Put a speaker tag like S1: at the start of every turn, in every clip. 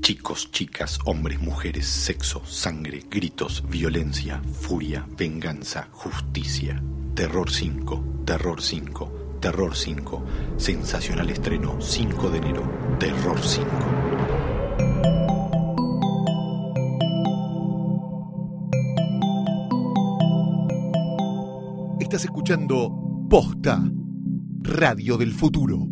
S1: Chicos, chicas, hombres, mujeres, sexo, sangre, gritos, violencia, furia, venganza, justicia. Terror 5, Terror 5, Terror 5. Sensacional estreno 5 de enero, Terror 5.
S2: Estás escuchando Posta, Radio del Futuro.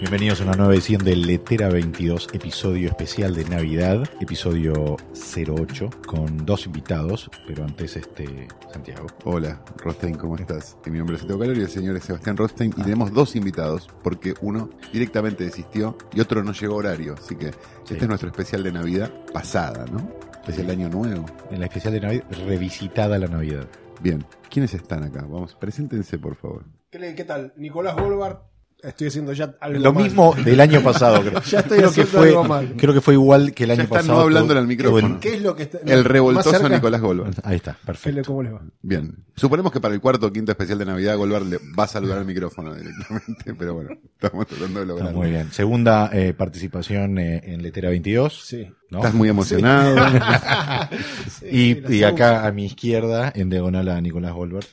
S1: Bienvenidos a una nueva edición de Letera 22, episodio especial de Navidad, episodio 08, con dos invitados, pero antes este Santiago.
S3: Hola, Rostein, ¿cómo estás? Mi nombre es Santiago Calor y el señor es Sebastián Rostein. Y tenemos dos invitados, porque uno directamente desistió y otro no llegó a horario. Así que
S1: Sí.
S3: este es nuestro especial de Navidad pasada, ¿no? Es el año nuevo.
S1: En la especial de Navidad, revisitada la Navidad.
S3: Bien, ¿quiénes están acá? Vamos, preséntense, por favor.
S4: ¿Qué, le- qué tal? Nicolás Bolvar, estoy haciendo ya algo
S1: Lo
S4: mal.
S1: mismo del año pasado, creo.
S4: Ya estoy
S1: creo que
S4: haciendo
S1: fue,
S4: algo mal.
S1: creo que fue igual que el
S3: Ya
S1: año
S3: están
S1: pasado.
S3: no hablándole
S1: todo-
S3: al micrófono.
S1: todo
S4: ¿Qué es lo que está,
S3: El revoltoso
S4: más cerca-
S3: Nicolás Golvar.
S1: el- Ahí está,
S4: ¿Qué le-
S1: perfecto.
S4: ¿Cómo les va?
S3: Bien, suponemos que para el cuarto o quinto especial de Navidad Golvar le va a saludar al micrófono directamente, pero bueno, estamos tratando de
S1: Está
S3: lograrlo.
S1: muy bien. Segunda eh, participación eh, en Letera 22.
S4: Sí.
S1: ¿no?
S3: Estás muy emocionado.
S1: Y,
S4: Sí, la
S1: y
S4: segunda.
S1: acá a mi izquierda, en diagonal a Nicolás Goldberg.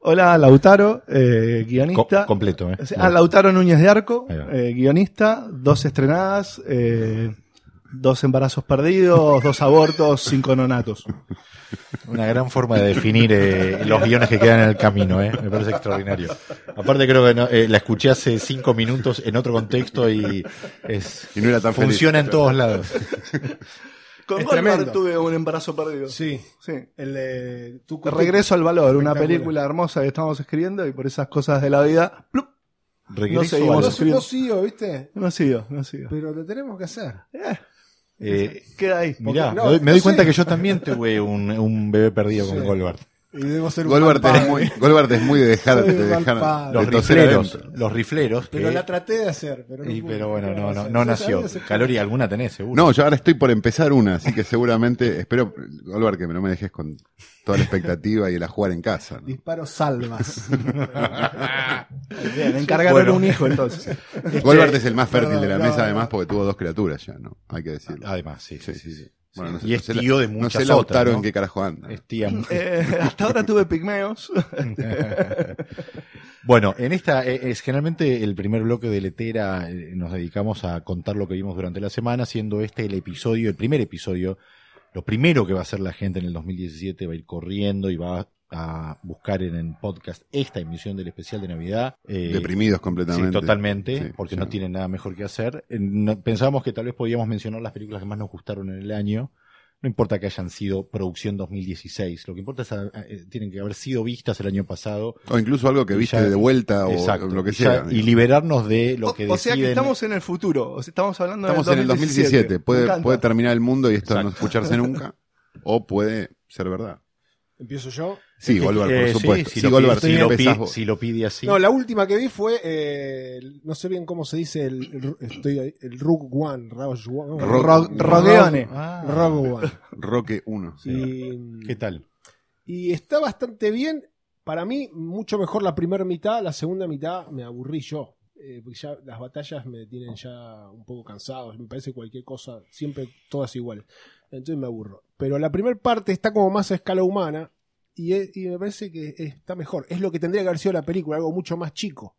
S5: Hola, Lautaro, eh,
S1: Co-
S5: guionista.
S1: completo, ¿eh?
S5: O sea, ah, Lautaro Núñez de Arco,
S1: Ahí va.
S5: eh, guionista, dos estrenadas, eh, dos embarazos perdidos, dos abortos, cinco nonatos.
S1: Una gran forma de definir eh, los guiones que quedan en el camino, ¿eh? Me parece extraordinario. Aparte creo que no- eh, la escuché hace cinco minutos en otro contexto y, es,
S3: Y no era tan feliz.
S1: funciona en todos lados.
S5: Con
S4: Es
S5: Goldberg
S4: tremendo.
S5: tuve un embarazo perdido.
S4: Sí.
S5: Sí.
S4: El de tu tu-
S5: Regreso al valor, una
S4: Espectacular.
S5: película hermosa que estamos escribiendo y por esas cosas de la vida, ¡plup!
S1: Regreso
S5: No seguimos.
S1: a
S4: Vos,
S1: los-
S5: escribir.
S4: vos sí, ¿o ¿viste?
S5: no sigo, no sigo.
S4: Pero lo tenemos que hacer.
S1: eh,
S5: Queda ahí.
S1: mirá,
S4: no,
S1: me doy, me doy
S4: no
S1: cuenta
S4: sé.
S1: que yo también tuve un, un bebé perdido con
S4: Sí.
S1: Goldberg.
S4: Y debemos ser un
S3: Golbert
S4: mal
S3: es
S4: padre.
S3: muy, Golbert es muy de dejar,
S4: Soy
S3: de
S4: un mal
S3: dejar
S4: padre.
S3: de
S1: Los
S3: toser
S1: rifleros,
S3: adentro.
S1: los rifleros.
S4: Pero
S1: que-
S4: la traté de hacer. Pero, no
S1: y-
S4: pude.
S1: pero bueno, no, no,
S4: Sí,
S1: no
S4: sí,
S1: nació.
S4: sabía, sí.
S1: Caloría alguna tenés, seguro.
S3: No, yo ahora estoy por empezar una, así que seguramente espero, Golbert, que no me dejes con toda la expectativa y el a jugar en casa. ¿no?
S4: Disparos salvas.
S5: Bien, encargaron
S1: Ah, Bueno.
S5: un hijo entonces.
S3: Golbert es el más fértil
S4: perdón,
S3: de la
S4: no,
S3: mesa,
S4: no.
S3: además, porque tuvo dos criaturas ya, ¿no? Hay que decirlo.
S1: Además, sí, sí, sí. Ah, sí.
S3: Bueno, no sé,
S1: y es
S3: no sé la-
S1: tío de
S3: No
S1: muchas
S3: sé
S1: otras, ¿no?
S3: Lautaro
S1: Este,
S3: en qué carajo anda.
S1: Es tía mu-
S5: Eh, hasta ahora tuve pigmeos.
S1: Bueno, en esta eh, es generalmente el primer bloque de Letera eh, nos dedicamos a contar lo que vimos durante la semana, siendo este el episodio, el primer episodio, lo primero que va a hacer la gente en el 2017 va a ir corriendo y va a buscar en el podcast esta emisión del especial de Navidad. eh,
S3: Deprimidos completamente.
S1: Sí, totalmente,
S3: Sí,
S1: porque
S3: sí.
S1: no tienen nada mejor que hacer. Eh, no- pensábamos que tal vez podíamos mencionar las películas que más nos gustaron en el año. No importa que hayan sido producción 2016, lo que importa es a- eh, tienen que haber sido vistas el año pasado
S3: O incluso algo que
S1: Y
S3: viste
S1: ya-
S3: de vuelta Ah, o
S1: Exacto.
S3: lo que
S1: y ya-
S3: sea.
S1: y liberarnos de lo
S5: O,
S1: que
S5: o sea que
S1: deciden-
S5: estamos en el futuro. O sea, estamos hablando
S3: Estamos en
S5: del
S3: el 2017.
S5: 2017. Me
S3: Puede,
S5: encanta.
S3: puede terminar el mundo y esto
S1: Exacto.
S3: no escucharse nunca, o puede ser verdad.
S4: Empiezo yo.
S3: Sí,
S1: Eh,
S3: Golbert,
S1: eh,
S3: por
S1: sí,
S3: supuesto.
S1: si,
S3: Sí,
S1: lo
S3: Golbert,
S1: pide,
S3: si
S1: si, lo
S3: empezás
S1: pide,
S3: vos.
S1: si lo pide así.
S4: No, la última que vi fue, eh, el- no sé bien cómo se dice, el, el- estoy ahí, el Rogue One, Rogue One.
S3: Rogue-
S5: Ro- Rodeone.
S1: Ah,
S4: Rogue One.
S3: Roque 1.
S4: Y,
S1: ¿Qué tal?
S4: y está bastante bien. Para mí, mucho mejor la primera mitad. La segunda mitad me aburrí yo. Eh, porque ya las batallas me tienen ya un poco cansado. Me parece cualquier cosa, siempre todas iguales. Entonces me aburro. Pero la primera parte está como más a escala humana. Y, es- y me parece que está mejor. Es lo que tendría que haber sido la película, algo mucho más chico.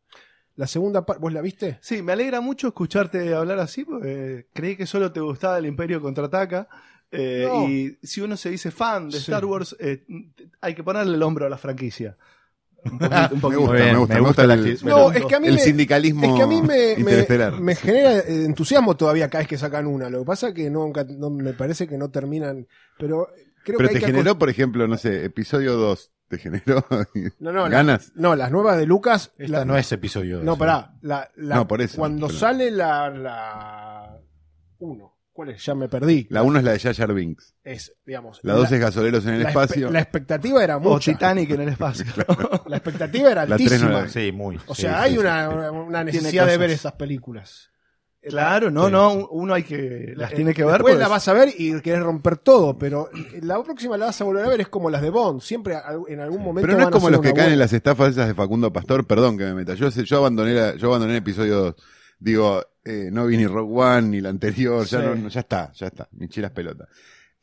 S4: La segunda parte, ¿vos la viste?
S5: Sí, me alegra mucho escucharte hablar así, porque creí que solo te gustaba el Imperio Contraataca. eh,
S4: No.
S5: Y si uno se dice fan de
S4: Sí.
S5: Star Wars, eh, hay que ponerle el hombro a la franquicia. Un poquito- un
S3: Me
S5: poquito.
S3: gusta,
S1: Muy bien,
S3: me gusta,
S1: me
S3: me gusta
S1: gusta la
S3: el-
S1: actitud.
S4: No,
S1: Bueno,
S4: es que a mí
S3: el
S4: me,
S3: sindicalismo
S4: Es que a mí me, me,
S3: interestelar.
S4: me genera eh, entusiasmo todavía cada vez que sacan una. Lo que pasa es que nunca, no, me parece que no terminan. Pero
S3: Pero
S4: creo que
S3: te
S4: hay que
S3: generó, por ejemplo, no sé, episodio 2. ¿Te generó
S4: acos- no, no, la-
S3: ganas?
S4: no, las nuevas de Lucas.
S1: Esta
S4: la-
S1: Ah, no es episodio.
S4: No,
S1: dos,
S4: pará. La, la-
S3: No, por eso,
S4: Cuando
S3: pero-
S4: sale la, la. Uno. ¿Cuál es? Ya me perdí.
S3: La 1 es la de Jar Jar Binks.
S4: Es, digamos.
S3: La 2 es gasoleros en el
S4: la espe-
S3: espacio.
S4: La expectativa era
S5: O
S4: mucha.
S5: Titanic en el espacio.
S4: La expectativa era
S3: La tres no
S4: altísima.
S3: la
S1: ¿no? Sí, muy.
S4: O
S1: sí,
S4: sea,
S1: sí,
S4: hay
S1: sí,
S4: una,
S1: sí.
S4: una necesidad de
S5: cosas.
S4: ver esas películas.
S5: Claro, no,
S1: Sí.
S5: no, un- uno hay que las
S4: Eh,
S5: tiene que ver.
S4: Después
S5: pues.
S4: la vas a ver y querés romper todo, pero la próxima la vas a volver a ver. Es como las de Bond. Siempre al- en algún momento.
S3: Pero no es
S4: van a
S3: como
S4: hacer
S3: los que
S4: una
S3: caen en
S4: vuelta.
S3: las estafas esas de Facundo Pastor, perdón que me meta. Yo, sé- yo abandoné la- yo abandoné el episodio 2. Digo, eh, no vi ni Rock One ni la anterior, ya
S5: Sí.
S3: no- no, ya está, ya está, mis chilas pelotas.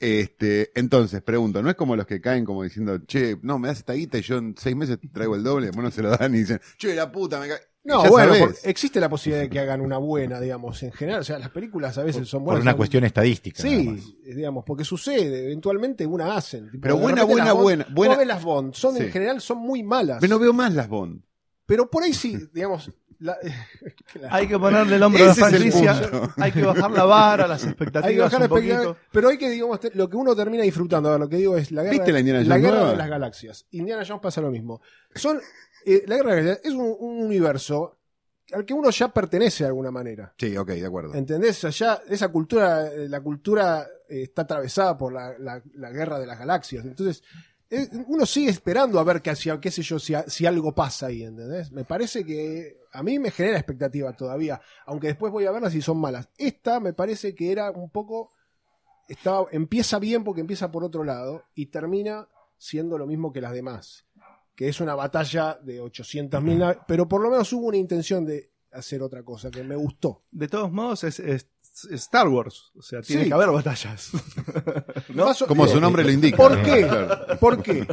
S3: Este, entonces, pregunto, ¿no es como los que caen como diciendo, che, no, me das esta guita y yo en seis meses te traigo el doble? Bueno, se lo dan y dicen, che, la puta, me cae.
S4: No,
S3: Ya
S4: bueno,
S3: sabés.
S4: por- existe la posibilidad de que hagan una buena, digamos, en general. O sea, las películas a veces son
S1: Por
S4: buenas.
S1: una
S4: son-
S1: cuestión estadística. nada más.
S4: Sí, digamos, porque sucede. Eventualmente una hacen. Tipo,
S3: Pero
S4: de
S3: buena,
S4: repente
S3: buena,
S4: las Bond-
S3: buena,
S4: vos
S3: buena.
S4: ves las Bond. Son,
S3: Sí.
S4: En general son muy malas.
S3: Pero no veo más las Bond.
S4: Pero por ahí sí, digamos. la-
S5: Hay que ponerle el hombro a la
S3: Ese es el
S5: franquicia,
S3: punto.
S5: hay que bajar la vara, las
S4: hay que
S5: expectativas
S4: bajar
S5: un
S4: la expectativa,
S5: poquito.
S4: Pero hay que, digamos, te- lo que uno termina disfrutando. A ver, lo que digo es la guerra,
S3: ¿Viste la Indiana Jones
S4: guerra
S3: nueva?
S4: de las galaxias. Indiana Jones pasa lo mismo. Son, eh, la guerra de las galaxias es un, un universo al que uno ya pertenece de alguna manera.
S3: Sí, ok, de acuerdo.
S4: ¿Entendés? O sea, ya esa cultura, eh, la cultura eh, está atravesada por la, la- la guerra de las galaxias. Entonces, eh, uno sigue esperando a ver que, hacia- qué sé yo, si, a- si algo pasa ahí, ¿entendés? Me parece que a mí me genera expectativa todavía, aunque después voy a verlas si son malas. Esta me parece que era un poco, estaba, empieza bien porque empieza por otro lado y termina siendo lo mismo que las demás, que es una batalla de 800.000, naves, pero por lo menos hubo una intención de hacer otra cosa que me gustó.
S5: De todos modos, es, es- es Star Wars. O sea, tiene
S4: Sí.
S5: que haber batallas.
S4: Más o-
S3: Como
S4: digo,
S3: su nombre lo indica.
S4: ¿Por qué?
S3: Claro.
S4: ¿Por qué?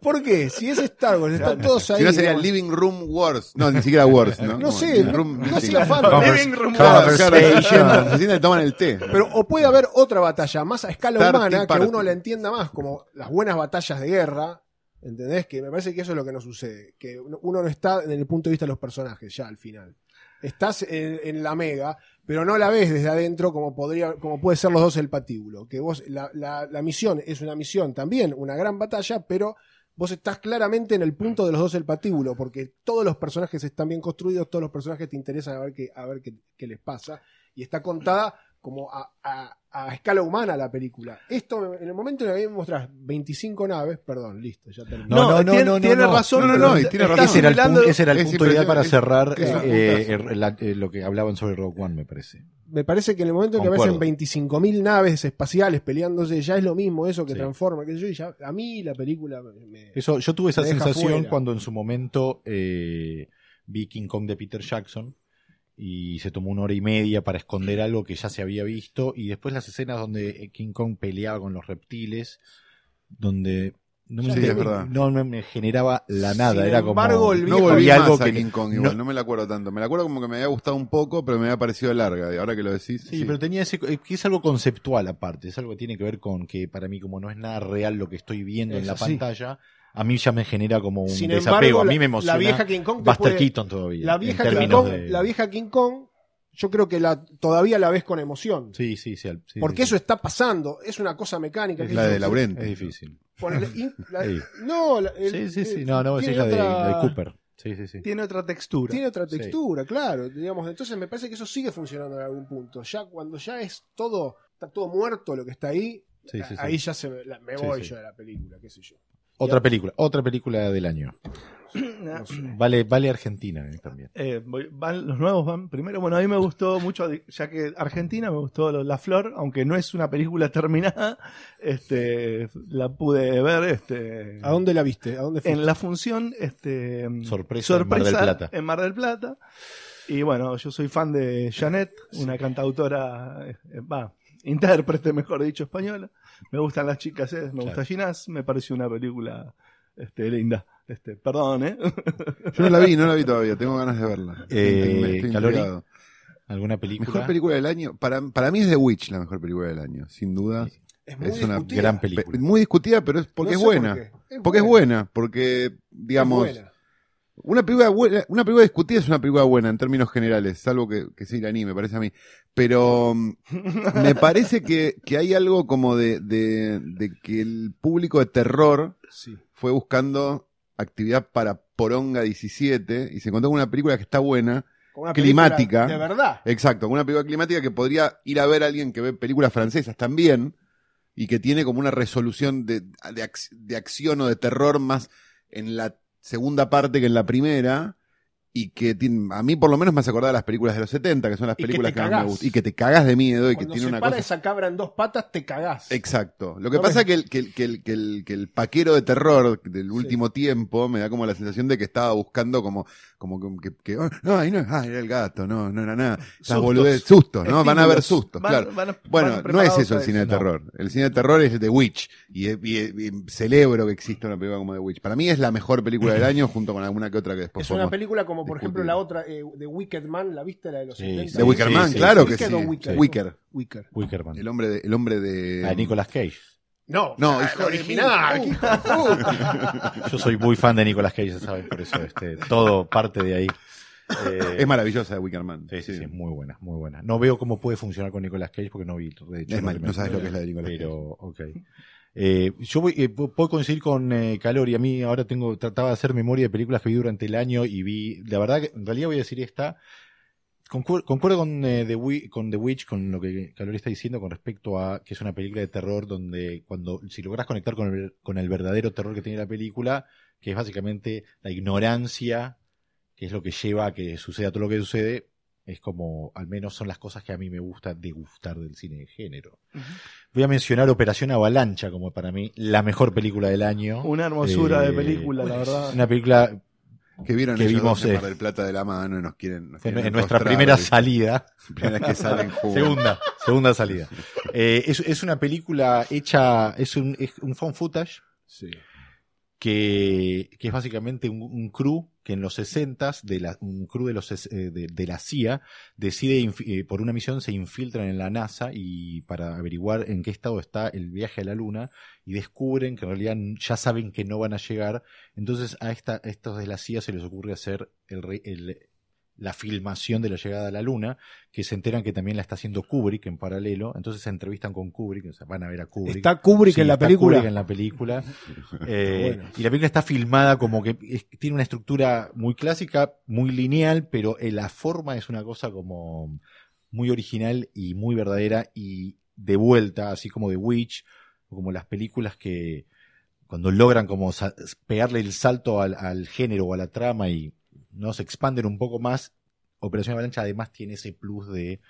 S4: ¿por qué? Si es Star Wars, están todos ahí.
S3: Si no sería
S4: digamos.
S3: Living Room Wars. No, ni siquiera Wars, ¿no?
S4: No
S3: Como
S4: sé,
S3: Living
S4: no-
S3: Room-
S4: no
S3: sí.
S4: sea fan.
S5: Living room
S3: Claro, claro, se
S1: Conversation.
S3: sientan, se sientan y toman el té.
S4: pero o puede haber otra batalla más a escala
S3: Party,
S4: humana
S3: party.
S4: que uno la entienda más, como las buenas batallas de guerra, ¿entendés? Que me parece que eso es lo que nos sucede, que uno uno no está en el punto de vista de los personajes ya al final. Estás en, en la mega, pero no la ves desde adentro como podría, como puede ser los dos el patíbulo. Que vos, la, la- la misión es una misión también, una gran batalla, pero vos estás claramente en el punto de los dos el patíbulo, porque todos los personajes están bien construidos, todos los personajes te interesan a ver qué, a ver qué, qué les pasa, y está contada como a, a- a escala humana la película. Esto, en el momento en el que me mostrás 25 naves, perdón, listo, ya terminé.
S1: No, no, no,
S5: tiene,
S1: no, no,
S5: tiene
S1: no.
S5: razón.
S3: No, no,
S5: pero
S3: no, y tiene
S5: está
S3: razón.
S1: Ese era el,
S5: asimilando-
S1: pun- ese era el
S3: es
S1: punto ideal para cerrar
S3: es-
S1: eh,
S3: es-
S1: eh, el- la- eh, lo que hablaban sobre Rogue One, me parece.
S4: Me parece que en el momento en que
S1: Concuerdo.
S4: aparecen 25.000 naves espaciales peleándose, ya es lo mismo eso que
S1: Sí.
S4: transforma, qué sé yo, y ya a mí la película me- me-
S1: Eso, yo tuve esa
S4: Te deja
S1: sensación
S4: fuera.
S1: cuando en su momento eh, vi King Kong de Peter Jackson y se tomó una hora y media para esconder algo que ya se había visto y después las escenas donde eh, King Kong peleaba con los reptiles, donde no me,
S3: Sí, es verdad.
S1: no me- me generaba la
S4: Sin
S1: nada, era
S4: embargo,
S1: como
S4: el
S3: No
S4: viejo-
S3: volví
S1: había algo
S3: más a
S1: que
S3: King Kong igual, no. me la acuerdo tanto. Me la acuerdo como que me había gustado un poco, pero me había parecido larga. Y ahora que lo decís,
S1: Sí, pero tenía ese. eh, que es algo conceptual aparte. Es algo que tiene que ver con que para mí, como no es nada real lo que estoy viendo
S4: Es
S1: en la
S4: así.
S1: pantalla, a mí ya me genera como un
S4: Sin
S1: desapego.
S4: embargo,
S1: a mí
S4: la-
S1: me emociona.
S4: La vieja King Kong te
S1: Buster
S4: puede-
S1: Keaton todavía.
S4: la
S1: en
S4: vieja King
S1: términos
S4: Kong,
S1: de-
S4: la vieja King Kong, yo creo que la todavía la ves con emoción.
S1: Sí, sí, sí. al- sí,
S4: Porque
S1: sí, sí.
S4: eso está pasando, es una cosa mecánica.
S3: Es
S4: qué
S3: la
S4: sé yo,
S3: de Laurenti.
S1: es difícil.
S4: ponele- in- la-
S1: Sí.
S4: No, la- el-
S1: Sí, sí, sí.
S4: eh,
S1: No, no, esa es
S4: tiene
S1: la de,
S4: otra-
S1: la de Cooper. Sí, sí, sí.
S5: Tiene otra textura.
S4: Tiene otra
S1: Sí.
S4: textura, claro. Digamos, entonces me parece que eso sigue funcionando en algún punto. Ya cuando ya es todo, está todo muerto lo que está ahí,
S1: Sí, sí, sí.
S4: ahí ya se me, la- me
S1: Sí,
S4: voy
S1: sí.
S4: yo de la película, qué sé yo.
S1: Otra película. Otra película del año.
S4: No sé.
S1: Vale, vale Argentina eh, también.
S5: Eh, voy- van- los nuevos van primero. Bueno, a mí me gustó mucho, ya que Argentina me gustó lo- La Flor, aunque no es una película terminada, este, la pude ver este,
S1: Ah,
S4: ¿A dónde la viste? ¿A dónde fuiste?
S5: en la función este,
S1: Sorpresa en Mar del Plata.
S5: en Mar del Plata. Y bueno, yo soy fan de Janet, una cantautora, eh, eh, va, intérprete, mejor dicho, española. Me gustan las chicas, eh, me gusta Ginás, me pareció una película este, linda. Este, perdón, ¿eh?
S3: Yo no la vi, no la vi todavía. Tengo ganas de verla.
S1: Eh,
S3: Estoy- me estoy
S1: Calori.
S3: intrigado.
S1: ¿Alguna película?
S3: Mejor película del año. Para, para mí es The Witch la mejor película del año, sin duda.
S4: Es
S3: es una
S4: discutida.
S1: gran
S4: No
S3: Pe-
S1: película.
S3: Muy discutida, pero es porque
S4: sé
S3: es
S4: por
S3: buena.
S4: qué.
S3: porque es buena, porque, digamos,
S4: Es buena.
S3: Una película, buena- una película discutida es una película buena en términos generales, salvo que, que sea iraní, me parece a mí. Pero mm, me parece que, que hay algo como de, de, de que el público de terror
S4: Sí.
S3: fue buscando actividad para Poronga 17 y se encontró con una película que está buena.
S4: Con una
S3: Climática.
S4: película De verdad.
S3: Exacto, con una película climática que podría ir a ver a alguien que ve películas francesas también y que tiene como una resolución de, de, ac- de acción o de terror más en la segunda parte que en la primera y que tiene- a mí por lo menos me hace acordar a las películas de los 70, que son las
S4: Y que
S3: películas
S4: te
S3: que, más me
S4: cagás.
S3: gustan. Y que te cagas de miedo y que
S4: Cuando
S3: tiene
S4: se
S3: una
S4: para
S3: cosa...
S4: esa cabra en dos patas, te cagás.
S3: Exacto. Lo que
S4: No
S3: pasa
S4: me-
S3: es que el, que, el, que, el, que, el, que el paquero de terror del último tiempo me da como la sensación de que estaba buscando como, como que, que- que, "Ah, no, ahí no, ah, era el gato, no, no era nada. Esas
S5: Sustos.
S3: boludez- sustos, ¿no? Van a haber
S5: Estímulos.
S3: sustos,
S5: Van-
S3: claro.
S5: van-
S3: Bueno,
S5: van
S3: no es
S5: preparados
S3: eso el
S5: para
S3: cine de
S1: no.
S3: terror. El cine de terror es The Witch. Y, y- y celebro que exista una película como The Witch. Para mí es la mejor película del año junto con alguna que otra que después
S4: Es una
S3: podemos-
S4: película como, por
S3: discutir.
S4: ejemplo, la otra eh, de Wicked Man, ¿la viste? La de los
S1: Sí,
S4: 70.
S1: sí,
S3: De Wicker
S1: sí,
S3: Man,
S1: sí,
S3: claro
S1: sí.
S3: que sí.
S4: Wicked o Wicker.
S3: Wicker.
S4: Wicker.
S1: Wickerman.
S3: El hombre de, el hombre de.
S1: Ah, Nicolas Cage.
S4: No,
S3: No,
S4: la-
S3: hijo
S4: la
S3: de
S4: original.
S3: mil.
S4: hijo de puta.
S1: Yo soy muy fan de Nicolas Cage, ya saben, por eso este, todo parte de ahí. Eh,
S3: Es maravillosa de Wicker Man.
S1: Sí, sí, sí, es muy buena, muy buena. No veo cómo puede funcionar con Nicolas Cage porque no vi. de hecho,
S3: Es mal-
S1: me-
S3: no sabes lo que es la de Nicolas
S1: Pero, ok. Eh, yo voy, eh, pu- puedo coincidir con eh, Calori. A mí ahora tengo, trataba de hacer memoria de películas que vi durante el año y vi, la verdad, que en realidad voy a decir esta. Concuer- Concuerdo con, eh, The Wi- con The Witch, con lo que Calori está diciendo con respecto a que es una película de terror donde cuando, si logras conectar con el, con el verdadero terror que tiene la película, que es básicamente la ignorancia, que es lo que lleva a que suceda todo lo que sucede, es como, al menos son las cosas que a mí me gusta degustar del cine de género.
S5: Ujú.
S1: Voy a mencionar Operación Avalancha como para mí la mejor película del año.
S5: Una hermosura
S1: Eh,
S5: de película, la verdad.
S1: Una película
S3: Que vieron
S1: Que
S3: ellos
S1: vimos,
S3: dos en
S1: eh,
S3: Mar del Plata de la mano y nos quieren. nos
S1: fue en,
S3: quieren
S1: en nuestra
S3: enrostrar,
S1: primera
S3: ¿viste?
S1: salida.
S3: Primera que salen juntos.
S1: Segunda, segunda salida. Eh, es, es una película hecha, es un, es un found footage
S4: Sí.
S1: que, que es básicamente un, un crew que en los 60 de la, un crew de los ses- eh, de, de la CIA decide infi- eh, por una misión se infiltran en la NASA y para averiguar en qué estado está el viaje a la luna y descubren que en realidad n- ya saben que no van a llegar entonces a esta a estos de la CIA se les ocurre hacer el, re- el- la filmación de la llegada a la luna que se enteran que también la está haciendo Kubrick en paralelo entonces se entrevistan con Kubrick o sea, van a ver a Kubrick
S4: Está Kubrick
S1: Sí,
S4: en la
S1: está
S4: película.
S1: Kubrick en la película. Eh,
S4: Está bueno.
S1: Y la película está filmada como que es- tiene una estructura muy clásica, muy lineal, pero eh, la forma es una cosa como muy original y muy verdadera y de vuelta, así como The Witch, o como las películas que cuando logran como sa- pegarle el salto al, al género o a la trama y no se expanden un poco más, Operación Avalancha además tiene ese plus de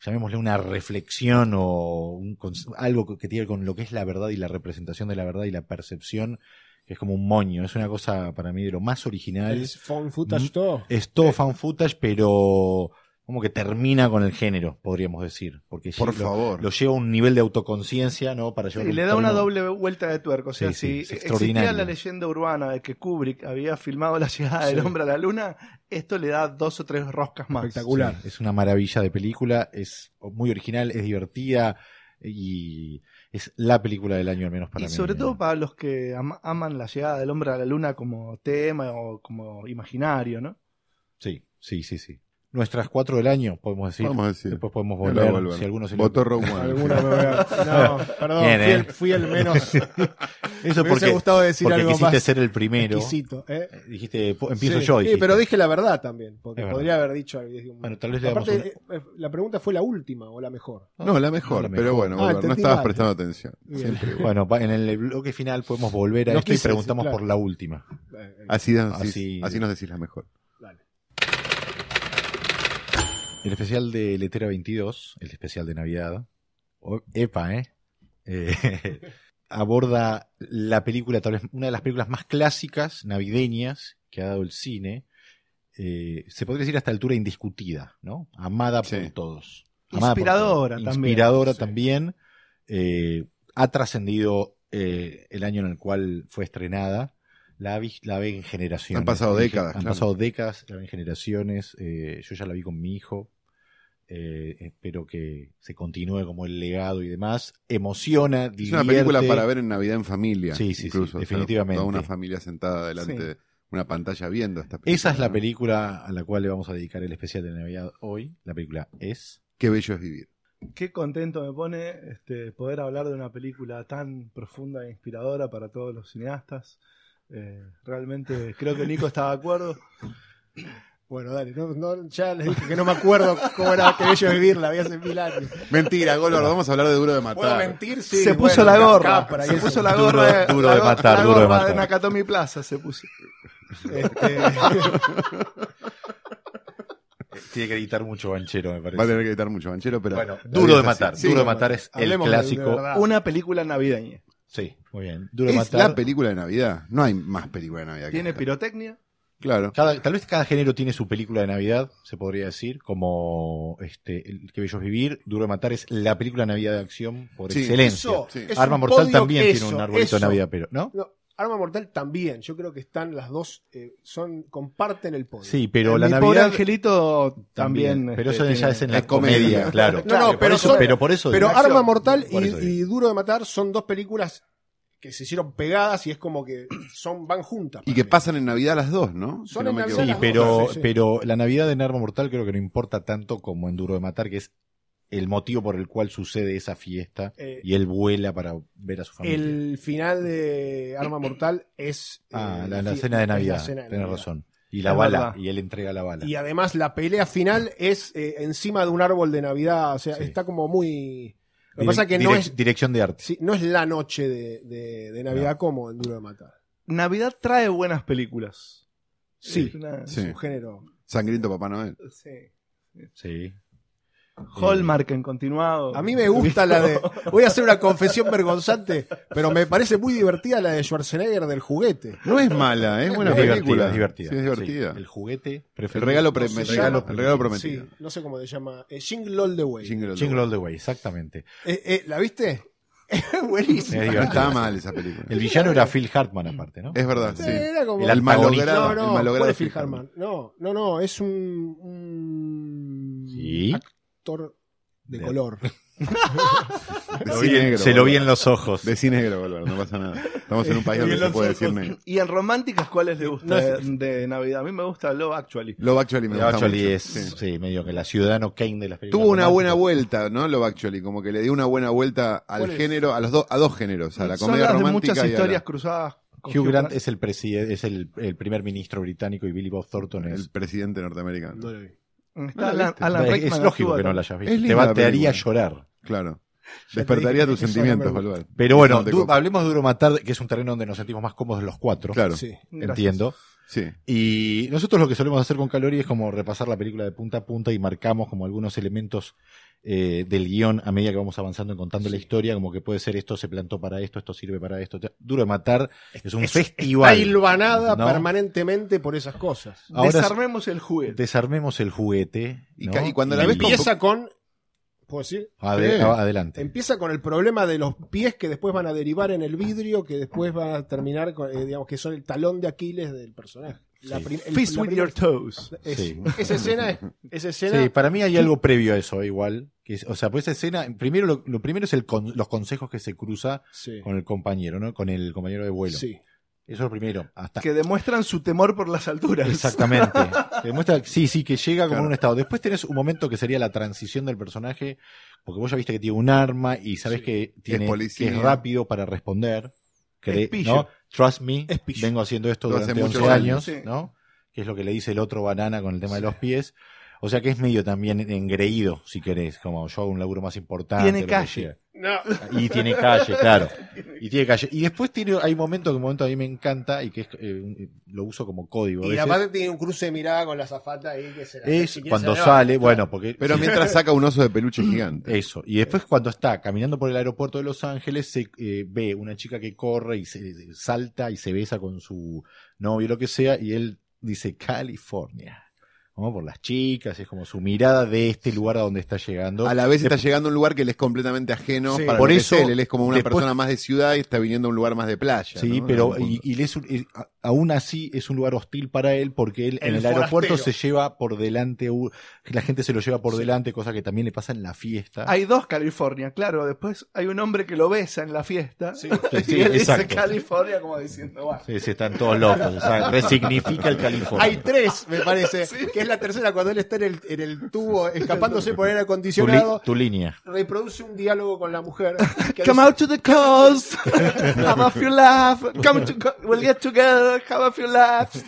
S1: llamémosle una reflexión o un cons- algo que- que tiene con lo que es la verdad y la representación de la verdad y la percepción, que es como un moño, es una cosa para mí de lo más original.
S4: Es found footage
S1: Mm.
S4: todo.
S1: Es todo fan footage, pero como que termina con el género, podríamos decir, porque
S3: Por
S1: lle- lo,
S3: favor.
S1: lo lleva a un nivel de autoconciencia, ¿no? Para llevar
S5: Y
S1: un
S5: le da una
S1: tono-
S5: doble vuelta de tuerco. O sea,
S1: Sí, sí, es
S5: si existía
S1: extraordinario.
S5: la leyenda urbana de que Kubrick había filmado la llegada del
S4: Sí.
S5: hombre a la luna, esto le da dos o tres roscas más.
S4: Espectacular.
S1: Sí, es una maravilla de película, es muy original, es divertida y es la película del año al menos para
S5: y
S1: mí.
S5: sobre todo para los que am- aman la llegada del hombre a la luna como tema o como imaginario, ¿no?
S1: Sí, sí, sí, sí. Nuestras cuatro del año, podemos decir.
S3: Vamos a decir.
S1: Después podemos
S3: No la
S1: volver.
S3: vuelvan.
S1: Si alguno se le-
S3: Votó Rogue One.
S4: Alguna me voy a- No, perdón,
S1: Bien,
S4: fui,
S1: eh.
S4: el, fui el menos.
S1: Eso
S4: me hubiese
S1: porque,
S4: gustado decir
S1: porque
S4: algo
S1: quisiste
S4: más
S1: ser el primero.
S4: exquisito, ¿eh?
S1: Eh, Dijiste, po- empiezo
S4: Sí.
S1: yo.
S4: Sí,
S1: dijiste.
S4: pero dije la verdad también, porque
S1: Es verdad.
S4: podría haber dicho algo. digo,
S1: Bueno, tal vez le damos
S4: Aparte, eh, eh, la pregunta fue la última o la mejor.
S3: No, la mejor,
S1: No, la
S3: pero
S1: mejor.
S3: bueno,
S4: Ah,
S3: Bolvar, no
S4: entendí
S3: estabas
S4: mal.
S3: prestando atención.
S4: Bien.
S1: Bueno, pa- en el bloque final podemos volver a
S4: No
S1: esto
S4: quise,
S1: y preguntamos
S4: sí, claro.
S1: por la última.
S4: Eh, eh,
S3: Así, nos decís-
S1: Así-
S3: así nos decís la mejor.
S4: dale.
S1: El especial de Letera 22, el especial de Navidad, o- epa, ¿eh? Eh, aborda la película, tal vez una de las películas más clásicas navideñas que ha dado el cine. Eh, se podría decir hasta altura indiscutida, ¿no? Amada
S3: Sí.
S1: por todos.
S5: Inspiradora
S1: todos.
S5: también.
S1: Inspiradora
S5: Sí.
S1: también. Eh, ha trascendido eh, el año en el cual fue estrenada. La, vi- la ven generaciones.
S3: Han pasado décadas,
S1: Han
S3: claro.
S1: pasado décadas, la ven generaciones. eh, yo ya la vi con mi hijo. eh, espero que se continúe como el legado y demás. Emociona,
S3: Es
S1: divierte.
S3: una película para ver en Navidad en familia.
S1: Sí, sí, sí,
S3: incluso, o sea,
S1: definitivamente.
S3: Toda una familia sentada delante
S5: Sí.
S3: de una pantalla viendo esta película.
S1: Esa es la
S3: ¿no?
S1: película a la cual le vamos a dedicar el especial de Navidad hoy. La película es.
S3: Qué bello es vivir.
S5: Qué contento me pone este, poder hablar de una película tan profunda e inspiradora para todos los cineastas. Eh, realmente creo que Nico está de acuerdo.
S4: Bueno, dale, no, no, ya les dije que no me acuerdo cómo era que bello vivir, la vi hace mil años.
S3: Mentira, Golvar, vamos a hablar de Duro de Matar.
S4: ¿Puedo mentir? Sí,
S5: se
S4: bueno,
S5: puso la gorra.
S4: capra y
S5: se
S4: eso.
S5: puso la
S1: Duro-
S5: gorra.
S1: duro
S5: la
S1: de
S5: go-
S1: matar,
S5: la
S1: duro de
S5: gorra
S1: matar.
S5: Nakatomi Plaza se puso.
S4: Este,
S1: Tiene que editar mucho Banchero, me parece.
S3: Va a tener que editar mucho, Banchero, pero.
S1: Bueno, duro de matar.
S4: Sí,
S1: duro de
S4: bueno,
S1: matar es el
S4: hablemos de- de
S1: clásico.
S4: verdad.
S5: Una película navideña.
S1: sí, muy bien. Duro de
S3: ¿Es la
S1: matar.
S3: película de Navidad? No hay más película de Navidad. que
S5: Tiene
S3: esta.
S5: pirotecnia.
S3: Claro.
S1: Cada- tal vez cada género tiene su película de Navidad, se podría decir, como este, el Qué Bello es Vivir. Duro de Matar es la película de Navidad de acción por
S3: Sí.
S1: excelencia.
S4: eso,
S3: Sí.
S4: es
S1: Arma
S4: un
S1: Mortal
S4: podio
S1: también
S4: que
S1: tiene
S4: eso,
S1: un arbolito
S4: eso.
S1: de Navidad, pero ¿no?
S4: No, Arma Mortal también. Yo creo que están las dos, eh, son comparten el podio.
S1: Sí, pero la
S5: Mi pobre
S1: Navidad
S5: angelito también.
S1: pero eso
S5: este,
S1: ya
S5: tiene-
S1: es en
S3: la
S1: la comedia,
S3: comedia,
S1: claro.
S4: No, no,
S1: por
S4: pero
S1: eso,
S4: son-
S1: pero por eso
S4: Pero
S1: digo.
S4: Arma Mortal y,
S1: Por eso digo.
S4: y Duro de Matar son dos películas que se hicieron pegadas y es como que son van juntas.
S3: Y
S4: para
S3: que
S4: mí.
S3: pasan en Navidad las dos, ¿no?
S4: Son
S3: no
S4: en
S3: me
S4: Navidad
S1: Sí,
S3: equivoco.
S4: las
S1: pero,
S4: sí, sí.
S1: pero la Navidad en Arma Mortal creo que no importa tanto como en Duro de Matar, que es el motivo por el cual sucede esa fiesta
S4: Eh,
S1: y él vuela para ver a su familia.
S4: El final de Arma Mortal es.
S1: Ah,
S4: eh,
S1: la,
S4: fi-
S1: la cena de
S4: es la
S1: Navidad.
S4: cena de
S1: Tenés
S4: Navidad.
S1: razón. Y la
S5: Es
S1: bala,
S5: verdad.
S1: y él entrega la bala.
S4: Y además la pelea final es eh, encima de un árbol de Navidad. O sea,
S1: Sí.
S4: está como muy. Lo que
S1: Direc-
S4: pasa es que no
S1: direc-
S4: es,
S1: Dirección de arte.
S4: sí, no es la noche de, de- de Navidad como en Duro de Matar.
S5: Navidad trae buenas películas.
S4: Sí.
S5: Es una-
S3: Sí.
S4: Es un género.
S3: Sangriento Papá Noel.
S5: sí.
S1: Sí.
S5: Hallmark en continuado.
S4: A mí me gusta la de. Voy a hacer una confesión vergonzante, pero me parece muy divertida la de Schwarzenegger del juguete.
S3: No es mala, ¿eh? es buena
S1: es divertida,
S3: película.
S1: es divertida.
S3: Sí, es divertida.
S1: Sí, el juguete
S3: el
S1: preferido.
S3: regalo,
S4: ¿Cómo se
S3: prometido.
S4: llama?
S3: el regalo prometido.
S4: Sí, no sé cómo se llama. Eh, Jingle All the Way.
S3: Jingle All the
S1: Jingle
S3: Way.
S1: All the Way, exactamente.
S4: Eh, eh, ¿La viste?
S1: Es
S4: Buenísima.
S1: divertido.
S3: Está mal esa película.
S1: El villano era Phil Hartman, aparte, ¿no?
S3: Es verdad,
S4: Sí,
S3: sí.
S4: era como-
S1: El
S3: El
S1: antagonista.
S3: malogrado.
S4: No, no,
S3: el malogrado
S4: ¿cuál es Phil
S3: Phil Hartman.
S4: Hartman? No, no, no, es un, un
S1: Sí.
S4: actor de
S1: De-
S4: color.
S3: De
S1: Lo
S3: cine
S1: vi en-
S3: Ah, negro,
S1: se lo vi
S3: boludo.
S1: en los ojos.
S3: De cine negro, boludo, no pasa nada. Estamos en un país donde
S5: en
S3: se
S5: los
S3: puede
S5: ojos.
S3: decir negro.
S5: Y en románticas, ¿cuáles le gusta
S4: No es-
S5: de, de Navidad? A mí me gusta Love Actually.
S3: Love Actually me
S1: Love
S3: gusta
S1: Actually
S3: mucho.
S1: es,
S3: Sí.
S1: sí. medio que la ciudadano Kane de las películas.
S3: Tuvo una buena
S1: románticas.
S3: vuelta, ¿no? Love Actually, como que le dio una buena vuelta al
S4: ¿Cuál es?
S3: género, a los dos, a dos géneros, a la
S5: Son
S3: comedia
S5: las de
S3: romántica
S5: muchas
S3: y a la-
S5: historias cruzadas. con
S1: Hugh Grant es el preside- es el, el primer ministro británico y Billy Bob Thornton es.
S3: el presidente norteamericano.
S4: No lo vi.
S5: Está
S3: No la
S5: Alan,
S3: viste.
S5: Alan
S1: es- es
S5: Rickman
S1: lógico
S5: actúa
S1: que no
S5: también.
S1: la hayas visto.
S3: Es
S1: Te,
S3: linda
S1: va-
S3: la
S1: te haría
S3: película.
S1: llorar.
S3: Claro.
S4: Ya
S3: Despertaría
S4: te dije
S3: tus
S4: que eso
S3: sentimientos,
S4: no me gusta.
S3: Bolvar.
S1: Pero bueno,
S3: No te
S1: du- ah,
S3: copa.
S1: hablemos de Duro Matar, que es un terreno donde nos sentimos más cómodos los cuatro.
S3: Claro,
S4: Sí.
S5: Gracias.
S1: Entiendo.
S3: sí.
S1: Y nosotros lo que solemos hacer con Calori es como repasar la película de punta a punta y marcamos como algunos elementos eh, del guión a medida que vamos avanzando en contando la historia, como que puede ser esto se plantó para esto, esto sirve para esto. Duro de matar es un
S4: Es-
S1: festival.
S4: Está hilvanada
S1: ¿no? Ah,
S4: permanentemente por esas cosas.
S1: Ahora es-
S5: Desarmemos el juguete.
S1: Desarmemos el juguete.
S3: Y
S1: ¿no?
S3: ca- y cuando la ves con-
S4: Empieza con. ¿Puedo decir?
S1: Ade-
S3: Sí.
S1: a- adelante.
S4: Empieza con el problema de los pies que después van a derivar en el vidrio, que después va a terminar, con, eh, digamos, que son el talón de Aquiles del personaje. La
S1: Sí.
S4: prim- el-
S5: Fist
S4: la
S5: with
S4: primera-
S5: your toes.
S4: es-
S1: Sí.
S4: Esa escena es. Esa escena
S1: Sí, para mí hay algo previo a eso, igual. Que es- o sea, pues esa escena, primero lo, lo primero es el con- los consejos que se cruza
S4: sí.
S1: con el compañero, ¿no? Con el compañero de vuelo.
S4: Sí.
S1: Eso es lo primero. Hasta,
S5: Que demuestran su temor por las alturas.
S1: Exactamente. Te demuestra, sí, sí, que llega como
S3: Claro.
S1: en un estado. Después tenés un momento que sería la transición del personaje, porque vos ya viste que tiene un arma y sabés
S4: Sí.
S1: que, tiene,
S3: policía.
S1: que es rápido para responder. Que
S5: Es pillo.
S1: ¿no? Trust me,
S4: Es pillo.
S1: vengo haciendo esto
S3: Lo hace
S1: durante
S3: muchos
S1: 11 años,
S5: años, sí.
S1: ¿no? Que es lo que le dice el otro banana con el tema de los pies. O sea que es medio también engreído, si querés, como yo hago un laburo más importante.
S5: Tiene
S1: lo que
S5: calle.
S1: sea.
S4: No.
S1: Y tiene calle, claro. Y tiene calle. Y después tiene, hay momentos que un momento a mí me encanta y que es, eh, un- lo uso como código. a
S4: Y
S1: veces.
S4: aparte tiene un cruce de mirada con la zafata ahí que se la
S1: Es
S4: si quiere
S1: cuando
S4: se la
S1: sale, bueno, porque.
S3: Pero
S1: sí, Mm.
S3: mientras saca un oso de peluche gigante.
S1: Eso. Y después, cuando está caminando por el aeropuerto de Los Ángeles, se eh, ve una chica que corre y se, se salta y se besa con su novio, lo que sea, y él dice California. ¿no? Por las chicas, es como su mirada de este lugar a donde está llegando.
S3: A la vez está llegando a un lugar que le es completamente ajeno
S4: Sí.
S3: para
S1: Por
S3: por
S1: eso,
S3: eso, él. Él es como una
S1: después-
S3: persona más de ciudad y está viniendo a un lugar más de playa.
S1: Sí,
S3: ¿no? En
S1: pero
S3: algún
S1: y,
S3: punto.
S1: y le es un- es- a- aún así es un lugar hostil para él porque él en
S4: El
S1: el aeropuerto se
S4: forastero.
S1: lleva por delante, u- la gente se lo lleva por delante, cosa que también le pasa en la fiesta.
S5: Hay dos California, claro. Después hay un hombre que lo besa en la fiesta.
S4: Sí.
S1: Sí, sí,
S5: y él
S1: exacto.
S5: dice California como diciendo, va.
S1: Sí, sí, están todos locos. o sea, resignifica el California.
S4: Hay tres, me parece, que es la tercera, cuando él está en el, en el tubo escapándose por
S1: Tu,
S4: aire
S1: li-
S4: acondicionado,
S1: tu línea.
S4: reproduce un diálogo con la mujer. que dice-
S5: Come out to the coast, have a few laughs, come to, co- we'll get together, have a few laughs.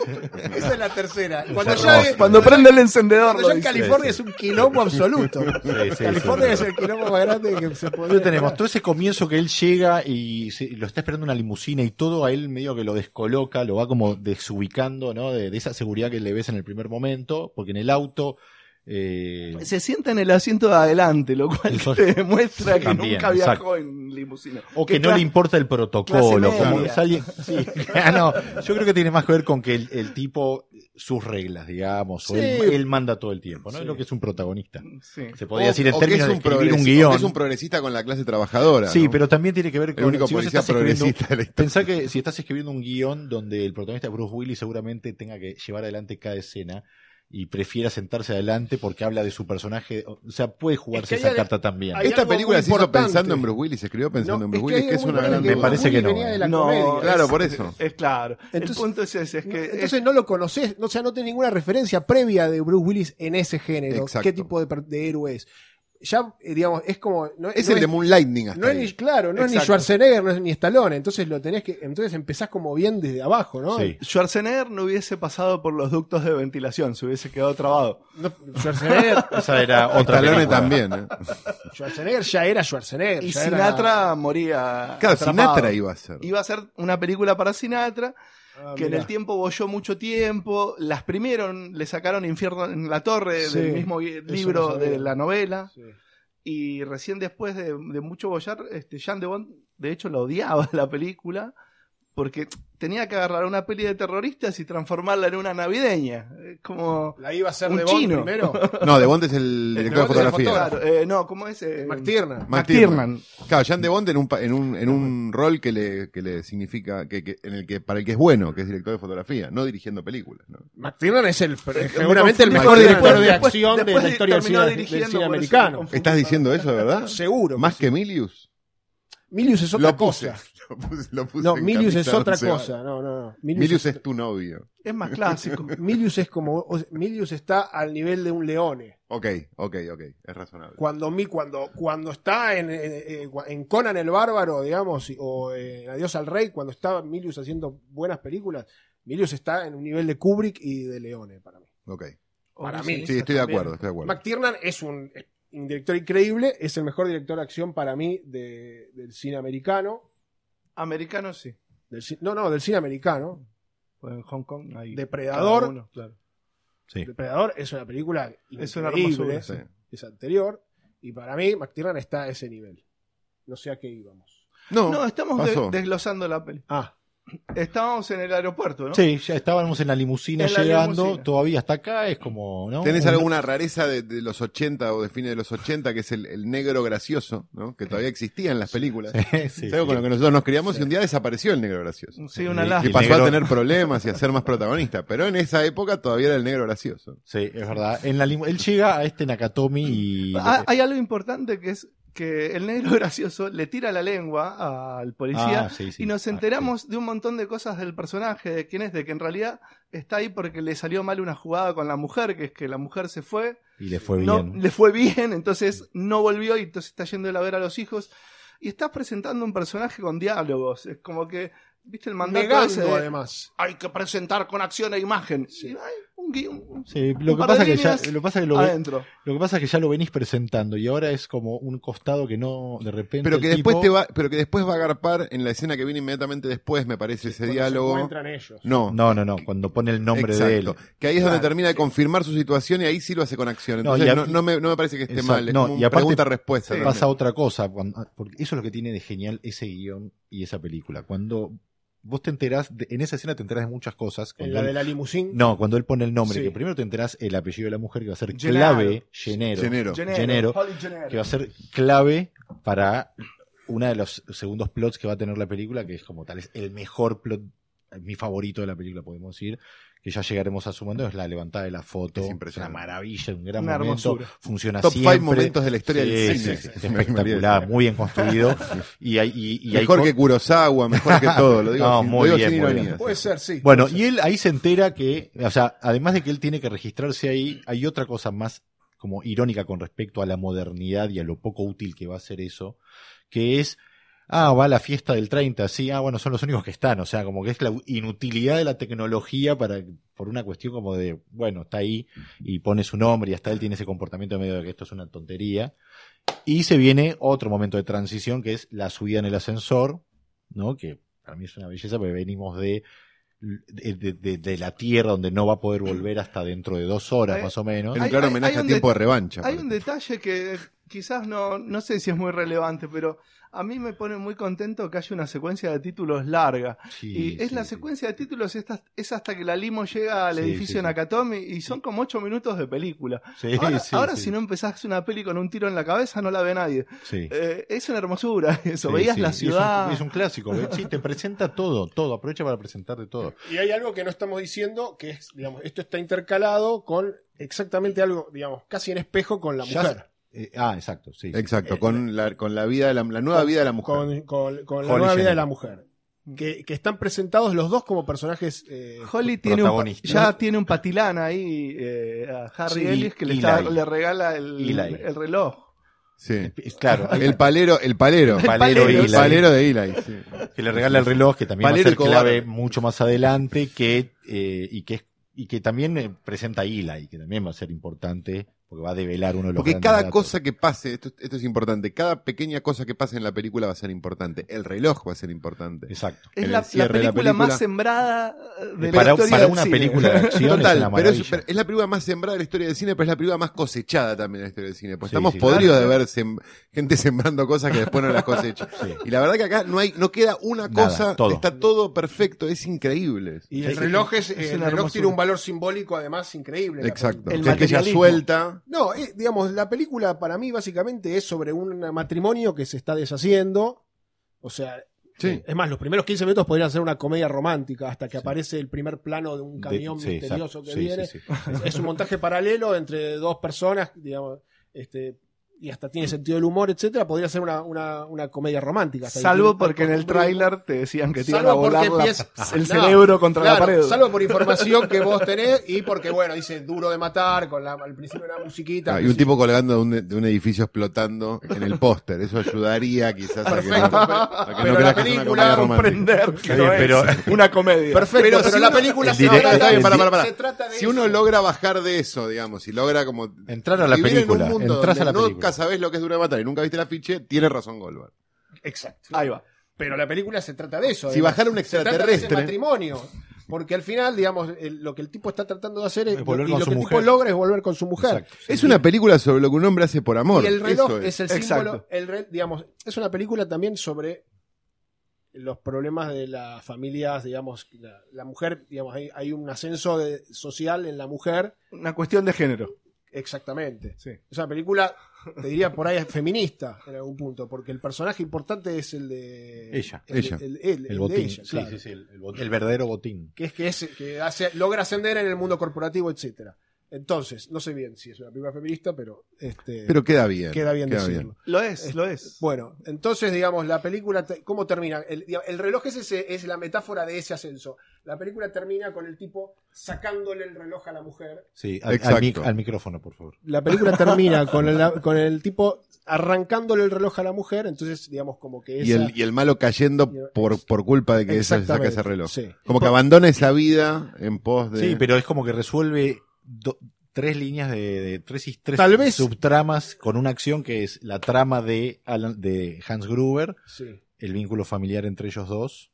S4: Esa es la tercera. Cuando
S1: Es
S4: ya,
S1: hermoso.
S5: Cuando prende el encendedor,
S4: cuando
S5: lo
S4: ya en
S5: dice.
S4: California es un quilombo absoluto.
S1: sí,
S4: California
S1: sí.
S4: es el quilombo más grande que se puede.
S1: Entonces tenemos todo ese comienzo que él llega y se- lo está esperando una limusina y todo a él medio que lo descoloca, lo va como desubicando, ¿no? De, de esa seguridad que le ves en el primer momento, porque en el auto... eh,
S5: se sienta en el asiento de adelante, lo cual
S1: Eso-
S5: te demuestra que
S1: También,
S5: nunca viajó
S1: exacto.
S5: en limusina.
S1: o que
S5: ¿Qué
S1: no
S5: cla-
S1: le importa el protocolo,
S5: clase
S1: como
S5: media.
S1: es alguien- sí, ah, no, yo creo que tiene más que ver con que el, el tipo, sus reglas, digamos, o
S4: Sí.
S1: él, él manda todo el tiempo, ¿no?
S5: Sí.
S1: Es lo que es un protagonista.
S5: Sí.
S1: Se podría
S3: O-
S1: decir en
S3: o que
S1: términos
S3: es
S1: de
S3: un
S1: escribir
S3: progresi-
S1: un
S3: o que
S1: guión.
S3: Es un progresista con la clase trabajadora.
S1: Sí,
S3: ¿no?
S1: pero también tiene que ver
S3: El
S1: con
S3: único
S1: si vos
S3: policía
S1: estás escribiendo-
S3: progresista de la historia.
S1: Pensá que si estás escribiendo un guión donde el protagonista es Bruce Willis seguramente tenga que llevar adelante cada escena y prefiera sentarse adelante porque habla de su personaje, o sea, puede jugarse
S4: hay
S1: esa
S4: ale-
S1: carta también.
S4: hay-
S3: Esta
S4: algo
S3: película
S4: muy
S3: se hizo
S4: importante.
S3: pensando en Bruce Willis, se escribió pensando en Bruce Willis, que es una gran
S1: que
S3: duda.
S1: Me parece que no.
S4: venía de la
S5: No,
S4: comedia.
S3: Claro,
S5: es-
S3: por eso.
S5: Es claro.
S4: Entonces-
S5: el punto es ese, es que
S4: Entonces no lo conoces, no, o sea, no tenés ninguna referencia previa de Bruce Willis en ese género.
S3: Exacto.
S4: ¿Qué tipo de, per- de héroe es? Ya, eh, digamos, es como. No,
S3: Es
S4: no
S3: el de Moonlightning hasta
S4: no es
S3: ahí.
S4: ni, claro, no es ni
S5: Exacto.
S4: Schwarzenegger, no es ni Stallone, entonces lo tenés que, entonces empezás como bien desde abajo, ¿no?
S1: Sí.
S5: Schwarzenegger no hubiese pasado por los ductos de ventilación, se hubiese quedado trabado.
S4: No, Schwarzenegger,
S1: Esa era otra
S3: Stallone
S1: película.
S3: también. ¿eh?
S4: Schwarzenegger ya era Schwarzenegger.
S5: Y
S4: ya
S5: Sinatra moría.
S3: Claro,
S5: atrapado.
S3: Sinatra iba a ser.
S5: Iba a ser una película para Sinatra,
S4: era- Ah,
S5: que en
S4: mirá.
S5: el tiempo bolló mucho tiempo, las primieron, le sacaron Infierno en la Torre
S4: Sí,
S5: del mismo gui-
S4: eso
S5: libro
S4: no sabía.
S5: de la novela,
S4: Sí.
S5: y recién después de, de mucho bollar, este, Jean de Bond, de hecho, la odiaba la película, porque tenía que agarrar una peli de terroristas y transformarla en una navideña. Es como...
S4: La iba a ser
S5: Un
S4: de Bond
S5: chino.
S4: primero.
S3: No, De Bond es el director de
S4: Bond es el
S3: fotografía.
S5: Claro, eh, no, ¿cómo es? Eh,
S4: McTiernan.
S3: McTiernan. Claro, Jan de Bond en un, pa- en un, en un rol que le, que le significa, que, que- en el que, para el que es bueno, que es director de fotografía, no dirigiendo películas. ¿no?
S4: McTiernan es
S3: Eh,
S4: el eh, seguramente el
S5: confundí
S4: mejor
S5: con-
S4: director de
S5: después-
S4: acción de
S5: después
S4: la historia del
S5: terminó
S4: cine, del
S5: dirigiendo,
S4: cine
S5: por eso me
S4: americano.
S5: confundí.
S3: ¿Estás diciendo eso, de verdad?
S4: Seguro.
S3: ¿Más que Milius?
S4: Milius es otra
S3: Lo puse.
S4: cosa.
S3: Lo puse, lo puse
S4: No,
S3: en
S4: Milius es
S3: camisa
S4: otra
S3: once varas.
S4: cosa. No, no, no.
S3: Milius es tu novio.
S5: Es más clásico.
S4: Milius es como o sea, Milius está al nivel de un leone.
S3: Ok, ok, ok. Es razonable.
S4: Cuando mi cuando cuando está en, en- en Conan el bárbaro, digamos, o en Adiós al rey, cuando estaba Milius haciendo buenas películas, Milius está en un nivel de Kubrick y de leone para mí.
S3: Ok.
S4: Para mí.
S3: Sí, estoy de acuerdo, estoy de acuerdo.
S4: McTiernan es un, es un director increíble, es el mejor director de acción para mí de- del cine americano.
S5: Americano sí.
S4: Del, ci- no, no, del cine americano.
S5: Pues en Hong Kong hay
S4: Depredador.
S5: cada uno, claro.
S1: Sí.
S4: Depredador es una película
S5: Es una
S4: increíble,
S5: hermosura,
S3: Sí.
S4: es anterior, y para mí McTiernan está a ese nivel. No sé a qué íbamos.
S3: No,
S5: No, estamos de-
S3: pasó.
S5: desglosando la peli.
S4: Ah,
S5: Estábamos en el aeropuerto, ¿no?
S1: Sí, ya estábamos en la limusina
S5: En la
S1: llegando,
S5: limusina.
S1: todavía hasta acá, es como, ¿no?
S3: ¿Tenés
S1: Un-
S3: alguna rareza de, de los 80 o de fines de los 80 que es el, el negro gracioso, ¿no? que todavía existía en las películas?
S1: Sí, sí.
S3: Es algo con lo que nosotros nos criamos y un día desapareció el negro gracioso.
S5: Sí, una
S1: Y-
S3: Y
S1: El
S5: lástima.
S3: pasó
S1: negro-
S3: a tener problemas y a ser más protagonista. Pero en esa época todavía era el negro gracioso.
S1: Sí, es verdad. En la limu- él llega a este Nakatomi y
S5: Ah, hay algo importante que es que el negro gracioso le tira la lengua al policía
S1: Ah, sí, sí.
S5: y nos
S1: Ah,
S5: enteramos de un montón de cosas del personaje, de quién es, de que en realidad está ahí porque le salió mal una jugada con la mujer, que es que la mujer se fue,
S1: sí. Y le fue
S5: no,
S1: bien.
S5: le fue bien, entonces no volvió y entonces está yendo él a ver a los hijos. Y estás presentando un personaje con diálogos, es como que, viste el mandato ese
S4: negando
S5: de-
S4: además.
S5: hay que presentar con acción e imagen. Y hay un guión un-
S1: Sí, lo que
S5: un par de
S1: pasa que ya,
S5: líneas
S1: lo pasa que lo, ve-
S5: adentro.
S1: Lo que pasa es que ya lo venís presentando y ahora es como un costado que no, de repente.
S3: Pero que
S1: el
S3: después
S1: tipo-
S3: te va, pero que después va a agarpar en la escena que viene inmediatamente después, me parece, ese
S4: Cuando se
S3: diálogo.
S4: encuentran ellos.
S3: No.
S1: No, no, no, cuando pone el nombre de él.
S3: exacto. Que ahí es donde
S4: Claro,
S3: termina de confirmar su situación y ahí sí lo hace con acción.
S1: No,
S3: Entonces
S1: y a-
S3: no, no me, no me parece que esté
S1: Exacto.
S3: mal. Es
S1: No,
S3: como
S1: y aparte
S3: pregunta-respuesta.
S1: Sí.
S3: también.
S1: Pasa otra cosa, cuando- porque eso es lo que tiene de genial ese guión y esa película. Cuando vos te enterás, de- en esa escena te enterás de muchas cosas.
S4: En
S1: Cuando
S4: la
S1: él-
S4: de la limusín.
S1: No, cuando él pone el nombre,
S4: Sí.
S1: que primero te enterás el apellido de la mujer que va a ser
S5: Gennaro.
S1: clave, Genero,
S3: Gennaro.
S1: Gennaro.
S5: Holly Gennaro.
S1: que va a ser clave para uno de los segundos plots que va a tener la película, que es como tal, es el mejor plot, mi favorito de la película, podemos decir, que ya llegaremos a su momento, es la levantada de la foto. Es
S3: Es
S1: una
S3: impresionante.
S1: maravilla, un gran
S5: Una
S1: momento.
S5: hermosura.
S1: Funciona
S3: Top
S1: siempre.
S3: 5 momentos de la historia
S1: Sí,
S3: del
S1: sí,
S3: cine.
S1: sí, es espectacular, muy bien construido. Y hay, y, y hay
S3: mejor
S1: co-
S3: que Kurosawa, mejor que todo. Lo digo,
S1: No,
S3: sin,
S1: muy
S3: lo digo
S1: bien,
S3: sin
S1: muy
S3: ironía.
S1: bien.
S5: Pues,
S4: Puede ser, sí.
S1: Bueno,
S4: puede ser.
S1: y él ahí se entera que, o sea, además de que él tiene que registrarse ahí, hay otra cosa más como irónica con respecto a la modernidad y a lo poco útil que va a ser eso, que es, ah, va a la fiesta del 30, sí, ah, bueno, son los únicos que están, o sea, como que es la inutilidad de la tecnología para, por una cuestión como de, bueno, está ahí y pone su nombre y hasta él tiene ese comportamiento medio de que esto es una tontería. Y se viene otro momento de transición que es la subida en el ascensor, ¿no? Que para mí es una belleza porque venimos de, de, de- de- de la tierra donde no va a poder volver hasta dentro de dos horas
S5: Eh,
S1: más o menos.
S3: Era un
S5: Hay-
S3: claro
S5: hay-
S3: homenaje
S5: hay
S3: a
S5: un
S3: tiempo de
S5: det-
S3: revancha.
S5: Hay
S3: aparte.
S5: un detalle que quizás no, no sé si es muy relevante, pero a mí me pone muy contento que haya una secuencia de títulos larga.
S1: Sí,
S5: ah, y es
S1: sí,
S5: la
S1: sí.
S5: secuencia de títulos, esta- es hasta que la limo llega al
S1: Sí, sí,
S5: edificio
S1: sí.
S5: Nakatomi y son como ocho minutos de película.
S1: Sí,
S5: Ahora,
S1: sí,
S5: ahora
S1: sí.
S5: si no empezás una peli con un tiro en la cabeza, no la ve nadie.
S1: Sí.
S5: Eh, es una hermosura eso.
S1: Sí,
S5: Veías
S1: sí. Y
S5: la
S1: es un-
S5: ciudad.
S1: Es un, clásico. ¿ves? Sí, te presenta todo, todo. Aprovecha para presentarte todo.
S4: Y hay algo que no estamos diciendo, que es, digamos, esto está intercalado con exactamente algo, digamos, casi en espejo con la
S1: Ya
S4: mujer.
S1: Eh, ah, exacto, sí. Eh, sí.
S3: Exacto, con la, con la vida de la, la nueva vida de la mujer.
S4: Con, con- con la
S1: Holly
S4: nueva vida
S1: Jenner.
S4: de la mujer. Que, que están presentados los dos como personajes. eh,
S5: Holly tiene un, pa-
S1: protagonista.
S5: ya tiene un patilán ahí eh, a Harry
S1: Sí,
S5: Ellis que le,
S1: Eli.
S5: está- le regala el,
S1: Eli.
S5: el reloj.
S3: Sí.
S1: Es- Claro, hay
S3: El palero, el palero.
S1: un palero,
S5: palero,
S1: Eli,
S3: El palero de Eli. sí.
S1: que le regala el reloj, que también
S3: Palero
S1: va a
S3: y
S1: ser clave
S3: cobarde.
S1: mucho más adelante, que, eh, y que es- y que también eh, presenta a Ila y que también va a ser importante porque va a develar uno de los
S3: Porque
S1: grandes
S3: cada
S1: datos.
S3: cosa que pase, esto, esto es importante, cada pequeña cosa que pase en la película va a ser importante. El reloj va a ser importante.
S1: exacto
S5: Es
S3: El
S5: la, la
S3: cierre de
S5: película
S3: la película.
S5: más sembrada eh, de la
S1: para,
S5: historia
S1: para
S5: del
S1: una
S5: cine.
S1: película de acción es
S3: Total,
S1: una
S3: pero es,
S1: maravilla.
S3: pero es la película más sembrada de la historia del cine, pero es la película más cosechada también de la historia del cine. Pues
S1: Sí,
S3: estamos
S1: sí,
S3: podridos
S1: claro.
S3: de ver sem- gente sembrando cosas que después no las cosecha.
S1: Sí.
S3: Y la verdad que acá no hay, no queda una
S1: Nada,
S3: cosa,
S1: todo.
S3: está todo perfecto, es increíble.
S4: y
S5: Sí,
S4: el
S5: sí.
S4: reloj, es, eh,
S5: Es
S4: el
S5: una
S4: reloj
S5: hermosura.
S4: tiene un valor simbólico, además, increíble. la
S3: Exacto.
S5: El
S3: O sea, es que ella
S5: materialismo.
S3: suelta.
S4: No, eh, digamos, la película para mí básicamente es sobre un matrimonio que se está deshaciendo. O sea,
S3: Sí.
S4: es más, los primeros 15 minutos podrían ser una comedia romántica hasta que aparece el primer plano de un
S1: De-
S4: camión
S1: sí, exacto.
S4: misterioso que
S1: Sí, sí,
S4: viene.
S1: sí.
S4: Es un montaje paralelo entre dos personas, digamos, este, y hasta tiene sentido del humor, etcétera. Podría ser una, una, una comedia romántica. Hasta
S5: Salvo
S4: ahí.
S5: porque en el tráiler te decían que te iban
S4: Salvo
S5: a volar
S4: porque
S5: la-
S4: empieza-
S5: el
S4: No,
S5: cerebro contra la
S4: Claro,
S5: pared.
S4: salvo por información que vos tenés y porque, bueno, dice duro de matar, con la, al principio una musiquita.
S3: Ah, y un tipo colgando de un, de un edificio explotando en el póster. Eso ayudaría quizás a que no,
S4: Perfecto, pero-
S3: a que no
S4: pero la
S3: creas que es una
S4: película
S3: comedia romántica.
S5: comprender que
S1: bien,
S5: no es
S1: pero-
S5: una comedia.
S4: Perfecto, pero,
S3: si
S4: la
S3: uno-
S4: película
S1: el
S4: se,
S1: directo-
S4: trata,
S1: está bien, pará,
S3: pará, pará.
S4: se trata de
S3: Si uno
S4: eso.
S3: logra bajar de eso, digamos, si logra como
S1: Entrar a la
S3: vivir
S1: película,
S3: en un mundo
S1: entras a
S3: donde
S1: la película.
S3: nunca sabes lo que es Dura de Matar y nunca viste el afiche, tiene razón Goldberg.
S4: Exacto.
S5: Ahí va.
S4: Pero la película se trata de eso.
S3: Si
S4: además.
S3: bajara un
S4: Se trata de ese
S3: extraterrestre,
S4: matrimonio. Porque al final, digamos, el- lo que el tipo está tratando de hacer es,
S1: Es volver
S4: y
S1: con
S4: lo
S1: su
S4: que el tipo
S1: mujer.
S4: logra es volver con su mujer.
S1: Exacto.
S3: es una película sobre lo que un hombre hace por amor.
S4: y el reloj
S3: Eso
S4: es.
S3: es.
S4: el
S5: Exacto.
S4: símbolo, el re- digamos, es una película también sobre los problemas de las familias, digamos, la, la mujer, digamos, hay, hay un ascenso de- social en la mujer,
S5: Una cuestión de género.
S4: exactamente.
S5: Sí.
S4: Es una película, te diría por ahí, feminista en algún punto, porque el personaje importante es el de
S1: Ella.
S4: el, de-
S3: Ella.
S4: el- el- el
S1: El
S4: de
S1: botín,
S4: ella,
S1: sí,
S4: claro.
S1: sí, sí, el, el botín. El verdadero botín.
S4: que es que, es, que hace, logra ascender en el mundo corporativo, etcétera. Entonces, no sé bien si es una película feminista, pero, este,
S3: Pero queda bien.
S4: queda bien decirlo.
S5: Lo es, lo es.
S4: Bueno, entonces, digamos, la película, te- ¿cómo termina? El, digamos, el reloj es, ese, es la metáfora de ese ascenso. La película termina con el tipo sacándole el reloj a la mujer.
S1: Sí, al,
S3: Exacto.
S1: al mic- al micrófono, por favor.
S4: La película termina con el, con el tipo arrancándole el reloj a la mujer, entonces, digamos, como que esa...
S3: Y el, y el malo cayendo por, por culpa de que ella se saca
S4: Exactamente,
S3: ese reloj.
S4: sí.
S3: Como que abandona esa vida en pos de.
S1: Sí, pero es como que resuelve do- tres líneas de, de tres, y- tres
S4: Tal vez-
S1: subtramas con una acción que es la trama de, Alan- de Hans Gruber,
S4: Sí.
S1: el vínculo familiar entre ellos dos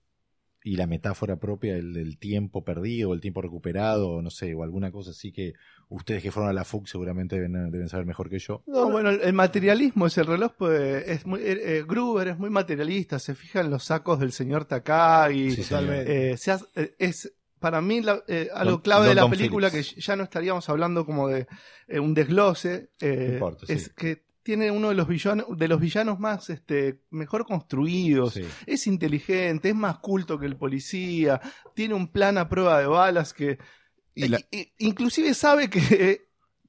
S1: y la metáfora propia del, del tiempo perdido, el tiempo recuperado, no sé, o alguna cosa así que ustedes que fueron a la FUC seguramente deben, deben saber mejor que yo.
S5: No, Ah, bueno, el el materialismo es el reloj, pues, es muy, eh, eh, Gruber es muy materialista, se fija en los sacos del señor Takagi,
S1: Sí, señor.
S4: totalmente.
S5: Eh, se hace- eh, es para mí la- eh,
S1: Don-
S5: algo clave de la
S1: Don Don
S5: película
S1: Phillips.
S5: que ya no estaríamos hablando como de eh, un desglose eh,
S1: No importa, sí.
S5: es que tiene uno de los villanos de los villanos más este mejor construidos
S1: Sí.
S5: es inteligente es más culto que el policía tiene un plan a prueba de balas que
S3: Y la-
S5: I- i- Inclusive sabe que eh,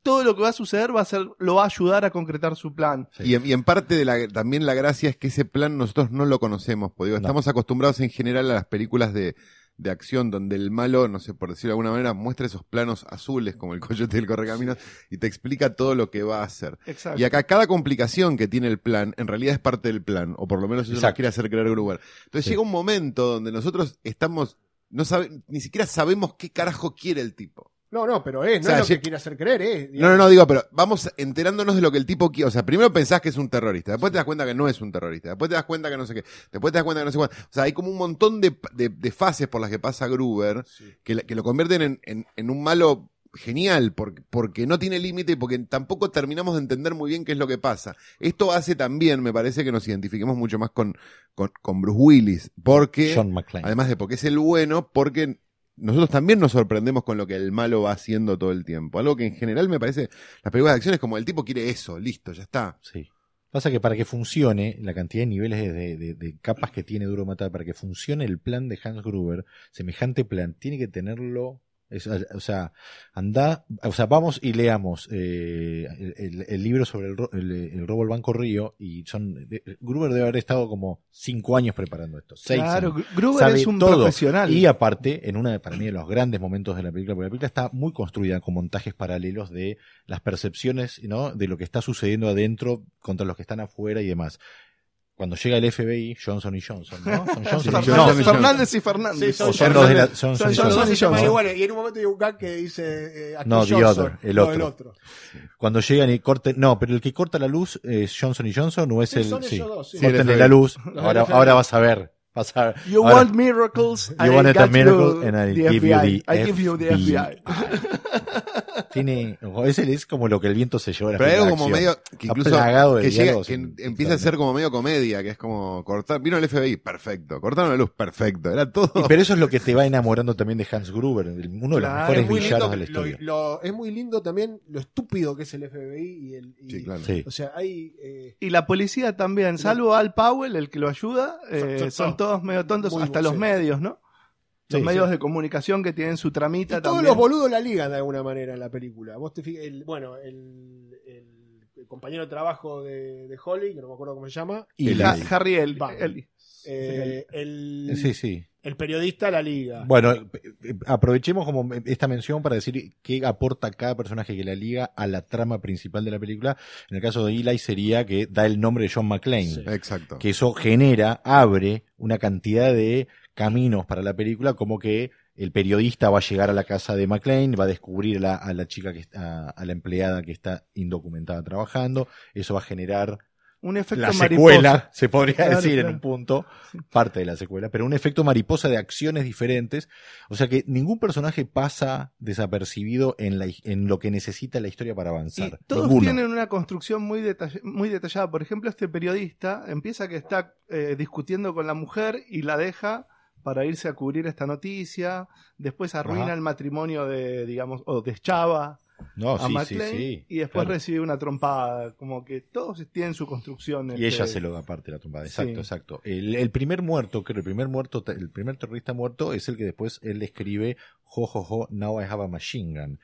S5: todo lo que va a suceder va a ser, lo va a ayudar a concretar su plan.
S1: Sí.
S3: Y en, y en parte de la, también la gracia es que ese plan nosotros no lo conocemos, porque digo,
S1: No.
S3: estamos acostumbrados en general a las películas de, de acción donde el malo, no sé, por decirlo de alguna manera, muestra esos planos azules como el coyote del correcaminos y te explica todo lo que va a hacer.
S5: Exacto.
S3: Y acá cada complicación que tiene el plan, en realidad es parte del plan, o por lo menos eso nos
S1: Exacto.
S3: quiere hacer creer Gruber. Entonces
S1: Sí.
S3: llega un momento donde nosotros estamos, no sabe, ni siquiera sabemos qué carajo quiere el tipo.
S4: No, no, pero es,
S3: O
S4: no
S3: sea,
S4: es lo
S3: si-
S4: que quiere hacer creer, eh.
S3: No, no, no, digo, pero vamos enterándonos de lo que el tipo quiere. O sea, primero pensás que es un terrorista, después te das cuenta que no es un terrorista, después te das cuenta que no sé qué, después te das cuenta que no sé cuánto. O sea, hay como un montón de, de- de fases por las que pasa Gruber que, la- que lo convierten en, en- en un malo genial porque, porque no tiene límite y porque tampoco terminamos de entender muy bien qué es lo que pasa. Esto hace también, me parece, que nos identifiquemos mucho más con, con, con Bruce Willis, porque...
S1: John McClane.
S3: Además de porque es el bueno, porque nosotros también nos sorprendemos con lo que el malo va haciendo todo el tiempo. Algo que en general me parece, las películas de acción es como el tipo quiere eso, listo, ya está.
S1: Sí. Pasa que para que funcione, la cantidad de niveles de, de- de capas que tiene Duro Matar, para que funcione el plan de Hans Gruber, semejante plan, tiene que tenerlo. es- o sea, anda, o sea, vamos y leamos eh, el, el- el libro sobre el, ro- el- el robo al Banco Río y son de- Gruber debe haber estado como cinco años preparando esto, seis
S5: claro,
S1: años.
S5: Gruber
S1: Sabe
S5: es un
S1: todo.
S5: profesional.
S1: Y aparte, en una de, para mí, de los grandes momentos de la película, porque la película está muy construida con montajes paralelos de las percepciones, ¿no? De lo que está sucediendo adentro contra los que están afuera y demás. Cuando llega el FBI, Johnson y Johnson, ¿no? Son Johnson y
S5: Fernández,
S1: Johnson.
S3: Johnson.
S5: Fernández y Fernández.
S4: Sí,
S1: O
S4: son
S1: son los de la- son- son-
S5: Johnson
S1: son-
S5: y Johnson.
S4: Y bueno, y en un momento hay un gag que dice. eh, aquí
S1: No, the
S4: Johnson.
S1: other, el
S4: No,
S1: otro. Cuando llegan y corten, no, pero el que corta la luz es Johnson y Johnson o es
S4: Sí,
S1: el,
S4: son
S1: sí.
S4: ellos dos, sí.
S1: Sí, Córtenle
S3: el FBI.
S1: la luz.
S4: Los del
S1: Ahora,
S4: FBI.
S1: ahora vas a ver. Vas a ver.
S5: You
S1: Ahora-
S5: want miracles,
S1: You
S5: I
S1: want a
S5: got
S1: miracle and I'll
S5: the
S1: give you
S5: FBI.
S1: the
S5: I give you the
S1: FBI.
S5: FBI.
S1: tiene, ese es como lo que el viento se llevó a la
S3: Pero hay algo
S1: película
S3: como
S1: de
S3: medio
S1: acción. Está
S3: que incluso
S1: plagado de
S3: que, llega-
S1: diálogos
S3: que
S1: en-
S3: empieza a ser como medio comedia, que es como cortar, vino el FBI, perfecto, cortaron la luz, perfecto, era todo.
S1: Y pero eso es lo que te va enamorando también de Hans Gruber, el- uno de los
S5: Claro,
S1: mejores
S4: Ah, Es muy, lindo,
S1: villanos de la
S4: lo-
S1: historia.
S4: lo- es muy lindo también lo estúpido que es el FBI y el. y-
S3: Sí, claro.
S1: Sí.
S4: O sea, hay. eh,
S5: Y la policía también, salvo Al Powell, el que lo ayuda, eh,
S4: Son- son
S5: son todos medio tontos,
S4: Muy
S5: hasta
S4: bu-
S5: los
S4: sí.
S5: medios, ¿no? Los
S1: Sí,
S5: medios
S1: sí.
S5: de comunicación que tienen su
S4: y
S5: tramita
S4: todos
S5: también.
S4: los boludos la ligan de alguna manera en la película. Vos te fijas, el, bueno, el, el- el compañero de trabajo de, de Holly, que no me acuerdo cómo se llama,
S1: Y
S5: Y
S1: la-
S5: Ha- Harry Eli-
S4: Bang.
S5: Eli.
S4: eh, el,
S1: Sí, sí.
S4: el periodista la liga.
S1: Bueno, eh, eh, aprovechemos como esta mención para decir qué aporta cada personaje que la liga a la trama principal de la película. En el caso de Eli sería que da el nombre de John McClane.
S4: Sí.
S3: Exacto.
S1: que eso genera, abre una cantidad de caminos para la película, como que el periodista va a llegar a la casa de McLean, va a descubrir a la, a la chica que está, a la empleada que está indocumentada trabajando, eso va a generar
S5: Un efecto
S1: la
S5: mariposa.
S1: secuela, se podría
S5: Claro,
S1: decir en
S5: claro.
S1: un punto, parte de la secuela, pero un efecto mariposa de acciones diferentes, o sea que ningún personaje pasa desapercibido en, la, en lo que necesita la historia para
S5: Y
S1: avanzar.
S5: todos
S1: Ninguno.
S5: tienen una construcción muy, detall- muy detallada. Por ejemplo, este periodista empieza que está eh, discutiendo con la mujer y la deja para irse a cubrir esta noticia. Después arruina
S1: Ajá.
S5: el matrimonio de, digamos, o de Chava
S1: No,
S5: a
S1: Oh, sí, sí,
S5: McLean,
S1: sí,
S5: y después
S1: claro.
S5: recibe una trompada. Como que todos tienen su construcción.
S1: Y
S5: este,
S1: ella se lo da parte la tumba. Exacto,
S5: Sí.
S1: exacto. El, el primer muerto, creo, el primer muerto, el primer terrorista muerto es el que después él escribe jo, jo, jo, now I have a machine gun.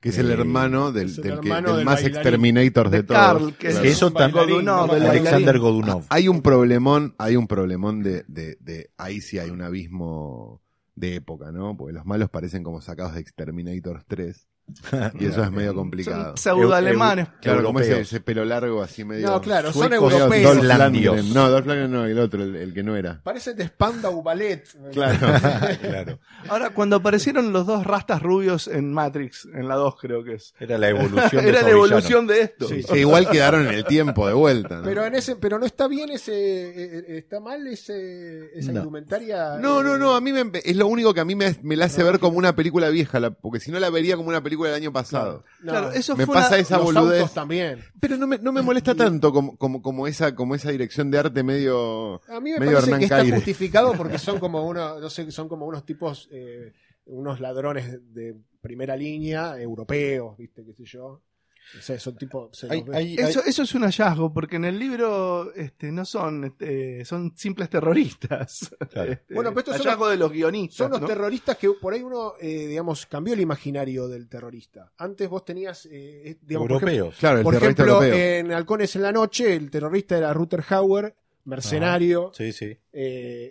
S3: que es el
S1: Eh,
S3: hermano del,
S4: es el
S3: del que-
S4: hermano
S3: del
S4: del
S3: más
S4: bailarín.
S3: exterminator de,
S5: De
S3: todos.
S5: Carl, que
S3: Claro.
S1: Que eso
S4: un bailarín,
S5: también.
S4: no,
S5: del
S4: bailarín.
S1: Alexander Godunov.
S3: Hay un problemón, hay un problemón de, de, de- ahí sí hay un abismo de época, ¿no? Porque los malos parecen como sacados de Exterminator 3 y eso es medio complicado.
S5: Son pseudo-alemanes.
S3: Claro, como ese,
S1: europeos.
S3: ese pelo largo así medio.
S4: No, claro, son
S3: sueco.
S4: europeos.
S3: Dolph
S1: Finlandios.
S3: Lundgren. No, Dolph Lundgren no, el otro, el, el que no era.
S4: Parece de Spandau Ballet.
S1: claro.
S5: Ahora, cuando aparecieron los dos rastas rubios en Matrix, en la 2 creo que es.
S1: Era la evolución de
S5: Era la
S1: esos
S5: evolución de esto.
S1: villanos. Sí, sí.
S3: Que igual quedaron en el tiempo de vuelta. ¿no?
S4: Pero en ese, pero no está bien ese, eh, eh, está mal ese, esa
S1: No.
S4: indumentaria.
S3: No,
S4: eh,
S3: no, no, a mí me, es lo único que a mí me, me la hace ver como una película vieja, la- porque si no la vería como una película del año pasado.
S4: no.
S5: Claro, eso
S3: Me
S5: fue
S3: pasa
S5: una-
S3: esa
S4: Los
S3: boludez.
S4: autos también.
S3: Pero no me, no me molesta tanto como, como, como, esa, como esa dirección de arte medio...
S4: A mí me
S3: Medio
S4: parece
S3: Hernán
S4: que está
S3: Caire.
S4: justificado porque son como unos, no sé, son como unos tipos, eh, unos ladrones de primera línea, europeos, viste, qué sé yo. O sea, son tipo. se
S1: Hay-
S4: los ve.
S1: hay-
S5: Eso, eso es un hallazgo, porque en el libro este, no son, este, son simples terroristas.
S1: Claro.
S5: Este,
S4: Bueno, pero estos son
S5: hallazgo
S4: los-
S5: de los guionistas.
S4: Son los
S5: ¿no?
S4: terroristas que por ahí uno, eh, digamos, cambió el imaginario del terrorista. Antes vos tenías, eh, eh, digamos, por ejemplo-
S1: europeos.
S3: Claro, el
S4: por
S3: terrorista
S4: ejemplo, eh,
S3: europeo.
S4: en Halcones en la Noche, el terrorista era Ruther Hauer, mercenario
S1: Sí, sí.
S4: eh,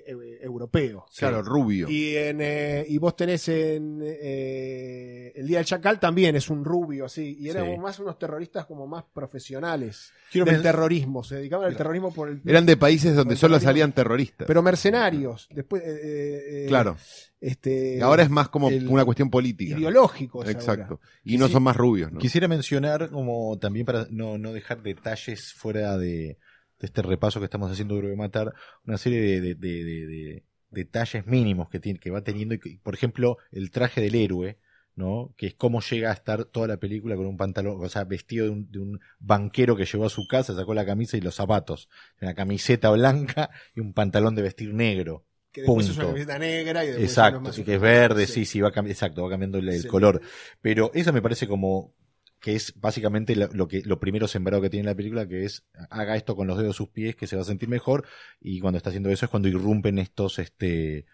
S4: eh, europeo.
S3: claro, rubio.
S4: Y, en, eh, y vos tenés en eh, El Día del Chacal también es un rubio así. Y éramos
S1: Sí.
S4: más unos terroristas como más profesionales
S1: Quiero Eh,
S4: del
S1: pens-
S4: terrorismo. Se dedicaban al terrorismo por el.
S3: Eran de países donde
S4: Por
S3: solo
S4: terrorismo.
S3: salían terroristas.
S4: pero mercenarios. Después. eh, eh,
S3: claro.
S4: Este,
S3: Ahora es más como
S1: el-
S3: una cuestión política.
S4: ideológico. es ahora.
S3: Exacto. Y no
S1: Sí.
S3: son más rubios, ¿no?
S1: Quisiera mencionar, como también para no, no dejar detalles fuera de, de este repaso que estamos haciendo de Duro de Matar, una serie de, de- de- de- de detalles mínimos que, tiene, que va teniendo. y que- por ejemplo, el traje del héroe, ¿no? Que es cómo llega a estar toda la película con un pantalón, o sea, vestido de un, de un banquero que llegó a su casa, sacó la camisa y los zapatos. Una camiseta blanca y un pantalón de vestir negro.
S4: que después
S1: Punto.
S4: es una camiseta negra y después ya no
S1: Exacto,
S4: es
S1: sí
S4: más
S1: que es verde, sí,
S4: Sí.
S1: sí, va, cambi- exacto, va cambiando el, el
S4: Sí.
S1: color. Pero esa me parece como que es básicamente lo, lo que lo primero sembrado que tiene la película, que es haga esto con los dedos de sus pies, que se va a sentir mejor. Y cuando está haciendo eso es cuando irrumpen estos, este,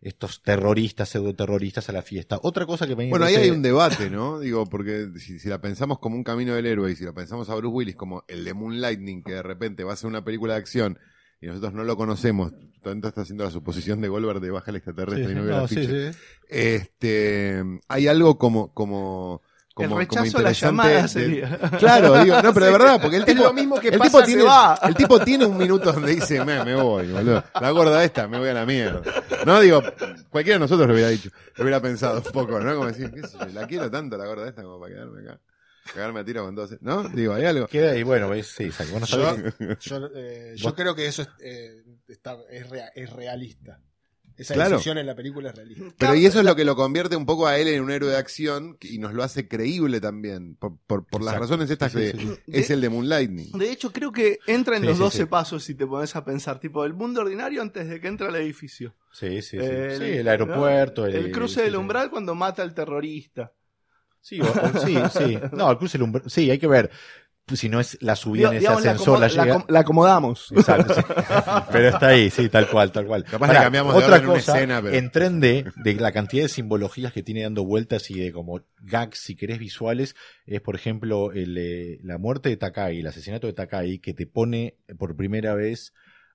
S1: estos terroristas, pseudo terroristas a la fiesta. Otra cosa que me
S3: Bueno, ahí
S1: parece-
S3: hay un debate, ¿no? Digo, porque si, si la pensamos como un camino del héroe y si la pensamos a Bruce Willis como el de Moonlightning, que de repente va a ser una película de acción y nosotros no lo conocemos, tanto está haciendo la suposición de Goldberg de baja el extraterrestre
S1: Sí,
S3: y no vio
S1: no,
S3: la
S1: sí,
S3: ficha.
S1: sí.
S3: Este, hay algo como, como, como,
S5: el
S3: como
S5: rechazo a la
S3: interesante
S5: llamada
S3: de-
S5: sería.
S3: Claro, digo, no, pero de verdad, porque el
S4: Es
S3: tipo,
S4: lo mismo que
S3: el
S4: pasa,
S3: tipo
S4: se
S3: tiene,
S4: va.
S3: El tipo tiene un minuto donde dice, me, me voy, boludo. La gorda esta, me voy a la mierda. No, digo, cualquiera de nosotros lo hubiera dicho, lo hubiera pensado un poco, ¿no? Como decir, qué sé yo, la quiero tanto la gorda esta como para quedarme acá. Cagarme a tiro con 12. ¿No? Digo, hay algo.
S1: Queda ahí, bueno, es- sí, exacto. Bueno,
S4: Yo,
S1: sabe-
S4: yo, eh, yo
S1: Vos-
S4: creo que eso es, eh, está- es, rea- es realista. Esa
S3: Claro.
S4: decisión en la película es realista.
S3: Pero y eso es lo que lo convierte un poco a él en un héroe de acción y nos lo hace creíble también, por, por, por las
S1: Exacto.
S3: razones estas
S1: Sí,
S3: que
S1: sí, sí.
S3: es el de Moonlightning.
S5: De hecho, creo que entra en
S1: Sí,
S5: los
S1: sí,
S5: 12
S1: sí.
S5: pasos si te pones a pensar, tipo, el mundo ordinario antes de que entre al edificio.
S1: Sí, sí, sí.
S5: El-
S1: Sí, el aeropuerto.
S5: ¿no? El, cruce
S1: sí,
S5: del
S1: sí.
S5: umbral cuando mata al terrorista.
S1: Sí, o- o- sí, sí. No, el cruce del umbral- Sí, hay que ver. Si no es la subida
S5: Digo,
S1: en ese
S5: digamos, la
S1: ascensor, la,
S5: acomoda- la
S1: llega-
S5: acom- la acomodamos.
S1: Exacto, sí. Pero está ahí, sí, tal cual, tal cual.
S3: Capaz le cambiamos de orden una escena, pero-
S1: en tren de, de la cantidad de simbologías que tiene dando vueltas y de como gags, si querés, visuales, es por ejemplo el, eh, la muerte de Takai, el asesinato de Takai, que te pone por primera vez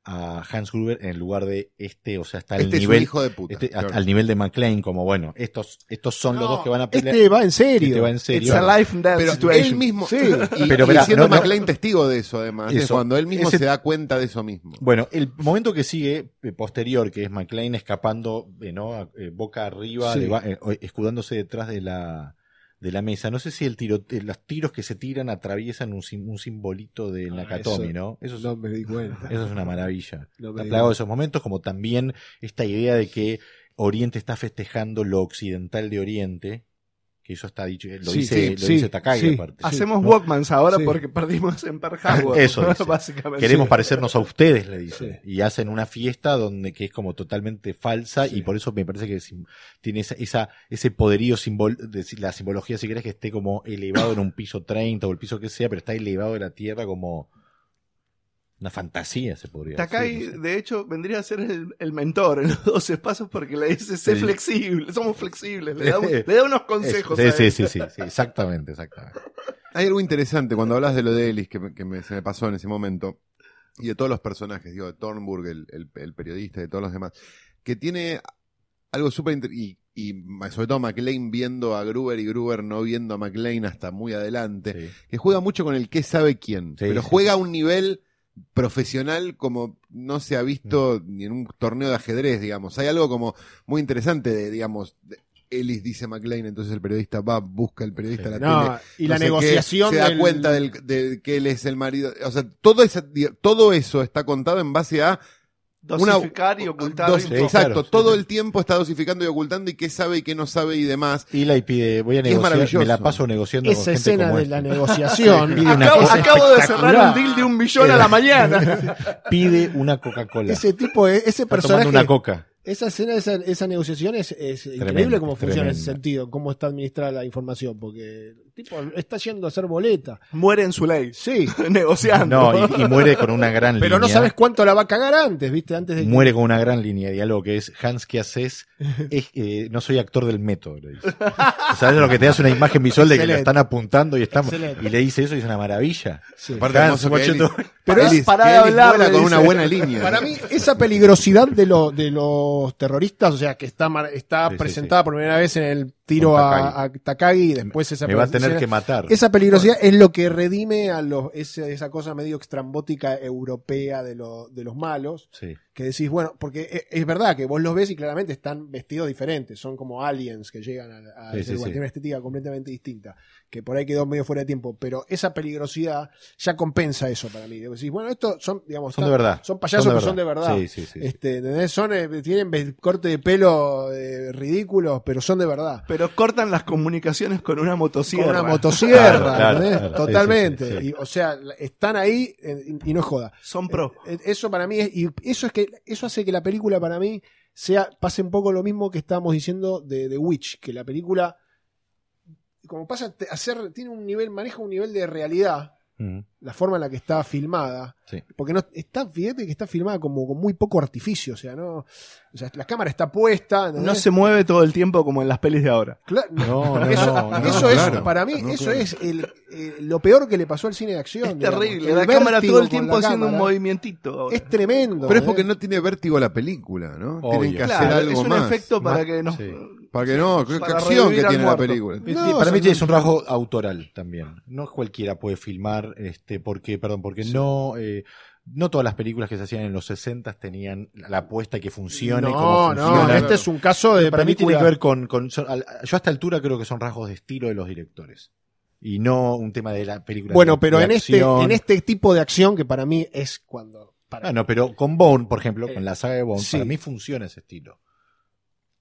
S1: a Hans Gruber en el lugar de este, o sea, hasta el
S3: Este es un
S1: nivel,
S3: hijo de puta.
S1: este,
S3: Claro.
S1: hasta el nivel de McLean, como bueno, estos, estos son los dos que van a pelear.
S4: Este va en serio.
S1: Este va en serio.
S5: It's a life and death
S3: Pero él
S5: situation.
S3: mismo,
S4: Sí.
S3: y,
S1: Pero
S3: y
S1: verá,
S3: siendo
S1: no, no.
S3: McLean testigo de eso además, es
S1: Eso.
S3: cuando él mismo
S1: Ese-
S3: se da cuenta de eso mismo.
S1: Bueno, el momento que sigue, eh, posterior, que es McLean escapando, eh, ¿no? A- eh, boca arriba,
S4: Sí.
S1: de ba- eh, o- escudándose detrás de la, de la mesa. No sé si el tiro, eh, los tiros que se tiran atraviesan un, sim- un simbolito de
S4: Ah,
S1: Nakatomi,
S4: eso- Ah,
S1: ¿no? Eso es,
S4: No me di cuenta.
S1: eso es una maravilla.
S4: No me
S1: Está plagado de
S4: di cuenta.
S1: esos momentos, como también esta idea de que Oriente está festejando lo occidental de Oriente, que eso está dicho, eh, lo
S4: Sí,
S1: dice,
S4: sí,
S1: lo
S4: sí,
S1: dice Takagi
S4: sí.
S1: aparte.
S5: Hacemos
S1: No,
S5: Walkmans ahora
S4: Sí.
S5: porque perdimos en Pearl Harbor.
S1: Eso dice.
S5: básicamente.
S1: Queremos
S5: Sí.
S1: parecernos a ustedes, le dice.
S4: Pues Sí.
S1: Y hacen una fiesta donde que es como totalmente falsa
S4: Sí.
S1: y por eso me parece que sim- tiene esa, esa- ese poderío simbol de si- la simbología, si querés, que esté como elevado en un piso 30 o el piso que sea, pero está elevado de la tierra como una fantasía, se podría
S5: Takai,
S1: decir. no sé.
S5: de hecho, vendría a ser el, el mentor en los 12 pasos porque le dice, sé
S1: Sí.
S5: flexible, somos flexibles, le da, un- le da unos consejos.
S1: Sí,
S5: a
S1: sí,
S5: él.
S1: sí, sí, sí, exactamente, exactamente.
S3: Hay algo interesante cuando hablas de lo de Ellis que, me- que me- se me pasó en ese momento y de todos los personajes, digo, de Thornburg, el, el- el periodista y de todos los demás, que tiene algo súper inter- y, y ma- sobre todo McLean viendo a Gruber y Gruber no viendo a McLean hasta muy adelante,
S1: Sí.
S3: que juega mucho con el qué sabe quién, pero
S1: sí.
S3: juega a un nivel profesional como no se ha visto ni en un torneo de ajedrez, digamos. Hay algo como muy interesante de, digamos, de- Ellis dice McLean, entonces el periodista va, busca al periodista, la tiene,
S4: No, Ah, y la
S3: no sé qué,
S4: negociación.
S3: se da
S4: del-
S3: cuenta del, de que él es el marido o sea todo esa- di- todo eso está contado en base a Una-
S5: Dosificar y ocultar.
S3: dos-
S1: info.
S5: info.
S3: exacto
S1: claro.
S3: todo el tiempo está dosificando y ocultando y qué sabe y qué no sabe y demás
S1: Y la pide, voy a negociar,
S3: maravilloso.
S1: me la paso negociando con
S4: Esa
S1: gente
S4: escena
S1: como
S4: de
S1: esta.
S4: la negociación.
S1: Pide una
S5: Acabo,
S1: cosa
S5: acabo de cerrar
S4: espectacular.
S5: un deal de un billón a la mañana.
S1: Pide una Coca-Cola. Está
S4: Ese tipo, eh, ese
S1: tomando
S4: personaje.
S1: una coca.
S4: Esa escena, esa, esa negociación es, es
S1: Tremendo,
S4: increíble cómo funciona en
S1: tremendo.
S4: ese sentido, cómo está administrada la información, porque tipo está yendo a hacer boleta.
S5: Muere en su ley,
S4: Sí,
S5: negociando.
S1: No, y, y muere con una gran
S4: pero no
S1: línea.
S4: sabes cuánto la va a cagar antes, ¿viste? Antes de que-
S1: Muere con una gran línea de diálogo que es Hans, ¿qué haces? Es, eh, no soy actor del método. le dice. ¿Sabes lo que te hace una imagen visual de que lo
S4: Excelente.
S1: están apuntando y estamos
S4: Excelente.
S1: Y le dice eso y es una maravilla.
S4: Sí.
S3: Aparte,
S1: Hans,
S3: hermoso que
S1: what you
S3: Ellis-
S1: doing?
S5: Pero
S3: Ellis-
S5: es para
S3: que
S5: de
S3: Ellis
S5: hablar,
S3: vuela
S5: le
S3: con una
S5: dice.
S3: buena línea.
S4: Para mí, esa peligrosidad de, lo- de los terroristas, o sea, que está, mar- está
S1: Sí, sí,
S4: presentada por primera vez en el tiro
S1: Con
S4: a, a Takagi y después esa
S1: Me va a
S4: presencia-
S1: tener que matar.
S4: Esa peligrosidad es lo que redime a los, ese- esa cosa medio extrambótica europea de, lo- de los malos,
S1: Sí.
S4: que decís, bueno, porque e- es, verdad que vos los ves y claramente están vestidos diferentes, son como aliens que llegan a, a
S1: Sí,
S4: ese
S1: sí,
S4: lugar,
S1: sí.
S4: tienen una estética completamente distinta, que por ahí quedó medio fuera de tiempo, pero esa peligrosidad ya compensa eso para mí. Decís, bueno, estos son, digamos,
S1: Son de
S4: están-
S1: verdad.
S4: son payasos que son de verdad.
S1: Sí, sí, sí. sí.
S4: Este, ¿entendés? son, eh, tienen ve- corte de pelo eh, ridículos, pero son de verdad.
S5: Pero cortan las comunicaciones con una motosierra.
S4: Con una motosierra,
S1: Claro, claro,
S4: ¿entendés?
S1: claro.
S4: totalmente.
S1: Sí, sí, sí, sí.
S4: Y, o sea, la- están ahí eh, y, y no es joda.
S5: Son pro.
S4: Eh, Eso para mí es, y eso es que eso hace que la película para mí sea pase un poco lo mismo que estábamos diciendo de The Witch, que la película como pasa te- hacer tiene un nivel maneja un nivel de realidad
S1: Mm.
S4: la forma en la que está filmada.
S1: Sí.
S4: Porque no está, fíjate que está filmada como con muy poco artificio. O sea, no. O sea, la cámara está puesta. ¿entendés?
S5: No se mueve todo el tiempo como en las pelis de ahora.
S4: Cla-
S1: No, no,
S4: eso
S1: no, no,
S4: eso es,
S1: claro.
S4: para mí,
S3: No,
S4: eso
S3: claro.
S4: es el- eh, lo peor que le pasó al cine de acción.
S5: Es
S4: digamos.
S5: terrible.
S4: El
S5: La cámara
S4: vértigo
S5: todo el
S4: con
S5: tiempo
S4: la
S5: haciendo un
S4: cámara
S5: movimiento. ahora.
S4: Es tremendo.
S3: Pero es porque
S4: ¿eh?
S3: no tiene vértigo la película, ¿no?
S1: Obvio.
S3: Tienen que
S5: Claro,
S3: hacer algo
S5: es un
S3: más.
S5: efecto para
S1: Más-
S5: que nos.
S1: sí.
S3: Para que no, qué qué
S5: Para
S3: acción que
S5: revivir al
S3: tiene la
S5: muerto.
S3: película.
S1: Eh,
S4: No,
S1: tiene-
S4: o
S1: para
S4: sea,
S1: mí
S4: no-
S1: es un rasgo autoral también. No cualquiera puede filmar, este, porque, perdón, porque no, eh, no todas las películas que se hacían en los 60 tenían la la apuesta que funcione. como
S4: No, no,
S1: funciona.
S4: este es un caso de
S1: Para mí tiene
S4: película.
S1: que ver con, con- son- al- yo a esta altura creo que son rasgos de estilo de los directores y no un tema de la película.
S4: Bueno,
S1: de-
S4: pero
S1: de
S4: en este,
S1: acción.
S4: en este tipo de acción que para mí es cuando. Para
S1: Ah, no, pero con Bone, por ejemplo,
S4: Eh,
S1: con la saga de Bone,
S4: sí.
S1: para mí funciona ese estilo.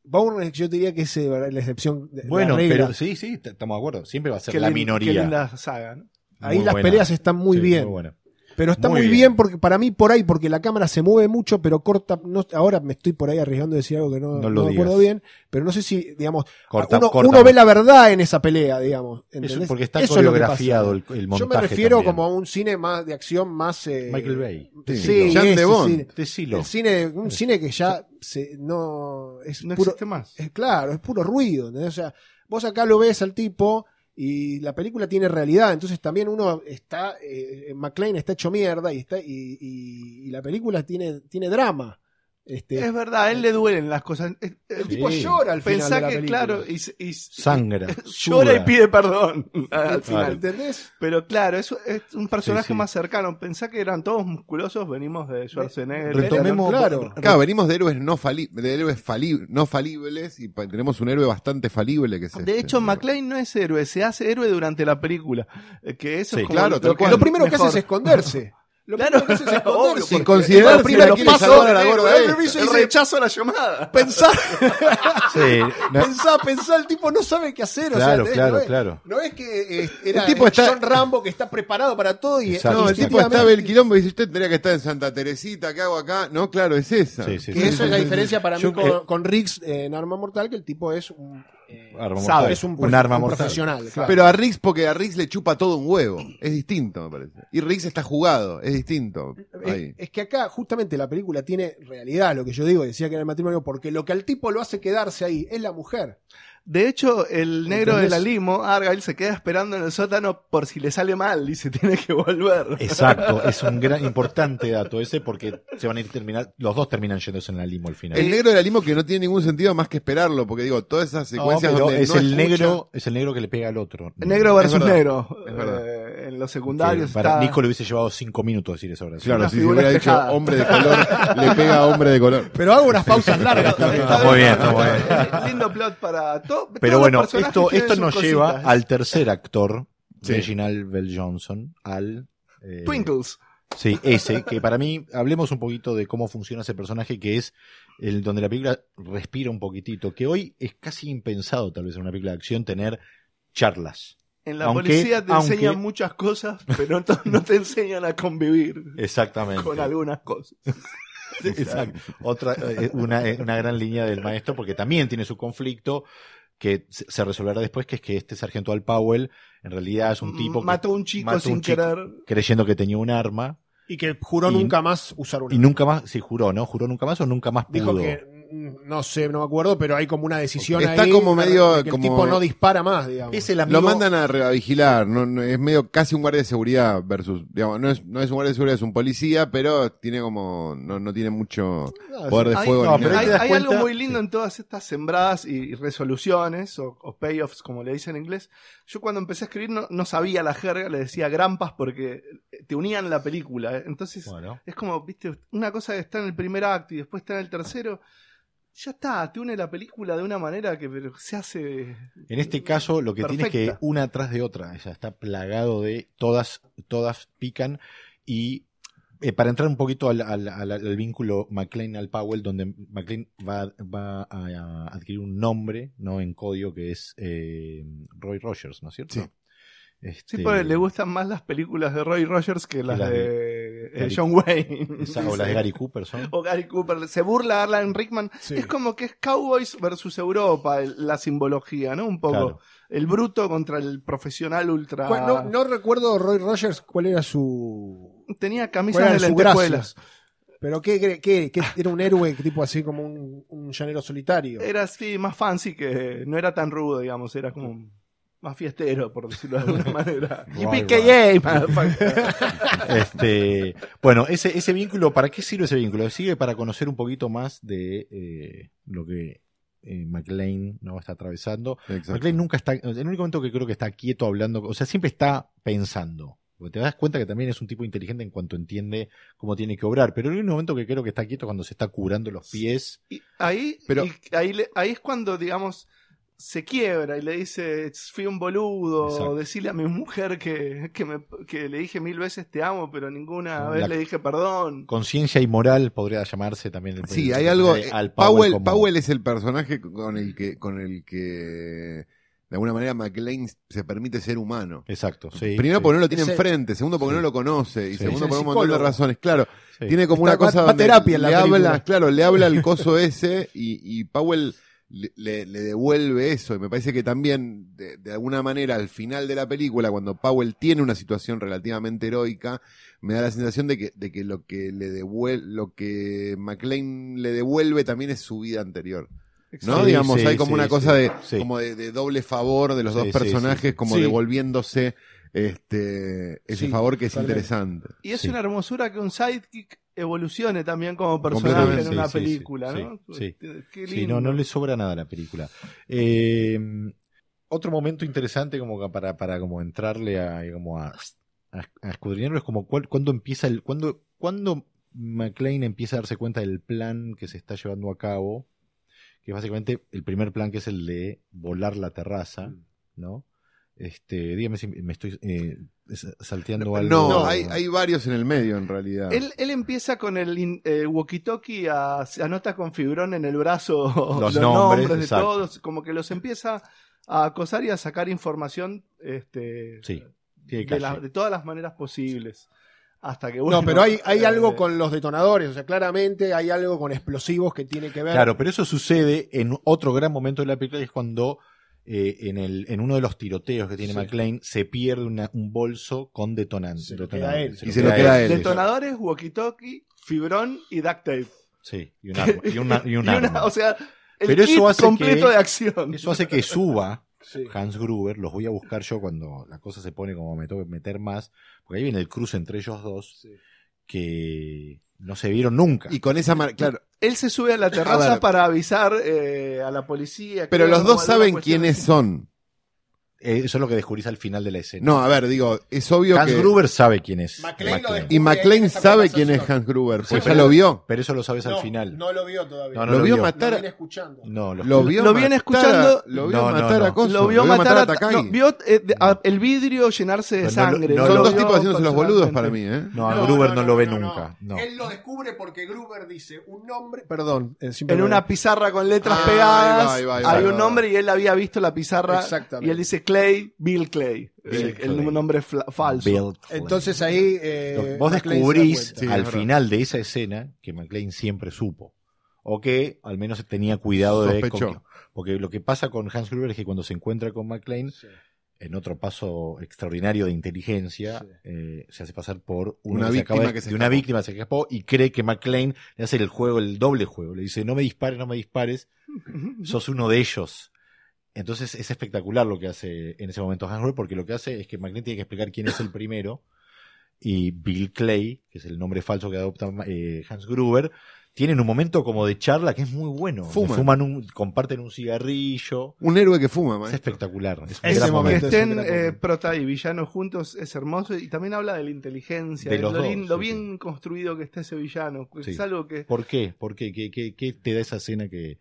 S4: Bourne, yo diría que es eh, la excepción. de- la
S1: Bueno,
S4: regla.
S1: pero sí, sí, t- estamos de acuerdo. Siempre va a ser
S5: Qué
S1: la
S5: lin- Qué
S1: minoría.
S5: linda saga. ¿no?
S4: Ahí
S1: Muy
S4: las
S1: buena.
S4: peleas están muy
S1: Sí,
S4: bien.
S1: muy buena.
S4: Pero está
S1: Muy
S4: muy,
S1: bien.
S4: bien. porque para mí por ahí, porque la cámara se mueve mucho, pero corta. No, ahora me estoy por ahí arriesgando a decir algo que no,
S1: No lo
S4: no me acuerdo
S1: digas.
S4: bien, pero no sé si, digamos,
S1: Corta-
S4: uno,
S1: corta-
S4: uno ve la verdad en esa pelea, digamos.
S1: Eso
S4: ¿entendés?
S1: porque está
S4: Eso es lo que pasa.
S1: coreografiado el, el montaje.
S4: Yo me refiero
S1: también.
S4: como a un cine más de acción, más. eh,
S1: Michael Bay.
S4: Sí,
S1: Decilo.
S3: Jean
S4: ese
S3: de Bond.
S4: cine.
S1: Decilo.
S4: El cine, un cine que ya se, no es
S5: No
S4: puro,
S5: existe más.
S4: es claro, es puro ruido, ¿entendés? O sea, vos acá lo ves al tipo y la película tiene realidad, entonces también uno está, eh, McLean está hecho mierda y está y, y- y la película tiene, tiene drama. Este,
S5: Es verdad, a él le duelen las cosas. Es- El
S4: el
S5: tipo
S4: tipo
S1: Sí.
S4: llora al final
S5: pensá
S4: de la
S5: que,
S4: película.
S5: claro, y, se- y se-
S1: Sangra.
S5: llora y
S1: suda.
S5: pide perdón al
S4: Claro.
S5: final.
S4: ¿Entendés?
S5: Pero claro, es, es un personaje
S1: Sí, sí.
S5: más cercano. Pensá que eran todos musculosos, venimos de Schwarzenegger.
S1: Retomemos.
S4: Claro.
S3: Claro, venimos de héroes no fali- de héroes fali- no falibles y pa- tenemos un héroe bastante falible que es
S5: De
S3: este.
S5: hecho, McLean no es héroe, se hace héroe durante la película. Eh, Que eso
S1: Sí,
S5: es como
S3: claro, tal
S5: que-
S3: cual.
S4: Lo primero que
S5: mejor.
S4: hace es esconderse. Lo
S5: Claro,
S4: primero que hace es
S5: obvio,
S4: esconderse.
S5: porque-
S3: Sin considerar
S4: Porque
S3: si
S4: los
S3: la quiere
S4: primeros
S3: salvar a la
S4: pasos-
S3: gorda
S4: el
S3: esta.
S4: reviso
S5: El
S4: dice,
S5: rechazo a la llamada.
S4: pensá,
S1: Sí, no-
S4: pensá, pensá, el tipo no sabe qué hacer. o sea,
S1: claro,
S4: ¿entendés?
S1: claro,
S4: No es-
S1: claro.
S4: No es que eh, era
S3: El tipo
S4: eh,
S3: está-
S4: John Rambo que está preparado para todo y
S1: Exacto,
S3: No, el tipo
S1: Instintivamente.
S3: estaba el quilombo y dice, usted tendría que estar en Santa Teresita, ¿qué hago acá? No, claro, es esa.
S1: Sí, sí,
S4: Que
S1: sí.
S4: eso es la diferencia para mí
S1: Yo-
S4: con,
S1: eh,
S4: con Riggs eh, en Arma Mortal, que el tipo es un, eh,
S1: Arma
S4: sabe,
S1: mortal.
S4: es un,
S1: Un
S4: prof-
S1: arma
S4: un
S1: mortal.
S4: profesional. claro.
S3: Pero a Riggs, porque a Riggs le chupa todo un huevo. Es distinto, me parece. Y Riggs está jugado, es distinto.
S4: es,
S5: Eh,
S3: Ahí.
S4: es que acá justamente la película tiene realidad, lo que yo digo, decía que era el matrimonio, porque lo que al tipo lo hace quedarse ahí es la mujer.
S5: De hecho, el negro
S4: ¿Entendés?
S5: de la limo, Argyle, se queda esperando en el sótano por si le sale mal y se tiene que volver.
S1: Exacto, es un gran importante dato ese porque se van a ir terminar, los dos terminan yéndose en la limo al final.
S3: El negro de la limo que no tiene ningún sentido más que esperarlo, porque digo, todas esas
S1: No,
S3: secuencias
S1: pero
S3: donde
S1: es
S3: no
S1: el
S3: escucha-
S1: negro, es el negro que le pega al otro.
S5: Negro versus
S3: verdad,
S5: negro.
S3: es verdad.
S5: Eh, en los
S1: Sí,
S5: secundarios.
S1: para
S5: está-
S1: Nico le hubiese llevado cinco minutos decir esa oración.
S3: Claro,
S5: Una
S3: si se
S5: figura
S3: hubiera dicho
S5: espejada.
S3: hombre de color, le pega a hombre de color.
S4: Pero hago unas pausas largas también.
S1: Está muy bien, está muy bien.
S5: Eh, Lindo plot para todo.
S1: Pero bueno, esto, esto nos lleva al tercer actor, Reginald Bell Johnson, al eh,
S5: Twinkles.
S1: Sí, ese, que para mí, hablemos un poquito de cómo funciona ese personaje, que es el donde la película respira un poquitito, que hoy es casi impensado tal vez en una película de acción tener charlas.
S5: En la
S1: aunque-
S5: policía te enseñan
S1: aunque-
S5: muchas cosas, pero no, no te enseñan a convivir
S1: Exactamente.
S5: con algunas cosas.
S1: Exacto. Otra, eh, una, eh, una gran línea del maestro, porque también tiene su conflicto, que se se resolverá después, que es que este sargento Al Powell en realidad es un tipo que-
S5: Mm, mató a un chico
S1: mató a
S5: sin
S1: un chico.
S5: querer.
S1: creyendo que tenía un arma
S4: Y que juró
S1: Y-
S4: nunca más usar una.
S1: y nunca más, sí, juró, ¿no? Juró nunca más o nunca más pudo.
S4: Dijo que mm, no sé, no me acuerdo, pero hay como una decisión
S3: Está
S4: ahí
S3: como medio-
S4: de que
S3: como-
S4: el tipo no dispara más, digamos.
S1: Es el amigo-
S3: Lo mandan a, re- a vigilar, no, no- es medio casi un guardia de seguridad versus, digamos, no es, no es un guardia de seguridad, es un policía, pero tiene como, no, no tiene mucho
S4: Ah,
S3: poder de
S5: Hay-
S3: fuego.
S1: no,
S3: ni
S1: pero
S3: nada.
S5: hay
S1: te das
S5: hay
S1: cuenta-
S5: algo muy lindo en todas estas sembradas y y resoluciones o, o payoffs, como le dicen en inglés. Yo cuando empecé a escribir no, no sabía la jerga, le decía grampas porque te unían la película. ¿eh? Entonces
S1: Bueno.
S5: es como, viste, una cosa que está en el primer acto y después está en el tercero. Ya está, te une la película de una manera que pero, se hace...
S1: En este caso, lo que tiene es que
S5: Perfecta.
S1: una tras de otra, o sea, está plagado de todas, todas pican. Y eh, para entrar un poquito al, al- al- al vínculo McLean al Powell, donde McLean va, va a, adquirir un nombre no en código que es eh, Roy Rogers, ¿no es cierto?
S3: Sí.
S1: Este,
S5: Sí, porque le gustan más las películas de Roy Rogers que las
S1: las
S5: de,
S1: de
S5: eh,
S1: Gary-
S5: John Wayne.
S1: esa- o las de Gary Cooper son.
S5: O Gary Cooper. Se burla Alan Rickman.
S4: sí.
S5: Es como que es Cowboys versus Europa el- la simbología, ¿no? Un poco.
S1: Claro.
S5: El bruto contra el profesional ultra.
S4: Cu- no, no recuerdo Roy Rogers cuál era su.
S5: Tenía
S4: cuál
S5: camisas
S4: era
S5: de
S4: su gracia.
S5: lentejuelas.
S4: Pero ¿qué, qué, qué- qué- era un héroe tipo así como un, un llanero solitario.
S5: Era así, más fancy que. No era tan rudo, digamos. Era como. Más fiestero, por decirlo de alguna manera.
S1: Right,
S5: Y PKA, motherfucker.
S1: Este, bueno, ese, ese vínculo, ¿para qué sirve ese vínculo? Sirve para conocer un poquito más de eh, lo que eh, McLean ¿no? está atravesando.
S3: Exacto.
S1: McLean nunca está, el único momento que creo que está quieto hablando, o sea, siempre está pensando. Porque te das cuenta que también es un tipo inteligente en cuanto entiende cómo tiene que obrar. Pero el único momento que creo que está quieto es cuando se está curando los pies.
S5: Y ahí,
S3: Pero-
S5: y ahí, le- ahí es cuando, digamos, se quiebra y le dice, fui un boludo,
S1: Exacto.
S5: decirle a mi mujer que, que, me- que le dije mil veces te amo, pero ninguna
S1: La-
S5: vez le dije perdón.
S1: Conciencia y moral podría llamarse también. El
S3: Sí,
S1: el-
S3: hay algo.
S1: el-
S3: eh,
S1: al
S3: Powell,
S1: como-
S3: Powell es el personaje con el que, con el que de alguna manera McLean se permite ser humano.
S1: Exacto, sí.
S3: Primero
S1: sí,
S3: porque no lo tiene
S4: Es el-
S3: enfrente, segundo porque
S1: sí.
S3: no lo conoce, y
S1: Sí.
S3: segundo
S4: Es el
S3: por un montón de
S4: psicólogo.
S3: razones. Claro,
S1: sí.
S3: tiene como
S4: Está-
S3: una cosa
S4: va- va
S3: donde
S4: terapia en la
S3: le
S4: película.
S3: habla, claro, le habla al coso ese y, y Powell le, le- le devuelve eso. Y me parece que también, de, de alguna manera, al final de la película, cuando Powell tiene una situación relativamente heroica, me da la sensación de que, de que lo que le devuelve, lo que McLean le devuelve también es su vida anterior. ¿No?
S1: Sí,
S3: Digamos,
S1: sí,
S3: hay como
S1: sí,
S3: una
S1: sí.
S3: cosa de,
S1: Sí.
S3: como de, de doble favor de los
S1: Sí,
S3: dos
S1: sí,
S3: personajes,
S1: sí, sí.
S3: como
S4: Sí.
S3: devolviéndose este ese
S4: Sí,
S3: favor que es
S4: totalmente.
S3: interesante.
S5: Y es
S1: Sí.
S5: una hermosura que un sidekick evolucione también como personaje
S3: Completamente,
S5: en una
S1: sí, sí, sí,
S5: película,
S1: sí,
S5: ¿no?
S1: sí.
S5: Qué
S1: Sí, no,
S5: lindo.
S1: no le sobra nada a la película. Eh, otro momento interesante como que para, para como entrarle a, como a, a- a escudriñarlo es como cuál- cuándo empieza el, cuándo, cuándo McLean empieza a darse cuenta del plan que se está llevando a cabo, que es básicamente el primer plan que es el de volar la terraza,
S3: Mm.
S1: ¿no? Este, dígame si me estoy eh, sa- salteando algo.
S3: No, Hay, hay varios en el medio en realidad.
S5: Él, él empieza con el in- eh, walkie-talkie, a- se anota con fibrón en el brazo
S1: Los
S5: los,
S1: nombres,
S5: nombres, de
S1: exacto.
S5: todos, como que los empieza a acosar y a sacar información este,
S1: Sí, sí,
S5: de,
S1: calle.
S5: la- de todas las maneras posibles. Hasta que bueno,
S4: no, pero hay, hay
S5: eh,
S4: algo con los detonadores, o sea, claramente hay algo con explosivos que tiene que ver.
S1: Claro, pero eso sucede en otro gran momento de la película, que es cuando eh, en, el, en uno de los tiroteos que tiene
S4: Sí.
S1: McLean se pierde una- un bolso con detonan-
S4: Se lo
S1: detonante.
S4: queda él.
S3: Y se lo queda él.
S5: Detonadores, walkie-talkie, fibrón y duct tape.
S1: Sí, y un arma. Y una- y un
S5: Y una-
S1: arma.
S5: o sea, el
S1: Pero eso
S5: kit
S1: hace
S5: completo
S1: que-
S5: de acción.
S1: Eso hace que suba
S4: Sí.
S1: Hans Gruber. Los voy a buscar yo cuando la cosa se pone como me toque meter más. Porque ahí viene el cruce entre ellos dos
S4: Sí.
S1: que no se vieron nunca.
S3: Y con esa mar- claro,
S5: Él se sube a la terraza
S3: ver.
S5: para avisar eh, a la policía.
S3: pero
S5: creo,
S3: los
S5: ¿no?
S3: dos
S5: Alguna
S3: saben
S5: cuestión
S3: quiénes
S5: así.
S3: son.
S1: Eh, Eso es lo que descubrís al final de la escena.
S3: No, a ver, digo, es obvio
S1: Hans
S3: que
S1: Gruber sabe quién es.
S4: McLean lo
S3: y McLean sabe quién es Hans Gruber, pues ya lo vio.
S1: Pero eso lo sabes al final.
S4: No lo vio todavía.
S1: No, no
S3: lo,
S1: lo
S3: vio
S1: vio.
S4: Lo viene
S3: matar,
S4: escuchando.
S1: No,
S3: lo vio
S5: Lo
S3: matar
S5: viene
S3: a-
S5: escuchando-
S3: lo vio
S1: No, no,
S3: matar
S1: no.
S3: a Coso,
S5: Lo vio matar a,
S3: Takagi.
S5: no, vio eh, de- a- el vidrio llenarse de
S1: No, no, no,
S5: sangre. Lo
S1: no,
S3: Son dos
S5: vio
S3: tipos haciéndose los boludos para mí,
S5: personalmente.
S3: ¿eh?
S1: No, a Gruber no, lo ve nunca. No.
S4: Él lo descubre porque Gruber dice un nombre. Perdón, eh, siempre
S5: En
S4: me-
S5: una pizarra con letras
S3: Ah,
S5: pegadas
S3: ahí va, ahí va, ahí
S5: hay
S3: va.
S5: un nombre y él había visto la pizarra
S4: Exactamente.
S5: y él dice Clay, Bill Clay.
S1: Bill
S5: Eh,
S1: Clay.
S5: el nombre fla- falso.
S1: Built
S4: Entonces ahí.
S1: Lane.
S4: eh,
S1: vos
S4: McLean se da
S1: descubrís
S4: cuenta.
S3: Sí, es
S1: al
S3: verdad.
S1: final de esa escena que McLean siempre supo. o que al menos tenía cuidado de...
S3: Sospechó.
S1: con que- porque lo que pasa con Hans Gruber es que cuando se encuentra con McLean, en otro paso extraordinario de inteligencia,
S4: Sí.
S1: eh, se hace pasar por uno
S3: Una
S1: se
S3: víctima
S1: acaba de-
S3: que se
S1: de una
S3: escapó.
S1: víctima que se escapó y cree que McLean le hace el juego, el doble juego. Le dice, no me dispares, no me dispares, sos uno de ellos. Entonces es espectacular lo que hace en ese momento Hans Gruber, porque lo que hace es que McLean tiene que explicar quién es el primero y Bill Clay, que es el nombre falso que adopta eh, Hans Gruber, tienen un momento como de charla que es muy bueno.
S3: Fuman.
S1: Fuman un- comparten un cigarrillo.
S3: Un héroe que fuma, ¿eh?
S1: Es
S3: maestro.
S1: espectacular. Es un
S5: Ese
S1: gran
S5: momento,
S1: momento.
S5: que estén
S4: es un gran
S5: eh,
S4: momento.
S5: prota y villano juntos es hermoso y también habla de la inteligencia,
S1: De
S5: de
S1: los
S5: lo,
S1: dos,
S5: lin- lo
S1: sí,
S5: bien construido que está ese villano. que Es
S1: Sí.
S5: algo que...
S1: ¿Por qué? ¿Por qué? ¿Qué, qué- qué te da esa escena que.?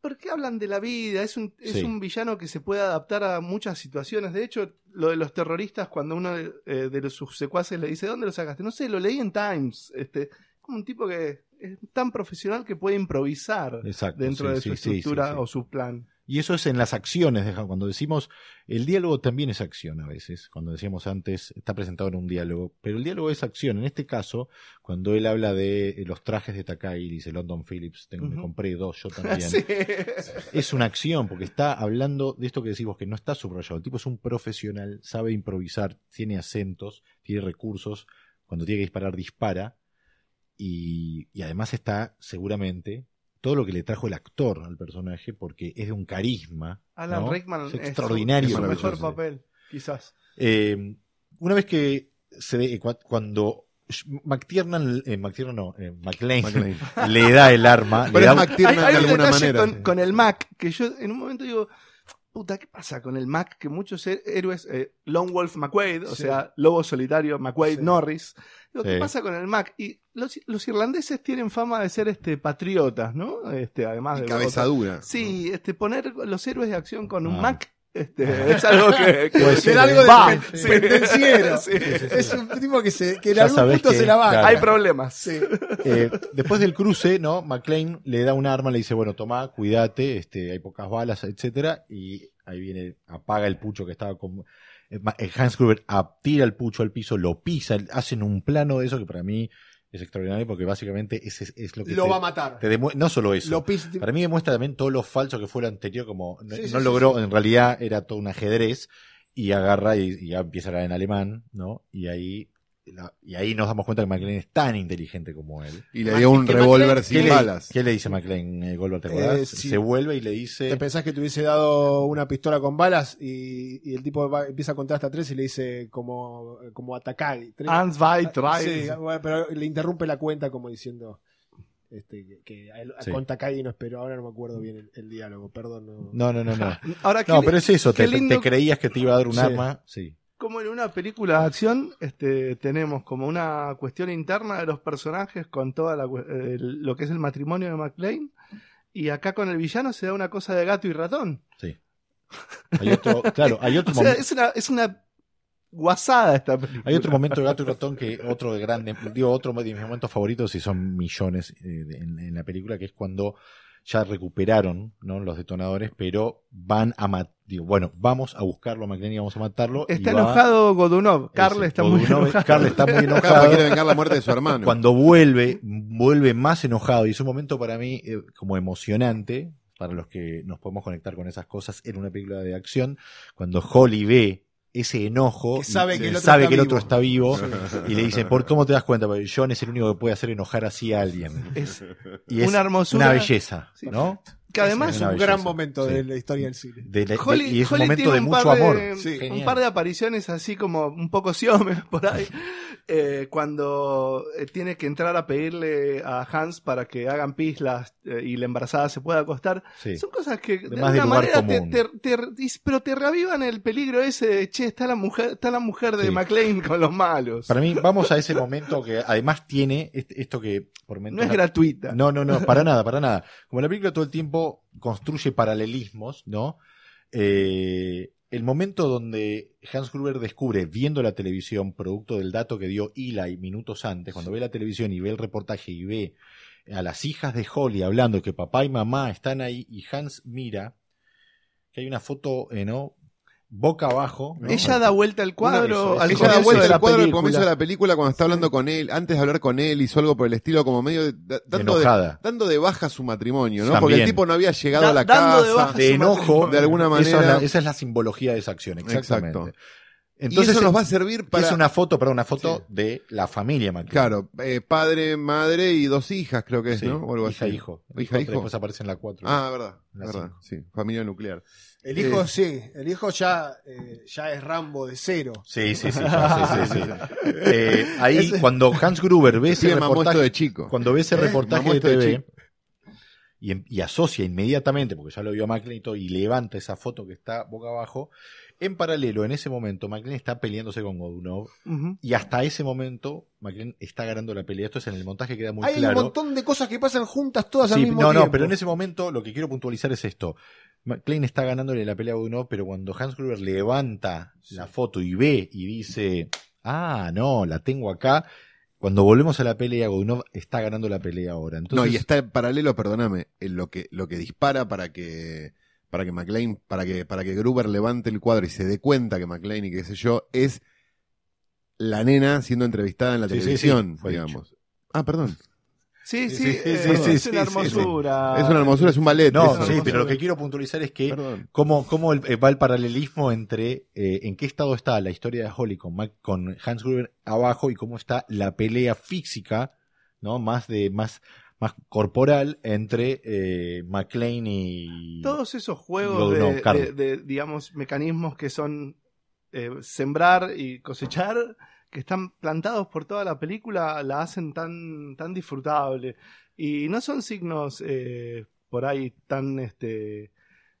S5: ¿Por qué hablan de la vida? Es un, es
S1: Sí.
S5: un villano que se puede adaptar a muchas situaciones. De hecho, lo de los terroristas, cuando uno eh, de los sus secuaces le dice, ¿dónde lo sacaste? No sé, lo leí en Times. Este, como un tipo que es tan profesional que puede improvisar
S1: Exacto,
S5: dentro
S1: sí,
S5: de
S1: sí,
S5: su
S1: sí, sí,
S5: estructura
S1: sí.
S5: o su plan.
S1: Y eso es en las acciones, de Hans- cuando decimos, el diálogo también es acción a veces, cuando decíamos antes, está presentado en un diálogo, pero el diálogo es acción, en este caso, cuando él habla de eh, los trajes de Takai, dice London Phillips, tengo, me
S5: Ujú.
S1: compré dos, yo también,
S5: Sí.
S1: es una acción, porque está hablando de esto que decimos que no está subrayado, el tipo es un profesional, sabe improvisar, tiene acentos, tiene recursos, cuando tiene que disparar, dispara, y, y además está seguramente todo lo que le trajo el actor al personaje, porque es de un carisma.
S5: Alan
S1: ¿no?
S5: Rickman
S1: es
S5: es su-
S1: extraordinario.
S5: es su mejor
S1: maravilloso.
S5: papel, quizás.
S1: Eh, una vez que se ve- eh, cua- cuando McTiernan, eh, McTiernan no, eh, McLean,
S3: McLean.
S1: le da el arma, le
S3: Pero
S1: da
S3: es McTiernan
S5: hay, hay
S3: de
S5: un
S3: alguna
S5: detalle
S3: manera.
S5: Con, con el Mac, que yo en un momento digo, puta, ¿qué pasa con el Mac? Que muchos he- héroes, eh, Lone Wolf McQuaid, o
S4: Sí.
S5: sea, Lobo Solitario McQuaid
S4: Sí.
S5: Norris, digo, ¿qué
S1: Sí.
S5: pasa con el Mac? Y los, los irlandeses tienen fama de ser este patriotas, ¿no? Este, además
S3: Y
S5: de
S3: cabeza dura.
S5: Sí, este, poner los héroes de acción con un
S1: Ah.
S5: Mac. este, es algo que, que-
S1: Puede
S5: que
S1: ser,
S5: da
S1: ¿eh?
S5: algo de
S1: Va.
S5: pen-
S4: Sí.
S5: pendenciero. Sí.
S4: Es un tipo que, se, que en
S1: Ya
S4: algún
S1: sabés
S4: punto
S1: que-
S4: se la va.
S1: claro.
S5: Hay problemas.
S1: Eh, después del cruce, ¿no? McLean le da un arma, le dice, bueno, tomá, cuídate, este, hay pocas balas, etcétera, y ahí viene, apaga el pucho que estaba con eh, Ma- eh, Hans Gruber ap- tira el pucho al piso, lo pisa, hacen un plano de eso que para mí es extraordinario porque básicamente es, es, es lo que
S4: Ah, Lo
S1: te-
S4: va a matar.
S1: te demue- no solo eso.
S4: Lo pis-
S1: Para mí demuestra también todo lo falso que fue lo anterior, como no,
S4: Sí, sí,
S1: no
S4: sí,
S1: logró, en realidad era todo un ajedrez, y agarra y, y ya empieza a hablar en alemán, ¿no? Y ahí, la- y ahí nos damos cuenta que McLean es tan inteligente como él.
S3: Y le dio un
S4: que
S3: revólver
S4: McLean-
S1: ¿Qué
S3: sin
S1: le,
S3: balas.
S1: qué le dice McLean eh, Goldberg? ¿Te
S4: Eh,
S1: acordás?
S4: sí.
S1: Se vuelve y le
S4: ¿Te
S1: dice.
S4: pensás que te hubiese dado una pistola con balas? Y, y el tipo va- empieza a contar hasta tres y le dice como, como atacar. y tres- Ah,
S5: Hans Weit,
S4: Sí,
S5: Reis.
S4: bueno, pero le interrumpe la cuenta como diciendo este, que, que a él-
S1: Sí.
S4: con Takagi no esperó. Ahora no me acuerdo bien el, el diálogo, perdón.
S1: No,
S4: No.
S1: no, no, no.
S5: Ahora, ¿qué
S1: No,
S5: le-
S1: pero es eso,
S5: qué
S1: te, te-
S5: lindo-
S1: te creías que te iba a dar un
S4: Sí.
S1: arma. Sí.
S5: como en una película de acción este, tenemos como una cuestión interna de los personajes con toda la cu- eh, lo que es el matrimonio de McLean y acá con el villano se da una cosa de gato y ratón
S1: Hay otro, claro, hay
S5: o
S1: otro
S5: sea
S1: momento.
S5: es una es una guasada esta película
S1: Hay otro momento de gato y ratón que otro de grande, digo, otro de mis momentos favoritos, y son millones eh, de- en, en la película, que es cuando ya recuperaron ¿no? los detonadores, pero van a matar, digo, bueno, vamos a buscarlo a McLean y vamos a matarlo. y
S5: está
S1: va-
S5: enojado Godunov Carl
S1: ese,
S5: está
S1: Godunov-
S5: muy enojado
S1: Carl está muy
S3: Claro,
S1: enojado.
S3: quiere vengar la muerte de su hermano.
S1: Cuando vuelve, vuelve más enojado, y es un momento para mí eh, como emocionante, para los que nos podemos conectar con esas cosas en una película de acción, cuando Holly ve ese enojo,
S4: Que sabe
S1: y
S4: que el otro
S1: sabe
S4: está
S1: que el
S4: vivo.
S1: otro está vivo, y le dice, ¿por cómo te das cuenta? Porque John es el único que puede hacer enojar así a alguien.
S5: Es-
S1: Y es
S5: Una
S1: una
S5: hermosura.
S1: belleza,
S5: Sí.
S1: ¿no?
S5: que además
S4: es
S1: una
S4: un
S1: belleza.
S4: gran momento
S1: Sí.
S4: de la historia del cine.
S1: De la- Eh, de-
S5: Holly-
S1: y es un
S5: Holly
S1: momento
S5: tiene
S1: de
S5: un
S1: mucho
S5: par
S1: amor.
S5: de- un
S1: Genial.
S5: par de apariciones así como un poco siomes por ahí. eh, cuando eh, tiene que entrar a pedirle a Hans para que hagan pislas eh, y la embarazada se pueda acostar.
S1: Sí.
S5: Son cosas que de,
S1: más de
S5: alguna
S1: lugar
S5: manera te,
S1: común.
S5: te- te- dis- pero te reavivan el peligro ese de che, está la mujer, está la mujer de
S1: Sí.
S5: McLean con los malos.
S1: Para mí, vamos a ese momento que además tiene este- esto que por
S5: no
S1: momentos
S5: es gratuita.
S1: No, no, no, para nada, para nada. Como la película todo el tiempo construye paralelismos, ¿no? Eh, el momento donde Hans Gruber descubre, viendo la televisión, producto del dato que dio Eli minutos antes, cuando ve la televisión y ve el reportaje y ve a las hijas de Holly hablando que papá y mamá están ahí y Hans mira que hay una foto, eh, ¿no? boca abajo. ¿no?
S5: Ella da vuelta al cuadro,
S1: Eso,
S5: al
S1: eso.
S3: Ella da
S5: comienzo
S3: vuelta
S5: de la
S3: al cuadro al
S5: película.
S3: comienzo de la película cuando está hablando con él, antes de hablar con él, hizo algo por el estilo, como medio de- da- dando, de,
S1: Enojada.
S3: dando de baja su matrimonio, ¿no?
S1: También.
S3: Porque el tipo no había llegado
S5: Da-
S3: a la
S5: dando de
S3: casa.
S5: baja
S1: de enojo,
S3: De alguna manera.
S1: Esa es, la, esa es la simbología de esa acción, exactamente.
S3: Exacto.
S1: Entonces
S3: y eso nos va a servir para.
S1: es una foto, perdón, una foto de la familia Macri.
S3: Claro, eh, padre, madre y dos hijas, creo que es,
S1: Sí,
S3: ¿no? O algo
S1: hija,
S3: así.
S1: hijo.
S3: Hija, hijo.
S1: Después aparece en la 4.
S3: Ah, verdad,
S1: Las
S3: verdad,
S1: cinco.
S3: sí, familia nuclear.
S4: El hijo sí, el hijo ya, eh, ya es Rambo de cero.
S1: Sí, sí, sí, ya, sí, sí, sí. Eh, ahí cuando Hans Gruber ve ese
S3: Sí, mamó esto
S1: reportaje,
S3: de chico.
S1: cuando ve ese reportaje
S3: Mamó
S1: de
S3: esto de
S1: TV y, en- y asocia inmediatamente, porque ya lo vio a Macklin y todo, y levanta esa foto que está boca abajo, en paralelo, en ese momento, Macklin está peleándose con Godunov
S5: Ujú.
S1: y hasta ese momento Macklin está ganando la pelea. Esto es en el montaje queda muy
S4: Hay
S1: claro.
S4: un montón de cosas que pasan juntas todas al
S1: Sí,
S4: mismo
S1: no,
S4: tiempo.
S1: no, pero en ese momento lo que quiero puntualizar es esto. McLean está ganándole la pelea a Godunov, pero cuando Hans Gruber levanta la foto y ve y dice, ah, no, la tengo acá, cuando volvemos a la pelea, Godunov está ganando la pelea ahora. Entonces,
S3: no, y está en paralelo, perdóname, en lo que, lo que dispara para que, para que McLean, para que, para que Gruber levante el cuadro y se dé cuenta que McLean y qué sé yo, es la nena siendo entrevistada en la
S1: Sí, sí,
S3: televisión,
S1: sí, fue
S3: digamos. Ah, perdón.
S5: Sí, sí,
S1: Sí, sí,
S5: eh,
S1: sí, sí,
S5: es
S1: sí,
S5: una
S1: sí, sí.
S5: hermosura.
S3: Es una hermosura, es un ballet.
S1: Ah, No,
S3: es una
S1: sí,
S3: hermosura.
S1: pero lo que quiero puntualizar es que
S3: Perdón.
S1: cómo, cómo el- eh, va el paralelismo entre eh, en qué estado está la historia de Holly con, Mac- con Hans Gruber abajo y cómo está la pelea física, ¿no? Más de, más, más corporal entre eh, McLean y
S5: Todos esos
S1: Lo
S5: juegos
S1: de
S5: de,
S1: no,
S5: de-
S1: Carlos.
S5: de, digamos, mecanismos que son eh, sembrar y cosechar, que están plantados por toda la película, la hacen tan, tan disfrutable. Y no son signos eh, por ahí tan este,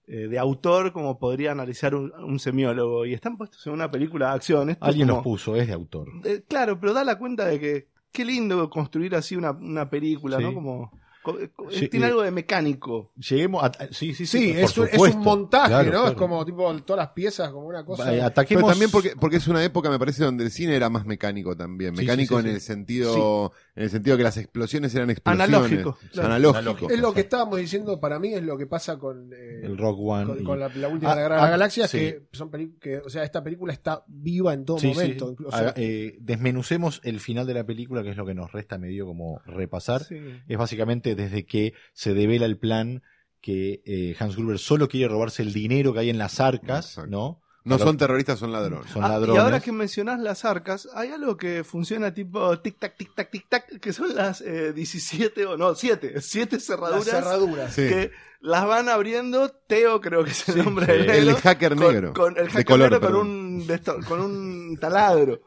S5: eh, de autor como podría analizar un, un semiólogo. Y están puestos en una película de acción. Esto es
S1: Alguien los
S5: como-
S1: puso, es de autor.
S5: Eh, claro, pero da la cuenta de que qué lindo construir así una, una película,
S1: Sí.
S5: ¿no? Como co- co-
S1: Sí,
S5: tiene
S1: y-
S5: algo de mecánico.
S1: Lleguemos a. Sí, sí, sí.
S4: Sí,
S1: por
S4: es, un- es
S1: supuesto.
S4: un montaje,
S1: Claro,
S4: ¿no?
S1: claro.
S4: Es como tipo todas las piezas, como una cosa.
S1: Eh,
S3: Pero
S1: ataquemos.
S3: también porque, porque es una época, me parece, donde el cine era más mecánico también.
S1: Sí,
S3: Mecánico
S1: sí, sí,
S3: en
S1: sí.
S3: el sentido, en el sentido que las explosiones eran explosiones.
S5: Analógico, claro.
S3: Analógico.
S1: Analógico.
S4: es lo que estábamos diciendo, para mí es lo que pasa con, eh,
S1: El Rock One.
S4: con,
S1: y-
S4: con la, la última
S1: Ah,
S4: de la Guerra de las
S1: ah,
S4: Galaxias,
S1: sí.
S4: que son peli- que, o sea, esta película está viva en todo
S1: Sí, sí.
S4: momento. incluso-
S1: Haga- eh, desmenucemos el final de la película, que es lo que nos resta medio como repasar.
S5: Sí.
S1: Es básicamente desde que se devela el plan que eh, Hans Gruber solo quiere robarse el dinero que hay en las arcas,
S3: Exacto.
S1: ¿no?
S3: No son terroristas, son ladrones.
S1: Son
S5: Ah,
S1: ladrones.
S5: Y ahora que mencionás las arcas, hay algo que funciona tipo tic-tac, tic-tac, tic-tac, que son las eh, 17 o no, 7, 7
S4: las
S5: cerraduras
S4: cerraduras.
S3: Sí.
S5: que las van abriendo. Teo creo que es el
S1: Sí.
S5: nombre
S1: Sí.
S5: del negro,
S3: El hacker
S5: con-
S3: negro.
S5: Con, el
S3: De
S5: hacker
S3: color,
S5: negro con
S3: perdón.
S5: un, desto- con un taladro.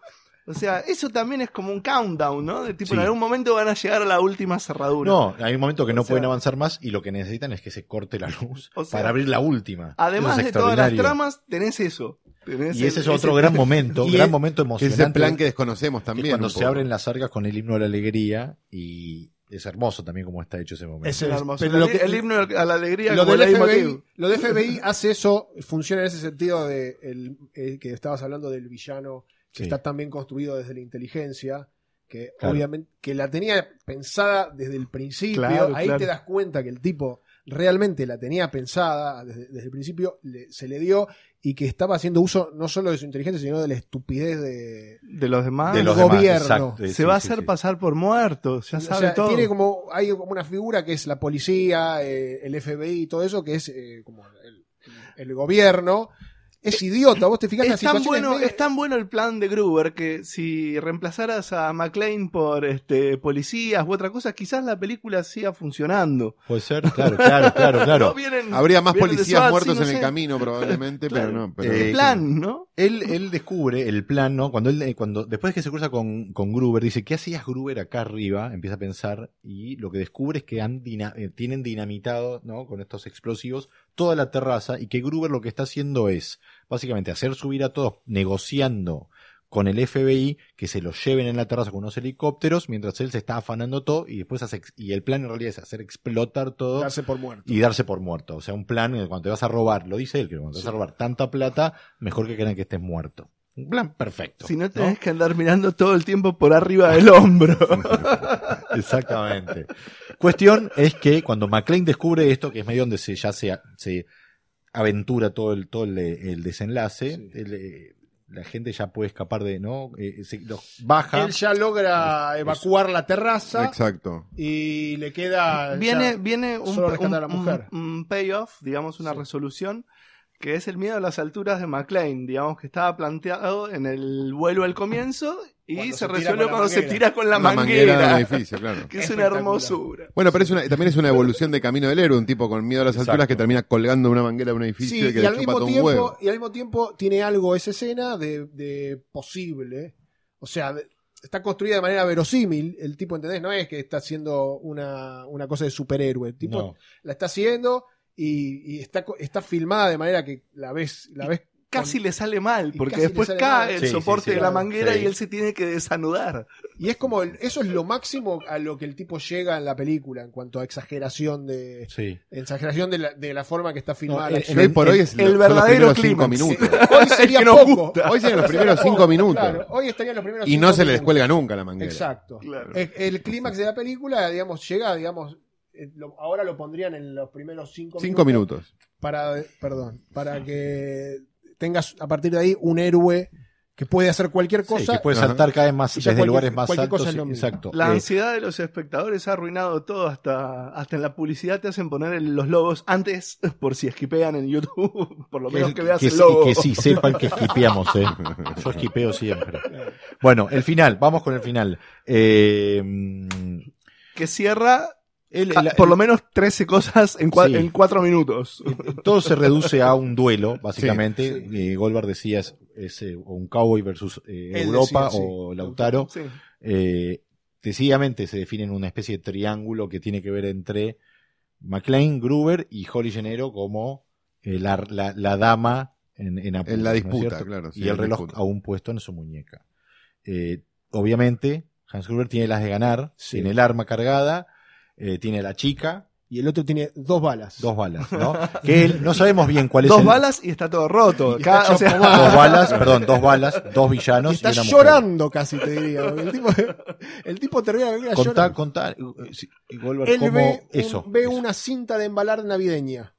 S5: O sea, eso también es como un countdown, ¿no? De tipo,
S1: Sí.
S5: en algún momento van a llegar a la última cerradura.
S1: No, hay un momento que no
S5: O sea-
S1: pueden avanzar más y lo que necesitan es que se corte la luz
S5: O sea-
S1: para abrir la última. Eso
S5: Además
S1: es
S5: de todas las
S1: extraordinario.
S5: tramas, tenés eso. Tenés
S1: Y ese
S5: el-
S1: es otro gran momento,
S3: Y
S1: gran
S3: es-
S1: momento
S3: Que es el
S1: emocionante.
S3: plan que desconocemos
S1: que es
S3: también.
S1: cuando
S3: un
S1: se
S3: poco.
S1: abren las arcas con el himno de la alegría y es hermoso también como está hecho ese momento.
S4: Es
S5: el hermoso.
S4: Pero lo
S5: El-
S4: que-
S5: el himno a la alegría
S4: Lo
S5: como
S4: del, FBI,
S5: leitmotiv.
S4: lo del FBI hace eso, funciona en ese sentido de el, eh, que estabas hablando del villano que
S1: Sí.
S4: está tan bien construido desde la inteligencia, que
S1: Claro.
S4: obviamente que la tenía pensada desde el principio,
S5: Claro,
S4: ahí
S5: claro.
S4: te das cuenta que el tipo realmente la tenía pensada desde, desde el principio, le- se le dio y que estaba haciendo uso no solo de su inteligencia, sino de la estupidez de...
S5: de los demás.
S4: De los
S1: demás,
S4: gobierno.
S1: exacto.
S5: se
S1: Sí,
S5: va a
S1: sí,
S5: hacer
S1: sí.
S5: pasar por muerto, ya
S4: O
S5: sabe
S4: sea,
S5: todo.
S4: tiene como, hay como una figura que es la policía, eh, el FBI y todo eso, que es eh, como el, el gobierno. Es idiota, vos te fijás la
S5: Es tan,
S4: situación.
S5: bueno,
S4: medio-
S5: es tan bueno el plan de Gruber que si reemplazaras a McLean por este, policías u otra cosa, quizás la película siga funcionando.
S1: Puede ser, claro, claro, claro,
S5: No
S1: claro.
S5: vienen-
S3: Habría más
S5: vienen de
S3: policías
S5: SWAT, sí,
S3: muertos
S5: no
S3: en el
S5: sé.
S3: camino probablemente, pero no. Pero
S1: Eh,
S5: El plan, ¿no?
S1: Él, él descubre el plan, ¿no? Cuando él, eh, cuando, después que se cruza con, con Gruber, dice, ¿qué hacías Gruber acá arriba? Empieza a pensar, y lo que descubre es que han dina- eh, tienen dinamitado, ¿no? Con estos explosivos, toda la terraza, y que Gruber lo que está haciendo es, básicamente, hacer subir a todos, negociando con el FBI, que se los lleven en la terraza con unos helicópteros, mientras él se está afanando todo, y después hace, ex- y el plan en realidad es hacer explotar todo.
S4: darse por muerto.
S1: y darse por muerto. O sea, un plan en el cuando te vas a robar, lo dice él, que cuando te vas a robar tanta plata, mejor que crean que estés muerto. Un plan perfecto.
S5: Si no
S1: ¿no?
S5: tenés que andar mirando todo el tiempo por arriba del hombro.
S1: Exactamente. Cuestión es que cuando McLean descubre esto, que es medio donde se, ya se, se aventura todo el, todo el, el desenlace,
S4: Sí.
S1: el, eh, la gente ya puede escapar de, ¿no? Eh, se- los baja.
S4: Él ya logra evacuar la terraza
S3: Exacto.
S4: y le queda.
S5: Viene,
S4: ya-
S5: viene un,
S4: solo rescata a la
S5: un-
S4: mujer.
S5: un- un payoff, digamos, una resolución, que es el miedo a las alturas de McLean, digamos, que estaba planteado en el vuelo al comienzo y
S4: Cuando
S5: se
S4: se tira
S5: resuelve
S4: con la
S5: cuando se
S4: manguera.
S5: tira con la,
S3: Una
S5: manguera,
S3: del edificio, claro.
S5: que es una hermosura.
S3: Bueno, pero es una, también es una evolución de Camino del Héroe, un tipo con miedo a las
S1: Exacto.
S3: alturas que termina colgando una manguera de un
S4: Sí,
S3: edificio y que
S4: y
S3: le
S4: al,
S3: chupa
S4: mismo
S3: todo un
S4: tiempo,
S3: huevo.
S4: y al mismo tiempo tiene algo esa escena de, de posible. O sea, de- está construida de manera verosímil. El tipo, ¿entendés? No es que está haciendo una, una cosa de superhéroe. El tipo
S1: No.
S4: la está haciendo y, y está, co- está filmada de manera que la ves. La ves
S5: Casi le sale mal,
S4: Y
S5: porque
S4: casi le
S5: después
S4: sale mal.
S5: cae el
S1: Sí, sí,
S5: soporte
S1: sí,
S5: de la
S1: claro.
S5: manguera
S1: Sí.
S5: y él se tiene que desanudar.
S4: Y es como, el- eso es lo máximo a lo que el tipo llega en la película en cuanto a exageración de
S1: Sí.
S4: exageración de la, de la forma que está filmada.
S1: No,
S4: la
S1: eh,
S3: Que hoy por hoy es
S5: el
S3: lo- son
S5: verdadero
S3: los primeros cinco
S5: clímax.
S3: minutos.
S4: hoy sería
S5: que nos
S4: poco.
S3: Hoy serían los
S4: Sería
S3: primeros
S4: poco,
S3: cinco minutos.
S4: claro. hoy estarían los primeros
S3: Y no
S4: cinco
S3: se le
S4: minutos.
S3: descuelga nunca la manguera.
S4: Exacto.
S5: Claro.
S4: El, el clímax de la película, digamos, llega, digamos, eh, lo- ahora lo pondrían en los primeros cinco,
S3: Cinco minutos.
S4: para perdón para que tengas a partir de ahí un héroe que puede hacer cualquier
S1: Sí,
S4: cosa
S1: que puede
S3: Ajá.
S1: saltar cada vez más
S4: Y ya
S1: desde
S4: cualquier-
S1: lugares más
S4: cualquier
S1: altos.
S4: cosa es lo
S1: sí,
S4: mismo.
S1: exacto.
S5: La
S1: Eh,
S5: ansiedad de los espectadores ha arruinado todo, hasta, hasta en la publicidad te hacen poner el- los logos antes, por si esquipean en YouTube, por lo menos que, veas
S1: que,
S5: el
S1: sí-
S5: logo.
S1: que sí sepan que esquipeamos, eh. Yo esquipeo siempre. Bueno, el final, vamos con el final. Eh, mm,
S5: que cierra
S1: el-
S5: ah,
S1: el-
S5: por lo menos 13 cosas en, cua-
S1: Sí. pues,
S5: en 4 minutos.
S1: todo se reduce a un duelo, básicamente. Eh, Goldberg decía es, es, eh, o un cowboy versus eh,
S4: Él
S1: Europa
S4: decía, sí.
S1: o Lautaro.
S5: Sí.
S1: Eh, decididamente se define en una especie de triángulo que tiene que ver entre McLean, Gruber y Holly Gennaro como eh, la, la- la dama en, en apuros,
S3: En la
S1: ¿no es
S3: disputa,
S1: cierto?
S3: claro, sí,
S1: y
S3: en
S1: el
S3: la
S1: reloj
S3: disputa.
S1: aún puesto en su muñeca. Eh, obviamente, Hans Gruber tiene las de ganar,
S4: Sí.
S1: tiene el arma cargada, eh, tiene a la chica,
S4: y el otro tiene dos balas
S1: dos balas, ¿no? Que él, no sabemos bien cuál es
S5: Dos
S1: el-
S5: balas y está todo roto.
S4: Y
S5: Cada-
S4: está
S5: o sea,
S4: chapomado.
S1: dos balas, perdón, dos balas, dos villanos.
S4: Y está
S1: y una mujer.
S4: llorando casi, te diría. porque El tipo, el tipo termina la película
S1: Contá,
S4: llorando.
S1: contá, eh, sí, Goldberg,
S4: Él
S1: cómo-
S4: ve, un-
S1: eso,
S4: ve
S1: eso.
S4: una cinta de embalar navideña.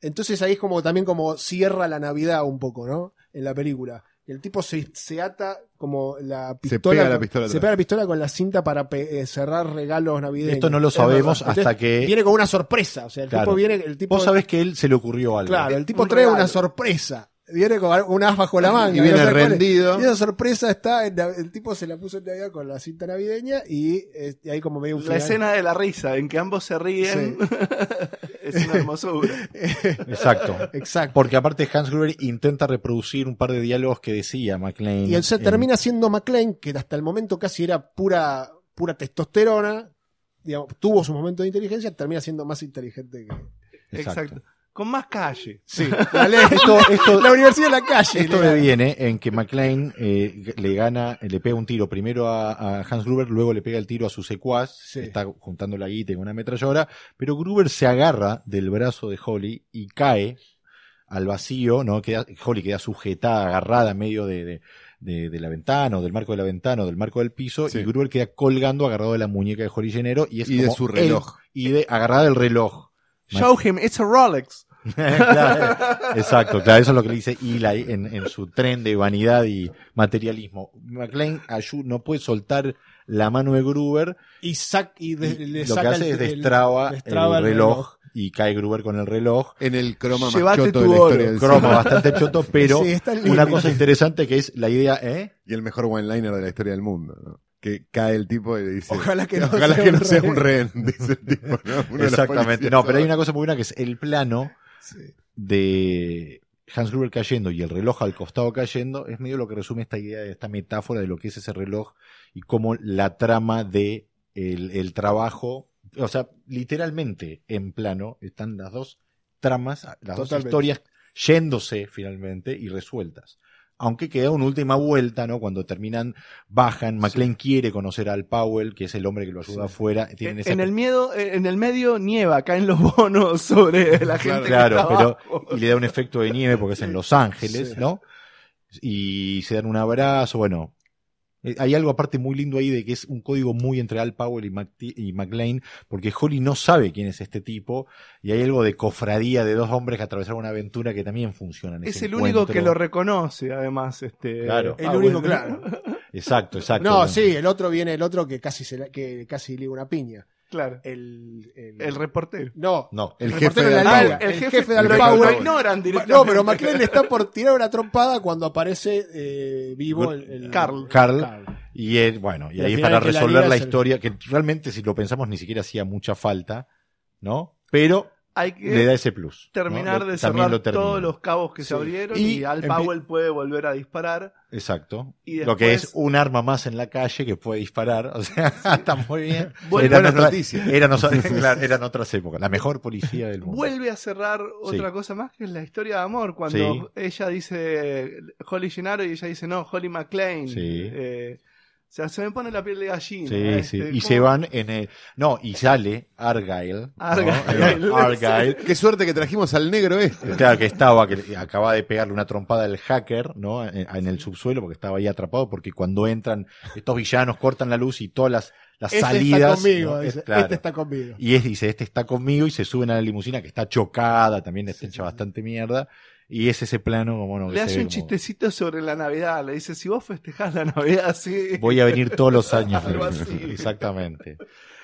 S4: Entonces ahí es como también como cierra la Navidad un poco, ¿no? En la película. El tipo se, se ata como la pistola.
S3: pega la
S4: con-
S3: pistola
S4: se
S3: atrás.
S4: pega la pistola con la cinta para pe- eh, cerrar regalos navideños.
S1: Esto no lo
S4: Es
S1: sabemos
S4: verdad.
S1: hasta
S4: Entonces,
S1: que.
S4: Viene con una sorpresa. O sea, el
S1: Claro.
S4: tipo viene. El tipo,
S1: Vos sabés que él se le ocurrió algo.
S4: Claro, el tipo
S5: Un
S4: trae
S5: regalo.
S4: una sorpresa. Viene con un as bajo la manga.
S3: Y viene
S4: no sé cuál es.
S3: rendido.
S4: Y esa sorpresa está, en nav- el tipo se la puso en Navidad con la cinta navideña y, eh, y ahí como medio un
S5: la
S4: final.
S5: escena de la risa en que ambos se ríen es una hermosura.
S1: Exacto.
S4: Exacto.
S1: Porque aparte Hans Gruber intenta reproducir un par de diálogos que decía McLean.
S4: Y él se
S1: en-
S4: termina siendo McLean, que hasta el momento casi era pura, pura testosterona, digamos, tuvo su momento de inteligencia, termina siendo más inteligente que...
S5: Exacto. Con más calle.
S4: Sí, la, ley-
S1: Esto, esto,
S4: la universidad de la calle.
S1: esto
S4: le-
S1: deviene en que McLean eh, le gana, le pega un tiro primero a, a Hans Gruber, luego le pega el tiro a su secuaz,
S4: Sí.
S1: está juntando la guita en una ametralladora, pero Gruber se agarra del brazo de Holly y cae al vacío, ¿no? Queda, Holly queda sujetada, agarrada en medio de, de, de- de la ventana, o del marco de la ventana, o del marco del piso,
S3: Sí.
S1: y Gruber queda colgando, agarrado de la muñeca de Holly Llenero, y es
S3: Y de
S1: como
S3: su
S1: él-
S3: reloj.
S1: y de agarrada del reloj.
S5: Show him, it's a Rolex.
S1: Claro, exacto, claro, eso es lo que le dice Ila en, en su tren de vanidad y materialismo. McLean ayu- no puede soltar la mano de Gruber
S4: Y, sac- y de-
S1: y
S4: le
S1: lo que
S4: saca
S1: hace
S4: el-
S1: es
S4: el-
S1: destraba,
S4: destraba
S1: el, reloj, y cae Gruber con el reloj.
S3: En el croma más
S5: Llévate
S3: choto
S5: tu
S3: de la
S5: oro,
S3: historia del
S1: Croma
S3: cine.
S1: bastante choto, pero
S4: Sí, está en
S1: una
S4: límite.
S1: cosa interesante que es la idea, ¿eh?
S3: Y el mejor one-liner de la historia del mundo, ¿no? Que cae el tipo y le dice...
S4: Ojalá que no,
S3: Ojalá
S4: sea,
S3: que
S4: un
S3: no seas
S4: rehén".
S3: un rehén, dice el tipo. ¿no? Uno de los
S1: Exactamente.
S3: policías.
S1: No, pero hay una cosa muy buena que es el plano de Hans Gruber cayendo y el reloj al costado cayendo. Es medio lo que resume esta idea, esta metáfora de lo que es ese reloj y cómo la trama de el, el trabajo, o sea, literalmente en plano están las dos tramas, las dos
S4: Totalmente.
S1: historias yéndose finalmente y resueltas. Aunque queda una última vuelta, ¿no? Cuando terminan, bajan. McLean quiere conocer al Powell, que es el hombre que lo ayuda afuera. Tienen
S5: En,
S1: esa
S5: en el miedo, en el medio nieva, caen los bonos sobre la gente. que
S1: Claro,
S5: está
S1: pero
S5: abajo.
S1: y le da un efecto de nieve porque es en Los Ángeles,
S4: Sí.
S1: ¿no? Y se dan un abrazo, bueno, Eh, Hay algo aparte muy lindo ahí de que es un código muy entre Al Powell y, Mac- y McLean, porque Holly no sabe quién es este tipo, y hay algo de cofradía de dos hombres que atravesaron una aventura que también funciona. En
S5: Es
S1: ese
S5: el único que lo
S1: encuentro.
S5: reconoce, además. Este,
S1: Claro.
S5: ah,
S4: El único,
S5: bueno.
S4: claro.
S1: Exacto, exacto.
S4: No, sí, el otro viene, el otro que casi, se la- que casi liga una piña.
S5: Claro.
S4: El, el-
S5: El reportero.
S4: no,
S1: No, eh,
S3: El
S4: el,
S3: jefe
S4: reportero
S3: de
S4: de la
S3: Alpau.
S4: liga,
S5: el, jefe,
S4: de
S5: lo-
S3: Alpau.
S4: Alpau.
S5: lo
S3: Alpau.
S5: ignoran directamente.
S4: No, pero McLean le está por tirar una trompada cuando aparece eh, vivo el, el-
S5: Carl.
S1: Carl. Y él, bueno, y
S4: Y al
S1: ahí
S4: final
S1: para
S4: el que la
S1: resolver
S4: liga
S1: la
S4: es el-
S1: historia, que realmente si lo pensamos ni siquiera hacía mucha falta, ¿no? Pero
S5: Hay que
S1: le da ese plus. ¿no?
S5: Eh, terminar
S1: Lo-
S5: de
S1: también
S5: cerrar
S1: lo termina.
S5: todos los cabos que
S4: Sí.
S5: se abrieron
S1: Y
S5: y, Al
S1: empie-
S5: Powell puede volver a disparar.
S1: Exacto.
S5: Y después-
S1: Lo que es un arma más en la calle que puede disparar. O sea, está muy bien.
S5: Bueno,
S1: eran,
S3: buena
S1: otras-
S3: noticia.
S1: eran otra- claro, eran otras épocas. La mejor policía del mundo.
S5: Vuelve a cerrar otra cosa más que es la historia de amor. Cuando
S1: Sí.
S5: ella dice Holly Gennaro y ella dice no, Holly McLean.
S1: Sí.
S5: Eh, o sea, se me pone la piel de gallina.
S1: Sí,
S5: este,
S1: sí.
S5: ¿cómo?
S1: Y se van en el. No, y sale Argyle. ¿no?
S5: Argyle.
S1: Argyle.
S3: Qué suerte que trajimos al negro este.
S1: Claro, que estaba, que acaba de pegarle una trompada al hacker, ¿no? En, en el subsuelo, porque estaba ahí atrapado, porque cuando entran, estos villanos cortan la luz y todas las, las
S4: Este
S1: salidas.
S4: está conmigo,
S1: ¿no? Es-
S4: dice,
S1: claro.
S4: este está conmigo.
S1: Y es, dice, este está conmigo, y se suben a la limusina que está chocada, también está hecha bastante mierda. Y es ese plano, como no, que
S5: Le
S1: se
S5: hace
S1: ve
S5: un
S1: como,
S5: chistecito sobre la Navidad. Le dice, si vos festejás la Navidad así.
S1: Voy a venir todos los años.
S5: Algo así.
S1: Exactamente.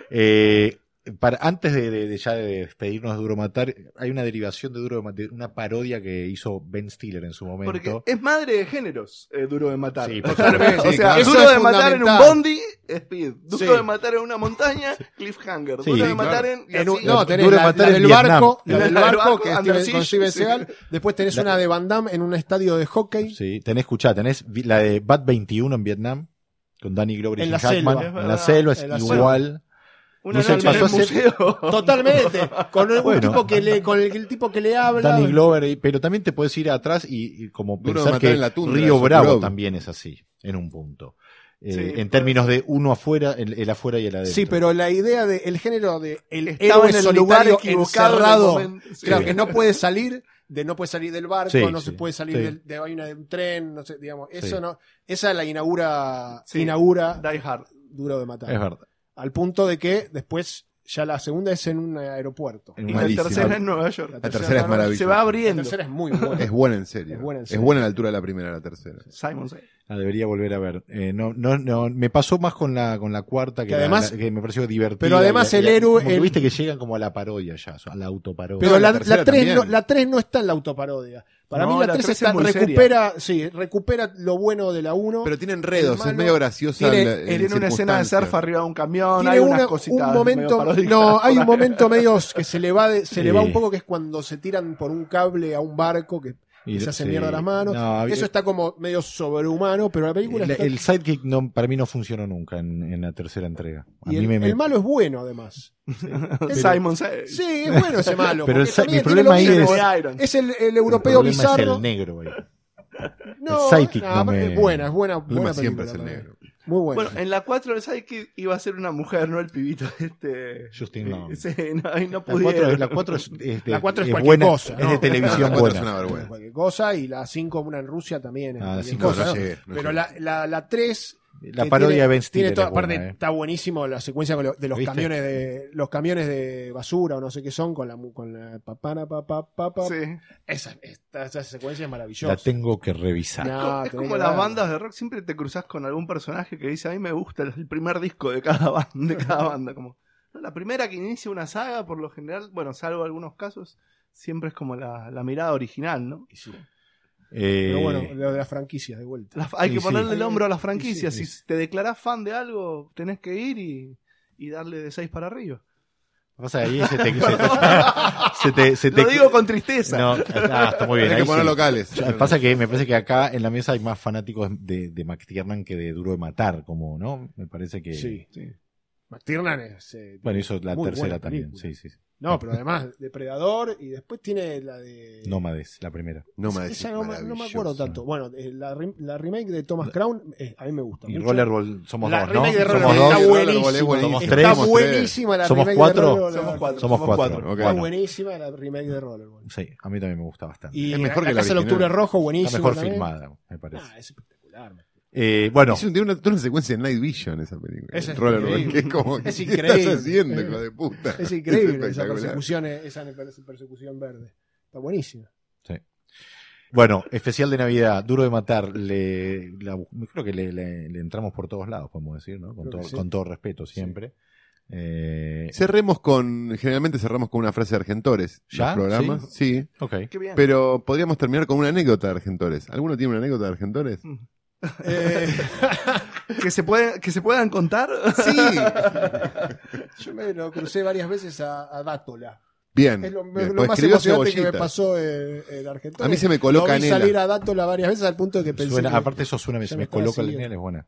S1: Eh, para, antes de, de- de ya de despedirnos de Duro Matar, hay una derivación de Duro de Matar, una parodia que hizo Ben Stiller en su momento.
S5: Porque es madre de géneros, eh, duro de matar.
S1: Sí, por
S5: o sea,
S4: supuesto.
S5: o
S4: Sí,
S5: sea,
S4: claro.
S5: duro
S4: Eso es
S5: de matar en un
S4: fundamental.
S5: bondi, speed. Duro
S4: Sí.
S5: de matar en una montaña, cliffhanger.
S1: Sí,
S5: duro de
S1: claro.
S5: matar en. y
S4: En un-
S5: así.
S1: La-
S4: no, tenés
S1: duro
S4: la,
S1: matar
S4: la
S1: en
S4: del
S1: Vietnam.
S4: barco, la
S5: La
S4: del
S5: del
S4: barco
S5: barco,
S4: que es
S5: Under
S4: Steven- con
S5: Siege,
S4: Steven
S5: sí.
S4: Seagal. Después tenés
S1: La-
S4: una de Van Damme en un estadio de hockey.
S1: Sí, tenés, escuchá, tenés vi- la de Bat 21 en Vietnam, con Danny Glover y
S4: En
S1: Jim
S4: la
S1: Hackman.
S4: selva.
S5: Es
S1: en la
S5: verdad,
S1: selva es
S4: en la
S1: igual.
S5: una
S1: no sé,
S5: noche en
S1: pasó
S5: el
S1: a ser-
S5: museo.
S4: Totalmente. Con un
S1: Bueno.
S4: tipo que le, con el, el tipo que le habla.
S1: Danny Glover, y- pero también te puedes ir atrás y, y como
S3: Duro de
S1: pensar
S3: matar
S1: que
S3: en la tundra,
S1: Río
S3: eso,
S1: Bravo
S3: Kurov.
S1: también es así, en un punto. Eh,
S5: Sí,
S1: en
S5: pero-
S1: términos de uno afuera, el, el afuera y el adentro.
S4: Sí, pero la idea del género de el
S5: Estaba
S4: héroe
S5: en el lugar
S4: solitario
S5: equivocado. en el
S4: encerrado.
S5: momento. Sí.
S4: Claro, que no puede salir, de no puede salir del barco,
S1: Sí,
S4: no
S1: sí,
S4: se puede salir
S1: sí.
S4: del, de, hay una de un tren, no sé, digamos, eso
S1: Sí.
S4: no, esa la inaugura,
S5: Sí.
S4: inaugura
S5: Die Hard.
S4: duro de matar.
S1: Es verdad.
S4: Al punto de que después ya la segunda es en un aeropuerto.
S1: En
S5: Y
S1: Malísimo.
S5: la tercera en Nueva York.
S4: La
S3: La tercera es
S5: Se
S3: maravillosa.
S5: va
S4: La
S5: abriendo.
S4: tercera es muy
S3: Es
S4: buena.
S3: buena en serio.
S4: Es buena en
S3: Es
S4: serio.
S3: buena a la altura de la primera a la tercera.
S5: Simon Says.
S1: La debería volver a ver. Eh, no, no, no, me pasó más con la, con la cuarta que,
S4: Que
S1: la-
S4: además-
S1: la- que me pareció divertida.
S4: pero además
S1: Y- y-
S4: el héroe-
S1: como que
S4: el-
S1: Viste que llegan como a la parodia ya, a la autoparodia.
S4: Pero
S3: No, la
S4: la,
S3: tercera
S4: la tres
S3: también.
S4: no, la tres no está en la autoparodia. Para
S5: No,
S4: mí la
S5: la
S4: 3
S5: tres
S4: está,
S5: es muy seria.
S4: recupera, sí, recupera lo bueno de la 1.
S3: Pero tiene
S4: El
S3: enredos,
S4: malo
S3: es medio graciosa.
S4: tiene-
S3: la-
S4: él
S3: en
S5: Tiene una escena de
S3: circunstancias.
S5: surf arriba de un camión.
S4: tiene
S5: hay unas
S4: una-
S5: cositas.
S4: un
S5: medio
S4: momento
S5: paródicas
S4: no hay
S5: por
S4: un
S5: ahí.
S4: momento medio que se le va de- se le va
S1: Sí.
S4: un poco que es cuando se tiran por un cable a un barco que
S1: Y-
S4: se hace
S1: sí.
S4: mierda las manos
S1: No, había-
S4: eso está como medio sobrehumano pero la película
S1: El,
S4: está
S1: el sidekick no, para mí no funcionó nunca en, en la tercera entrega. A
S4: y
S1: mí
S4: el,
S1: me- me-
S4: el malo es bueno además El-
S5: Simon Says.
S4: sí es bueno ese malo
S1: Pero
S4: porque
S1: el- mi
S4: también
S1: problema
S4: tiene lo
S1: ahí
S4: mismo.
S5: es-
S4: es el, el
S1: el
S4: europeo
S1: problema es
S4: bizarro
S1: el negro. ahí.
S4: no,
S1: el sidekick
S4: nada,
S1: no me-
S4: es buena es buena
S3: El problema
S4: buena
S3: siempre
S4: película,
S3: es el
S4: la verdad.
S3: negro.
S4: muy buena
S5: Bueno, en la 4 de que iba a ser una mujer, no el pibito este.
S1: Justin Long.
S5: Sí, no, y no
S1: La 4,
S5: pudieron.
S1: la cuatro es, es de-
S4: La cuatro es
S1: es
S4: cualquier
S1: buena,
S4: cosa,
S1: es
S4: ¿no?
S1: de televisión
S3: La cuatro
S1: buena.
S3: es una vergüenza.
S4: cualquier cosa y la 5 una en Rusia también es
S1: Ah, la
S4: cualquier
S1: cinco,
S4: cosa,
S3: No, no
S4: ¿no?
S3: llegué, no
S4: pero
S3: llegué.
S4: la, la, la 3
S1: La
S4: que
S1: parodia
S4: tiene-
S1: de Ben Stiller.
S4: tiene toda-
S1: es buena,
S4: aparte,
S1: eh.
S4: está buenísimo la secuencia con lo- de los
S1: ¿Viste?
S4: camiones de los camiones de basura o no sé qué son con la mu- con la papana papá papá.
S5: Sí.
S4: Esa, esta- esa secuencia es maravillosa.
S1: La tengo que revisar.
S4: No,
S5: Co- es
S4: tenés
S5: como
S4: que
S5: las
S4: verla.
S5: bandas de rock, siempre te cruzas con algún personaje que dice, a mí me gusta el primer disco de cada banda, de cada banda. Como, "No, la primera que inicia una saga, por lo general, bueno, salvo algunos casos, siempre es como la, la mirada original, ¿no?
S1: Eh,
S4: Pero bueno, lo de las franquicias de vuelta.
S5: La- hay
S1: Y
S5: que
S1: sí.
S5: ponerle el hombro a las
S1: Y
S5: franquicias.
S1: sí, y
S5: Si te declarás fan de algo, tenés que ir y, y darle de 6 para arriba.
S1: pasa que ahí se te, se, se te, se
S5: Lo
S1: te-
S5: digo con tristeza.
S1: No, ah, está muy bien.
S3: Hay
S1: ahí
S3: que poner
S1: sí.
S3: locales.
S1: Ya, Pasa que me parece que acá en la mesa hay más fanáticos de, de McTiernan que de Duro de Matar, como, ¿no? Me parece que.
S4: Sí. McTiernan es, eh,
S1: Eh. Bueno, hizo la
S4: Muy
S1: tercera
S4: buena
S1: también. Sí,
S4: película.
S1: sí, sí.
S4: No, pero además Depredador y después tiene la de
S1: Nómades, la primera.
S3: No me
S4: Esa
S3: decís,
S4: no, me- no me acuerdo
S3: maravilloso.
S4: tanto. Bueno, eh, la, rem- la remake de Thomas Crown eh, a mí me gusta
S1: Y
S4: mucho.
S1: Rollerball somos
S4: La
S1: dos, ¿no?
S4: remake de
S1: somos
S4: Rollerball
S1: dos.
S4: está
S3: Rollerball es buenísima.
S4: buenísima.
S1: Somos
S4: Está
S1: tres.
S4: buenísima la
S1: ¿Somos
S4: remake
S1: cuatro?
S4: de Rollerball.
S5: Somos cuatro.
S1: Somos cuatro.
S5: cuatro.
S3: Ok.
S4: Está
S1: Bueno,
S4: buenísima la remake de Rollerball.
S1: sí, a mí también me gusta bastante.
S4: Y
S3: Es mejor que la
S4: Casa del
S3: original.
S4: Octubre Rojo,
S1: Está
S4: buenísima.
S1: mejor
S4: también.
S1: filmada, me parece.
S4: Ah, es espectacular.
S1: Eh, bueno,
S3: Es un- tiene una, toda una secuencia en Night Vision esa película.
S4: Esa es
S3: Roller
S4: increíble.
S3: que es como,
S4: Es
S3: ¿qué
S4: increíble.
S3: estás haciendo, hijo de puta?
S4: Es increíble esa
S3: espectacular.
S4: persecución, eh, esa perse- persecución verde. Está buenísima.
S1: bueno, especial de Navidad, duro de matar. Le, la bu- creo que le, le- le entramos por todos lados, podemos decir, ¿no? Con,
S4: Creo que
S1: todo,
S4: sí.
S1: con todo respeto, siempre. Eh,
S3: Cerremos con, generalmente cerramos con una frase de Argentores
S1: ¿Ya?
S3: los programas, sí.
S1: ok.
S5: Qué bien.
S3: pero podríamos terminar con una anécdota de Argentores. ¿Alguno tiene una anécdota de Argentores?
S5: que, se puede, que se puedan contar.
S3: Sí.
S4: Yo me lo crucé varias veces a, a Dátola.
S3: Bien.
S4: Es lo,
S3: Bien.
S4: lo
S3: Pues
S4: más
S3: escribió
S4: emocionante que me
S3: Cebollita.
S4: pasó en, en Argentina.
S3: A mí se me coló
S4: Lo vi
S3: canela.
S4: salir a Dátola varias veces al punto de que pensé.
S1: Suena-
S4: que-
S1: aparte eso suena, me,
S4: ya
S1: se
S4: me
S1: me
S4: estaba
S1: coloca la
S4: siguiendo.
S1: señal, es buena.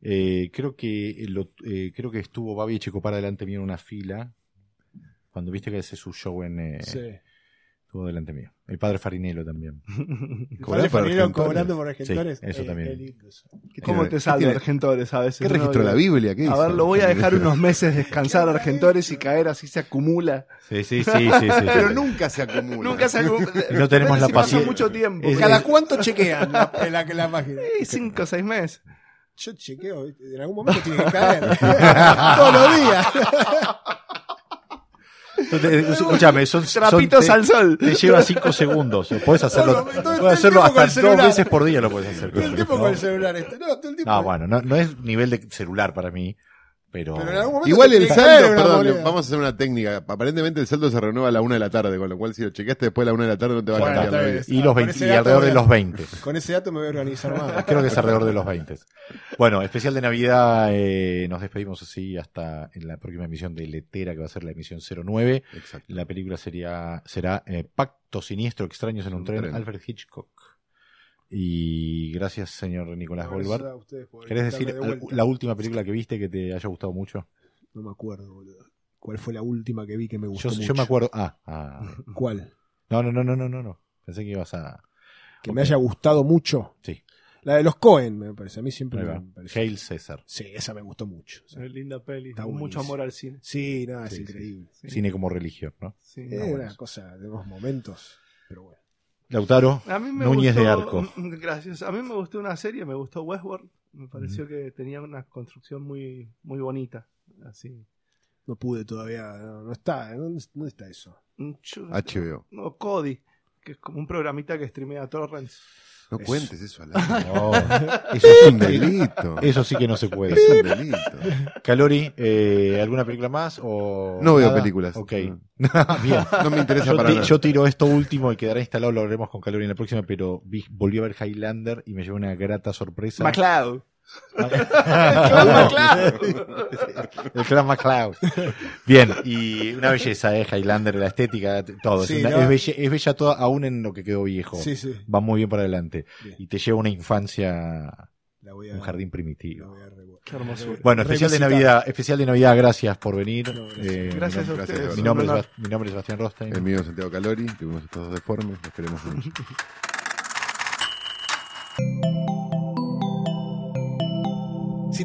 S1: Eh, creo que lo- eh, creo que estuvo Babi Checopar delante mío en una fila. Cuando viste que hace su show en eh,
S4: Sí.
S1: estuvo delante mío. El padre Farinello también.
S3: ¿Cobrás
S4: Padre
S3: por
S4: Fanero
S3: Argentores?
S4: cobrando por argentores.
S1: Sí, eso
S4: eh,
S1: también.
S4: delito eso.
S5: ¿Cómo te salvo,
S3: tiene-
S5: Argentores, a veces?
S3: ¿Qué
S5: no?
S3: registró la Biblia? ¿Qué
S5: A
S3: hizo?
S5: ver, lo voy a dejar unos meses descansar, Argentores, y caer así se acumula.
S1: Sí, sí, sí, sí, sí.
S3: Pero nunca se acumula.
S5: Nunca se acumula.
S1: No tenemos la
S5: Si pasa
S1: paciencia.
S5: mucho tiempo.
S1: Es-
S4: ¿Cada cuánto chequean la, en la, en la página?
S5: Sí, cinco o seis meses.
S4: Yo chequeo, en algún momento tiene que caer. Todos los días.
S1: Entonces, escúchame, son son-
S5: Trapitos
S1: te-
S5: al sol.
S1: Te lleva 5 segundos. Puedes hacerlo,
S4: Todo el- todo el
S1: puedes hacerlo
S4: tiempo con
S1: hasta
S4: el
S1: dos
S4: celular.
S1: veces por día lo puedes hacer.
S4: Todo el tiempo
S1: ¿no?
S4: con el celular este. No, todo el tiempo.
S1: No, bueno, no, no es nivel de celular para mí, pero
S4: Pero en algún momento
S3: Igual
S4: te
S3: el
S4: tiene que caer
S3: saldo,
S4: una
S3: perdón, le-
S4: moneda.
S3: vamos a hacer una técnica. Aparentemente el saldo se renueva a la una de la tarde, con lo cual si lo chequeaste después de la una de la tarde no te va a
S4: Bueno,
S3: cambiar
S4: está
S3: la
S4: bien.
S3: vida.
S1: y los 20 y
S4: Aparecerá
S1: alrededor de
S4: todavía.
S1: los 20.
S4: Con ese dato me voy a organizar más.
S1: Creo que es alrededor de los 20. Bueno, especial de Navidad, eh, nos despedimos así hasta en la próxima emisión de Letera, que va a ser la emisión 09.
S3: Exacto.
S1: La película sería, será eh, Pacto Siniestro, Extraños en un,
S3: Un
S1: tren,
S3: tren.
S1: Alfred Hitchcock. Y gracias, señor Nicolás
S4: Gracias
S1: Goldberg.
S4: a ustedes por
S1: ¿Querés
S4: invitarme
S1: decir
S4: de
S1: al-
S4: vuelta.
S1: la última película que viste que te haya gustado mucho?
S4: No me acuerdo, boludo. ¿Cuál fue la última que vi que me gustó?
S1: Yo, yo
S4: mucho?
S1: me acuerdo. Ah, ah.
S4: ¿Cuál?
S1: No, no, no, no, no, no, no. Pensé que ibas a.
S4: Que
S1: Ok.
S4: me haya gustado mucho.
S1: Sí.
S4: La de los Cohen, me parece. A mí siempre
S1: Ahí
S4: me
S1: va.
S4: pareció.
S1: Hail César.
S4: Sí, esa me gustó mucho. Sí,
S5: Linda peli.
S4: Está
S5: Con mucho
S4: buenísimo.
S5: amor al cine.
S4: Sí, nada, es
S1: Sí, sí.
S4: increíble.
S5: Sí.
S1: Cine como religión, ¿no?
S5: Sí.
S4: Es
S1: bueno,
S4: una
S1: eso.
S4: cosa de unos momentos. Pero bueno.
S1: Lautaro.
S5: A mí me
S1: Núñez de
S5: gustó-
S1: Arco.
S5: Mm, Gracias. A mí me gustó una serie, me gustó Westworld. Me pareció que tenía una construcción muy, muy bonita. Así.
S4: No pude todavía. No, no está. ¿eh? ¿Dónde, dónde está eso?
S5: Mm, yo-
S1: Ah,
S3: HBO.
S5: No, Cody, que es como un programita que streamea Torrents.
S3: No
S4: Eso.
S3: cuentes eso al aire.
S1: No, eso, sí
S3: Un
S1: que,
S3: delito.
S4: Eh,
S1: eso sí que no se puede.
S3: Es un delito.
S1: Calori, eh, ¿alguna película más? O
S3: No veo
S1: nada?
S3: películas.
S1: Ok.
S3: No.
S1: Bien.
S3: No me interesa
S1: Yo,
S3: para
S1: ti-
S3: nada.
S1: yo tiro esto último y quedará instalado, lo haremos con Calori en la próxima, pero vi- volví a ver Highlander y me llevó una grata sorpresa.
S5: MacLeod.
S1: Ah. El clan MacLeod. Bien, y una belleza, ¿eh? Highlander, la estética, t- todo.
S4: Sí,
S1: es, una-
S4: ¿no?
S1: es belle- es bella toda, aún en lo que quedó viejo.
S4: Sí, sí.
S1: Va muy bien para adelante.
S4: Bien.
S1: Y te lleva una infancia,
S4: La voy a.
S1: un jardín
S4: la
S1: primitivo.
S4: voy a revo-
S5: Qué hermosura.
S1: Bueno, especial de
S4: Revisitar.
S1: Navidad, especial de Navidad, gracias por venir.
S4: No, gracias.
S1: Eh, mi
S5: Gracias a
S1: nom-
S3: gracias,
S5: ustedes.
S3: Eduardo.
S1: mi
S5: un
S1: nombre, es,
S5: honor.
S1: Bas- mi nombre es Sebastián Rostein.
S3: El mío es Santiago Calori, tuvimos estos dos deformes, los queremos mucho.
S2: Si